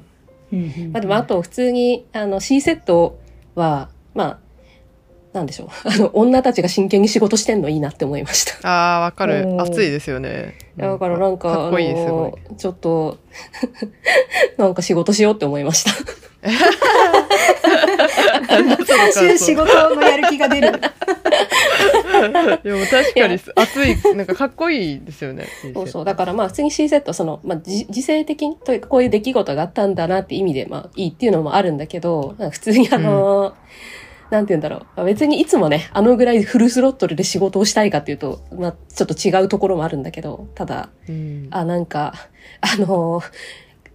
Speaker 3: うんうん
Speaker 2: まあでもあと普通にあの C セットは、まあ、なんでしょう。 あの、女たちが真剣に仕事してんのいいなって思いました。
Speaker 1: ああ、わかる
Speaker 3: お。ー
Speaker 1: 暑いですよね。
Speaker 2: だからなんか、
Speaker 1: かっこいい、
Speaker 2: あ
Speaker 1: すごい
Speaker 2: の。ちょっと、 なんか仕事しようって思いました。
Speaker 3: 最終仕事のやる気が出る
Speaker 1: いや、もう確かに暑い、なんかかっこいいですよね。
Speaker 2: そうそう。だからまあ普通に C セット、その、まあじ時勢的にというかこういう出来事があったんだなって意味で、まあいいっていうのもあるんだけど、なんか普通にあのーなんて言うんだろうまあ。別にいつもね、あのぐらいフルスロットルで仕事をしたいかっていうと、まあちょっと違うところもあるんだけど、ただ、
Speaker 1: うん。
Speaker 2: あ、なんか、あのー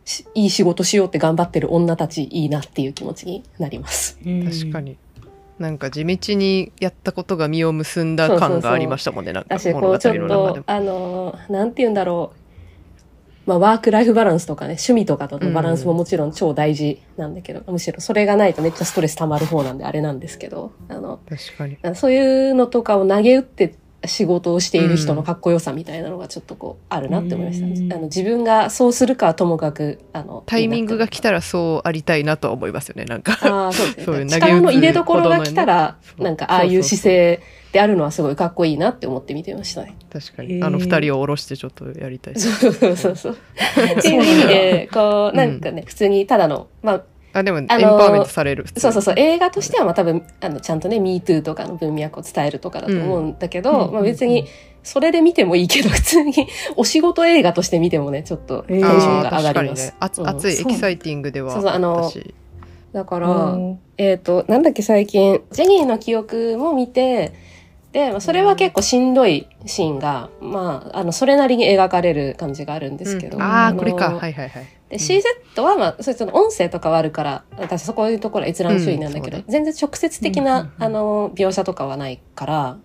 Speaker 2: しいい仕事しようって頑張ってる女たちいいなっていう気持ちになります。
Speaker 1: 確かに。なんか地道にやったことが実を結んだ感がありましたもんね、なんか
Speaker 2: だし、
Speaker 1: 物
Speaker 2: こ
Speaker 1: 語
Speaker 2: うちょっ
Speaker 1: の中で
Speaker 2: と
Speaker 1: も、。
Speaker 2: あのーなんて言うんだろう。まあ、ワークライフバランスとかね、趣味とかとのバランスももちろん超大事なんだけど、むしろそれがないとめっちゃストレス溜まる方なんであれなんですけど、あの、
Speaker 1: 確かに。
Speaker 2: そういうのとかを投げ打って仕事をしている人のかっこよさみたいなのがちょっとこう、あるなって思いました。
Speaker 3: うん
Speaker 2: あの自分がそうするかはともかく、あの、
Speaker 1: タイミングが来
Speaker 2: た
Speaker 1: たらそうありたいなとは思いますよね、なんか。
Speaker 2: ああ、そうです
Speaker 1: そういう
Speaker 2: ね。
Speaker 1: 投げ打つ
Speaker 2: 力の入れどころが来たら、
Speaker 1: ほどのね
Speaker 2: なんかああいう姿勢であるのはすごいかっこいいなって思って見てました ね。
Speaker 1: 確か
Speaker 3: へ
Speaker 1: に。
Speaker 3: ー
Speaker 1: あの二人を下ろしてちょっとやりたい。
Speaker 2: そうそうそうそう。っていう意味で、こう、なんかね、普通にただの、まあ、
Speaker 1: あ、でもエンパ
Speaker 2: ー
Speaker 1: ワーメントされる。普通に
Speaker 2: そうそうそう、映画としてはまあ多分、あの、ちゃんとね、MeToo とかの文脈を伝えるとかだと思うんだけど、
Speaker 3: うん
Speaker 2: まあ別に、それで見てもいいけど、普通にお仕事映画として見てもね、ちょっとテンションが上がります。
Speaker 1: あー確かにね。あ
Speaker 2: うん
Speaker 1: 暑い、エキサイティングでは
Speaker 2: そうそうあの
Speaker 1: 私
Speaker 2: だか
Speaker 3: あ
Speaker 2: ら、えっ、と、なんだっけ最近、ジェニーの記憶も見て、で、まあそれは結構しんどいシーンが、まあ、あの、それなりに描かれる感じがあるんですけど。
Speaker 1: うんああ
Speaker 2: の
Speaker 1: これかはいはいはい
Speaker 2: で、CZ は、まあ、それその音声とかはあるから、私そこいうところは閲覧注意なんだけど、
Speaker 1: うんそう
Speaker 2: 全然直接的な、
Speaker 1: うんうんうん
Speaker 2: あの、描写とかはないから、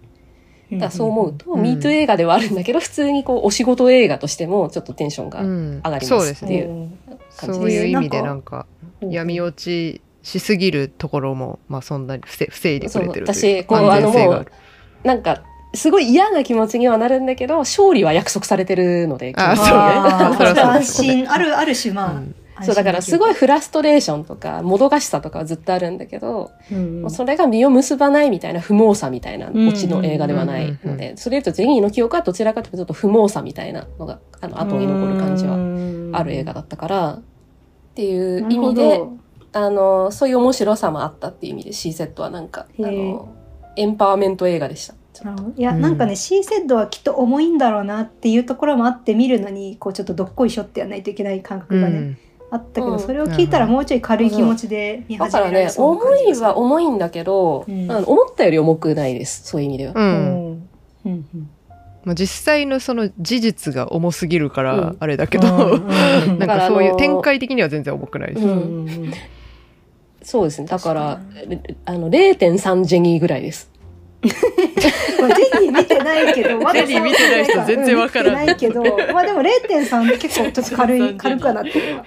Speaker 2: だからそう思うと、
Speaker 1: うん
Speaker 2: ミート映画ではあるんだけど、普通にこう、お仕事映画としても、ちょっとテンションが
Speaker 1: 上
Speaker 2: がります
Speaker 1: そうです
Speaker 2: ってい
Speaker 1: ね。
Speaker 2: う感じ
Speaker 1: そういう意味で
Speaker 3: な
Speaker 1: なんんか
Speaker 2: うん
Speaker 1: 闇落ちしすぎるところもまあそんなに防防いでくれてるというか
Speaker 2: そう私こう
Speaker 1: 安全性がある
Speaker 2: なんか、すごい嫌な気持ちにはなるんだけど、勝利は約束されてるので、
Speaker 1: あ
Speaker 2: 基
Speaker 1: そう
Speaker 2: 本
Speaker 1: ね
Speaker 3: あー
Speaker 1: そりゃそう
Speaker 3: 安
Speaker 1: ですよね
Speaker 3: 心あるある種まあ、
Speaker 1: うん
Speaker 3: 安心できる
Speaker 2: そう、だからすごい、フラストレーションとか、もどかしさとかはずっとあるんだけど、
Speaker 3: うん
Speaker 2: もうそれが実を結ばないみたいな不毛さみたいな
Speaker 3: うん
Speaker 2: オチの映画ではないので、それとジェニーの記憶はどちらかというとちょっと不毛さみたいなのが、あの、後に残る感じはある映画だったから、っていう意味
Speaker 3: なる
Speaker 2: で
Speaker 3: ほ、ど
Speaker 2: あの、そういう面白さもあったっていう意味で C セットはなんか、あ
Speaker 3: へえ
Speaker 2: の、エンパワーメント映画でした。
Speaker 3: なるほどいや、
Speaker 1: うん
Speaker 3: なんかね C セッドはきっと重いんだろうなっていうところもあって見るのにこうちょっとどっこいしょってやらないといけない感覚がね、あったけど、
Speaker 2: うん
Speaker 3: それを聞いたらもうちょい軽い気持ちで見
Speaker 2: だか
Speaker 3: 始
Speaker 2: ら
Speaker 3: められ
Speaker 2: ね、
Speaker 3: そうな
Speaker 2: 重
Speaker 3: 感じが
Speaker 2: い
Speaker 3: する
Speaker 2: は重いんだけど、
Speaker 3: うん
Speaker 2: あの思ったより重くないです。そういう意味では。
Speaker 1: う
Speaker 3: うん
Speaker 1: ん
Speaker 3: うん
Speaker 1: まあ実際のその事実が重すぎるか
Speaker 2: う
Speaker 1: ら
Speaker 2: ん
Speaker 1: あれだけど
Speaker 3: うん
Speaker 1: なんかそういう展開的には全然重くないで
Speaker 3: う
Speaker 1: す
Speaker 3: んうんうん
Speaker 2: そうですね。だから
Speaker 3: 確、
Speaker 2: れあの、0.3ジェニーぐら いです。
Speaker 3: まあジェニー見てないけど、まだ
Speaker 1: ジェニー見てない人全然わからん
Speaker 3: 見てないけど、まあでも0.3結構ちょっと軽い、軽くはなってるわ。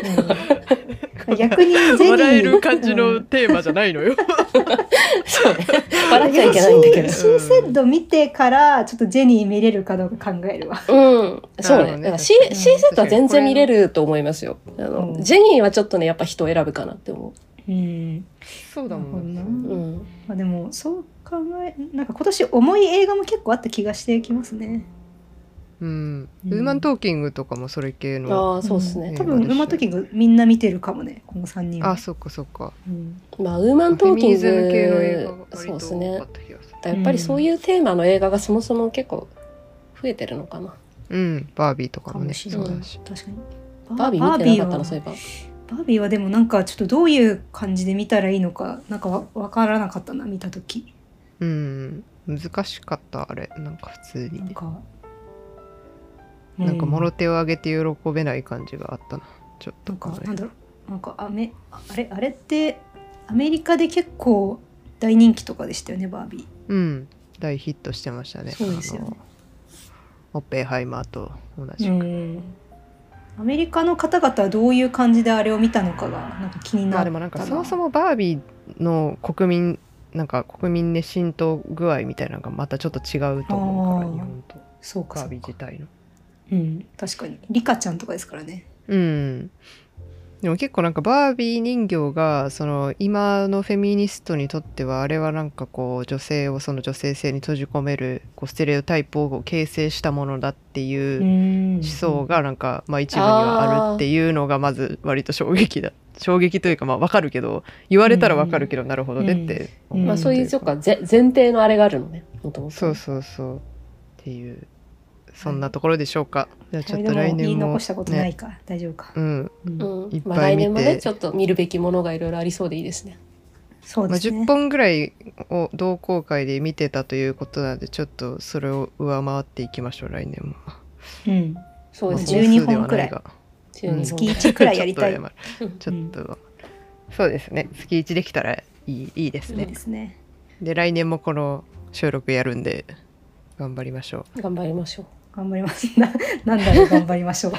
Speaker 3: うん逆に ジェニー
Speaker 1: 笑える感じ
Speaker 3: う
Speaker 1: の
Speaker 3: ん
Speaker 1: テーマじゃないのよ
Speaker 2: そうね。笑っちゃいけないんだけど。
Speaker 3: シーセッド見てからちょっとジェニー見れるかどうか考えるわ。
Speaker 2: うん。そう
Speaker 1: なるほどね
Speaker 2: ね。だから C,
Speaker 3: うん
Speaker 2: C セットは全然見れると思いますよ。あの、
Speaker 3: うん
Speaker 2: ジェニーはちょっとね、やっぱ人を選ぶかなって思
Speaker 3: うん。
Speaker 1: そうだもん
Speaker 3: な
Speaker 1: な
Speaker 3: るほど
Speaker 2: う。
Speaker 3: な
Speaker 2: うん。
Speaker 3: まあでもそう考え、なんか今年重い映画も結構あった気がしてきますね。
Speaker 1: うん
Speaker 3: うん
Speaker 1: ウーマントーキングとかもそれ系の
Speaker 2: ああ、そうですね。
Speaker 3: 多分馬時がみんな見てるかもね、この三人は。
Speaker 1: あそっかそっか
Speaker 3: うん
Speaker 2: まあ、ウーマン
Speaker 1: フ
Speaker 2: ト
Speaker 1: ェ
Speaker 2: ー
Speaker 1: ミ
Speaker 2: キン
Speaker 1: ニ
Speaker 2: グ。
Speaker 1: ズム系の映画が
Speaker 2: そう
Speaker 1: 割
Speaker 2: で
Speaker 1: と
Speaker 2: す
Speaker 1: 多
Speaker 2: ね
Speaker 1: かっ。た気がする
Speaker 2: やっぱりそういうテーマの映画がそもそも結構増えてるのかな。
Speaker 1: うんバービーとかも
Speaker 3: かも
Speaker 1: ね
Speaker 3: し
Speaker 1: そ
Speaker 3: れ
Speaker 2: ないう
Speaker 1: だし
Speaker 3: 確かに。
Speaker 2: バービー見てなかった
Speaker 3: バービーは
Speaker 2: の、そういえば。
Speaker 3: バービーはでもなんかちょっとどういう感じで見たらいいのかなんかわわからなかったな見た時
Speaker 1: うん難しかったあれなんか普通
Speaker 3: なん
Speaker 1: に
Speaker 3: か、う
Speaker 1: なんかもろ手を挙げて喜べない感じがあったなちょっ
Speaker 3: な
Speaker 1: と
Speaker 3: んか
Speaker 1: これ
Speaker 3: なんだろうなんかアメああれあれってアメリカで結構大人気とかでしたよねバービ
Speaker 1: うん大ヒットしてましたね
Speaker 3: そうですよね
Speaker 1: あのオッペンハイマーと同じ
Speaker 3: ー
Speaker 1: く、
Speaker 3: アメリカの方々はどういう感じであれを見たのかがなんか気になった
Speaker 1: まあでもなんかそもそもバービーの国民なんか国民熱浸透具合みたいなのがまたちょっと違うと思うか
Speaker 3: あ
Speaker 1: ら
Speaker 3: ー
Speaker 1: 日本と
Speaker 3: そうか
Speaker 1: バ
Speaker 3: そ
Speaker 1: ービ
Speaker 3: う
Speaker 1: ー
Speaker 3: か
Speaker 1: 自体の
Speaker 3: うん確かにリカちゃんとかですからね
Speaker 1: うんでも結構なんかバービー人形がその今のフェミニストにとってはあれはなんかこう女性をその女性性に閉じ込めるこうステレオタイプを形成したものだっていう
Speaker 3: 思
Speaker 1: 思想がなんかまあ一部にはあるっていうのがまず割と衝撃だ衝撃というかまあわかるけど言われたらわかるけどなるほどねって思
Speaker 3: ん
Speaker 2: まあ、そういう、
Speaker 1: と
Speaker 2: そうか、ぜ前提のあれがあるのね。もともと。
Speaker 1: そうそうそうっていうそんなところでしょうか、じゃあちょっと来
Speaker 3: 誰でも言い
Speaker 1: 年も
Speaker 3: 残したことな
Speaker 1: ね
Speaker 3: いか、大丈夫か、
Speaker 1: うん
Speaker 3: うん
Speaker 2: うん
Speaker 1: いっぱい
Speaker 2: まあ、来年も
Speaker 1: 見
Speaker 2: ね
Speaker 1: て
Speaker 2: ちょっと見るべきものがいろいろありそうでいいですね。
Speaker 3: そう
Speaker 1: まあ、
Speaker 3: ですね、
Speaker 1: 10本ぐらいを同好会で見てたということなのでちょっとそれを上回っていきましょう来年も。
Speaker 3: うん
Speaker 2: そうです
Speaker 1: まあ
Speaker 2: ね。
Speaker 3: 12本くらい
Speaker 1: 本
Speaker 2: 12
Speaker 1: うん
Speaker 2: 本
Speaker 3: 月1くらいやりたい。
Speaker 1: ちょっと上回るちょっと、そうですね月1できたらいいいいです
Speaker 3: いい
Speaker 1: ね
Speaker 3: で。すね。
Speaker 1: で来年もこの収録やるんで頑張りましょう。
Speaker 2: 頑張りましょう。
Speaker 3: 頑張ります。 な、なんだろう、頑張りまし ょう。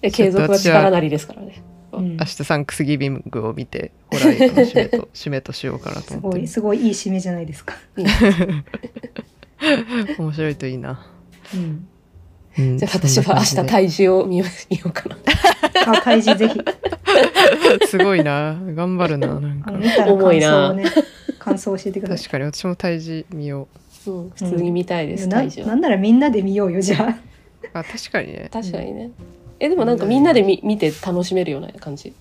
Speaker 2: で
Speaker 1: ちょ
Speaker 2: 継
Speaker 1: っと私
Speaker 2: 続は
Speaker 1: は
Speaker 2: 力なりですからね。
Speaker 3: うん
Speaker 1: 明日サンクスギビングを見てホラー映画の締めと締めとしようかなと
Speaker 3: す
Speaker 1: 思っ
Speaker 3: ご
Speaker 1: て
Speaker 3: い、すごいいい締めじゃないですか。
Speaker 1: 面白いといいな。
Speaker 3: うん。
Speaker 1: うん
Speaker 2: じゃあ私は明日
Speaker 1: そんな感じで
Speaker 2: 体重を見よう見ようかな。
Speaker 3: あ、開示ぜ ひ、
Speaker 1: すごいな頑張るななん
Speaker 3: あ
Speaker 1: か
Speaker 3: の、見たら
Speaker 2: 重い
Speaker 3: 感
Speaker 2: な
Speaker 3: 想をね、感想を教えてくださ
Speaker 1: 確かに私も体重見よう。
Speaker 2: うん普通に見たいで
Speaker 3: い。
Speaker 2: す、
Speaker 3: な
Speaker 2: 体重
Speaker 3: なんならみんなで見ようよ、じゃあ。
Speaker 1: あ確かに ね
Speaker 2: 確かにね。えでもなんかみんなで見見て楽しめるような感じ。
Speaker 3: い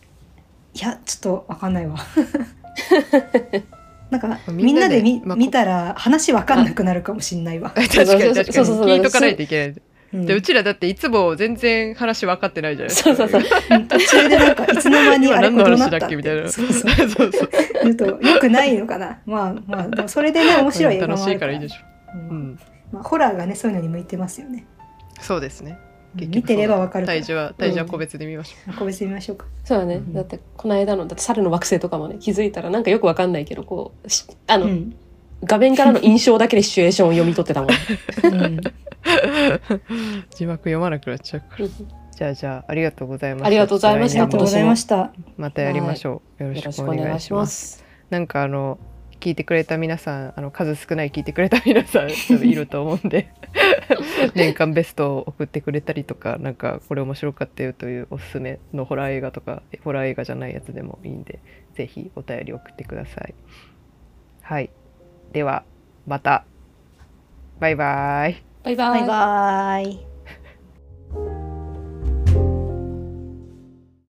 Speaker 3: や、ちょっとわかんないわ。 なんか、み
Speaker 1: み
Speaker 3: ん
Speaker 1: ん
Speaker 3: な
Speaker 1: な
Speaker 3: で
Speaker 1: で
Speaker 3: 見、
Speaker 1: まあ
Speaker 3: 見たら、話わかんなくなるかもしん ないわ。
Speaker 1: 確かに確かに
Speaker 2: そうそうそう
Speaker 1: 聞いとかないといけない、
Speaker 3: うん
Speaker 1: でうちらだっていつも全然話分かってないじゃないです
Speaker 2: そ
Speaker 1: か
Speaker 2: うそうそう。
Speaker 3: うん途中でなんか、いつの間に
Speaker 1: 今
Speaker 3: あれ
Speaker 1: 何
Speaker 3: こ
Speaker 1: の
Speaker 3: とな
Speaker 1: 話
Speaker 3: った
Speaker 1: だ
Speaker 3: っ
Speaker 1: ってけみたいな
Speaker 3: そ
Speaker 1: そうう
Speaker 3: そ
Speaker 1: そううそう
Speaker 3: 言うと、よくないのかな。 まあ、まあ、でもそれ でね、面白い映画も
Speaker 1: 楽
Speaker 3: ある
Speaker 1: しいからいいでしょ
Speaker 3: うん
Speaker 1: う、うん、
Speaker 3: まあ、ホラーがねそういうのに向いてますよね。
Speaker 1: そうですね結局
Speaker 3: 見てればわかるから
Speaker 1: 体重は体重は個別で見ましょ
Speaker 3: 個別に見ましょうか。
Speaker 2: そうだ
Speaker 1: う
Speaker 2: ね。
Speaker 1: ん
Speaker 2: だってこの間のだって猿の惑星とかもね気づいたらなんかよくわかんないけどこうしあ
Speaker 3: う
Speaker 2: の、
Speaker 3: ん、
Speaker 2: 画面からの印象だけでシチュエーションを読み取ってたもん。
Speaker 3: うん、
Speaker 1: 字幕読まなくなっちゃうから。じゃあじゃあありがとうございました。
Speaker 2: ありがとうございま
Speaker 3: あ
Speaker 2: し
Speaker 3: り
Speaker 2: た
Speaker 1: 来
Speaker 3: が
Speaker 1: 年も
Speaker 3: とうございました。
Speaker 1: またやりましょう。
Speaker 2: よ
Speaker 1: よ
Speaker 2: ろ
Speaker 1: ろ
Speaker 2: し
Speaker 1: し
Speaker 2: く
Speaker 1: く
Speaker 2: お
Speaker 1: お
Speaker 2: 願
Speaker 1: 願
Speaker 2: い
Speaker 1: い
Speaker 2: し
Speaker 1: し
Speaker 2: ま
Speaker 1: ます。
Speaker 2: す。
Speaker 1: なんかあの聞いてくれた皆さんあの数少ない聞いてくれた皆さん 多分いると思うんで 年間ベストを送ってくれたりとかなんかこれ面白かったよというおすすめのホラー映画とかホラー映画じゃないやつでもいいんでぜひお便り送ってください。はい、ではまたバイバイ。
Speaker 2: バイバ
Speaker 3: バ
Speaker 2: イ
Speaker 3: イ。バイ。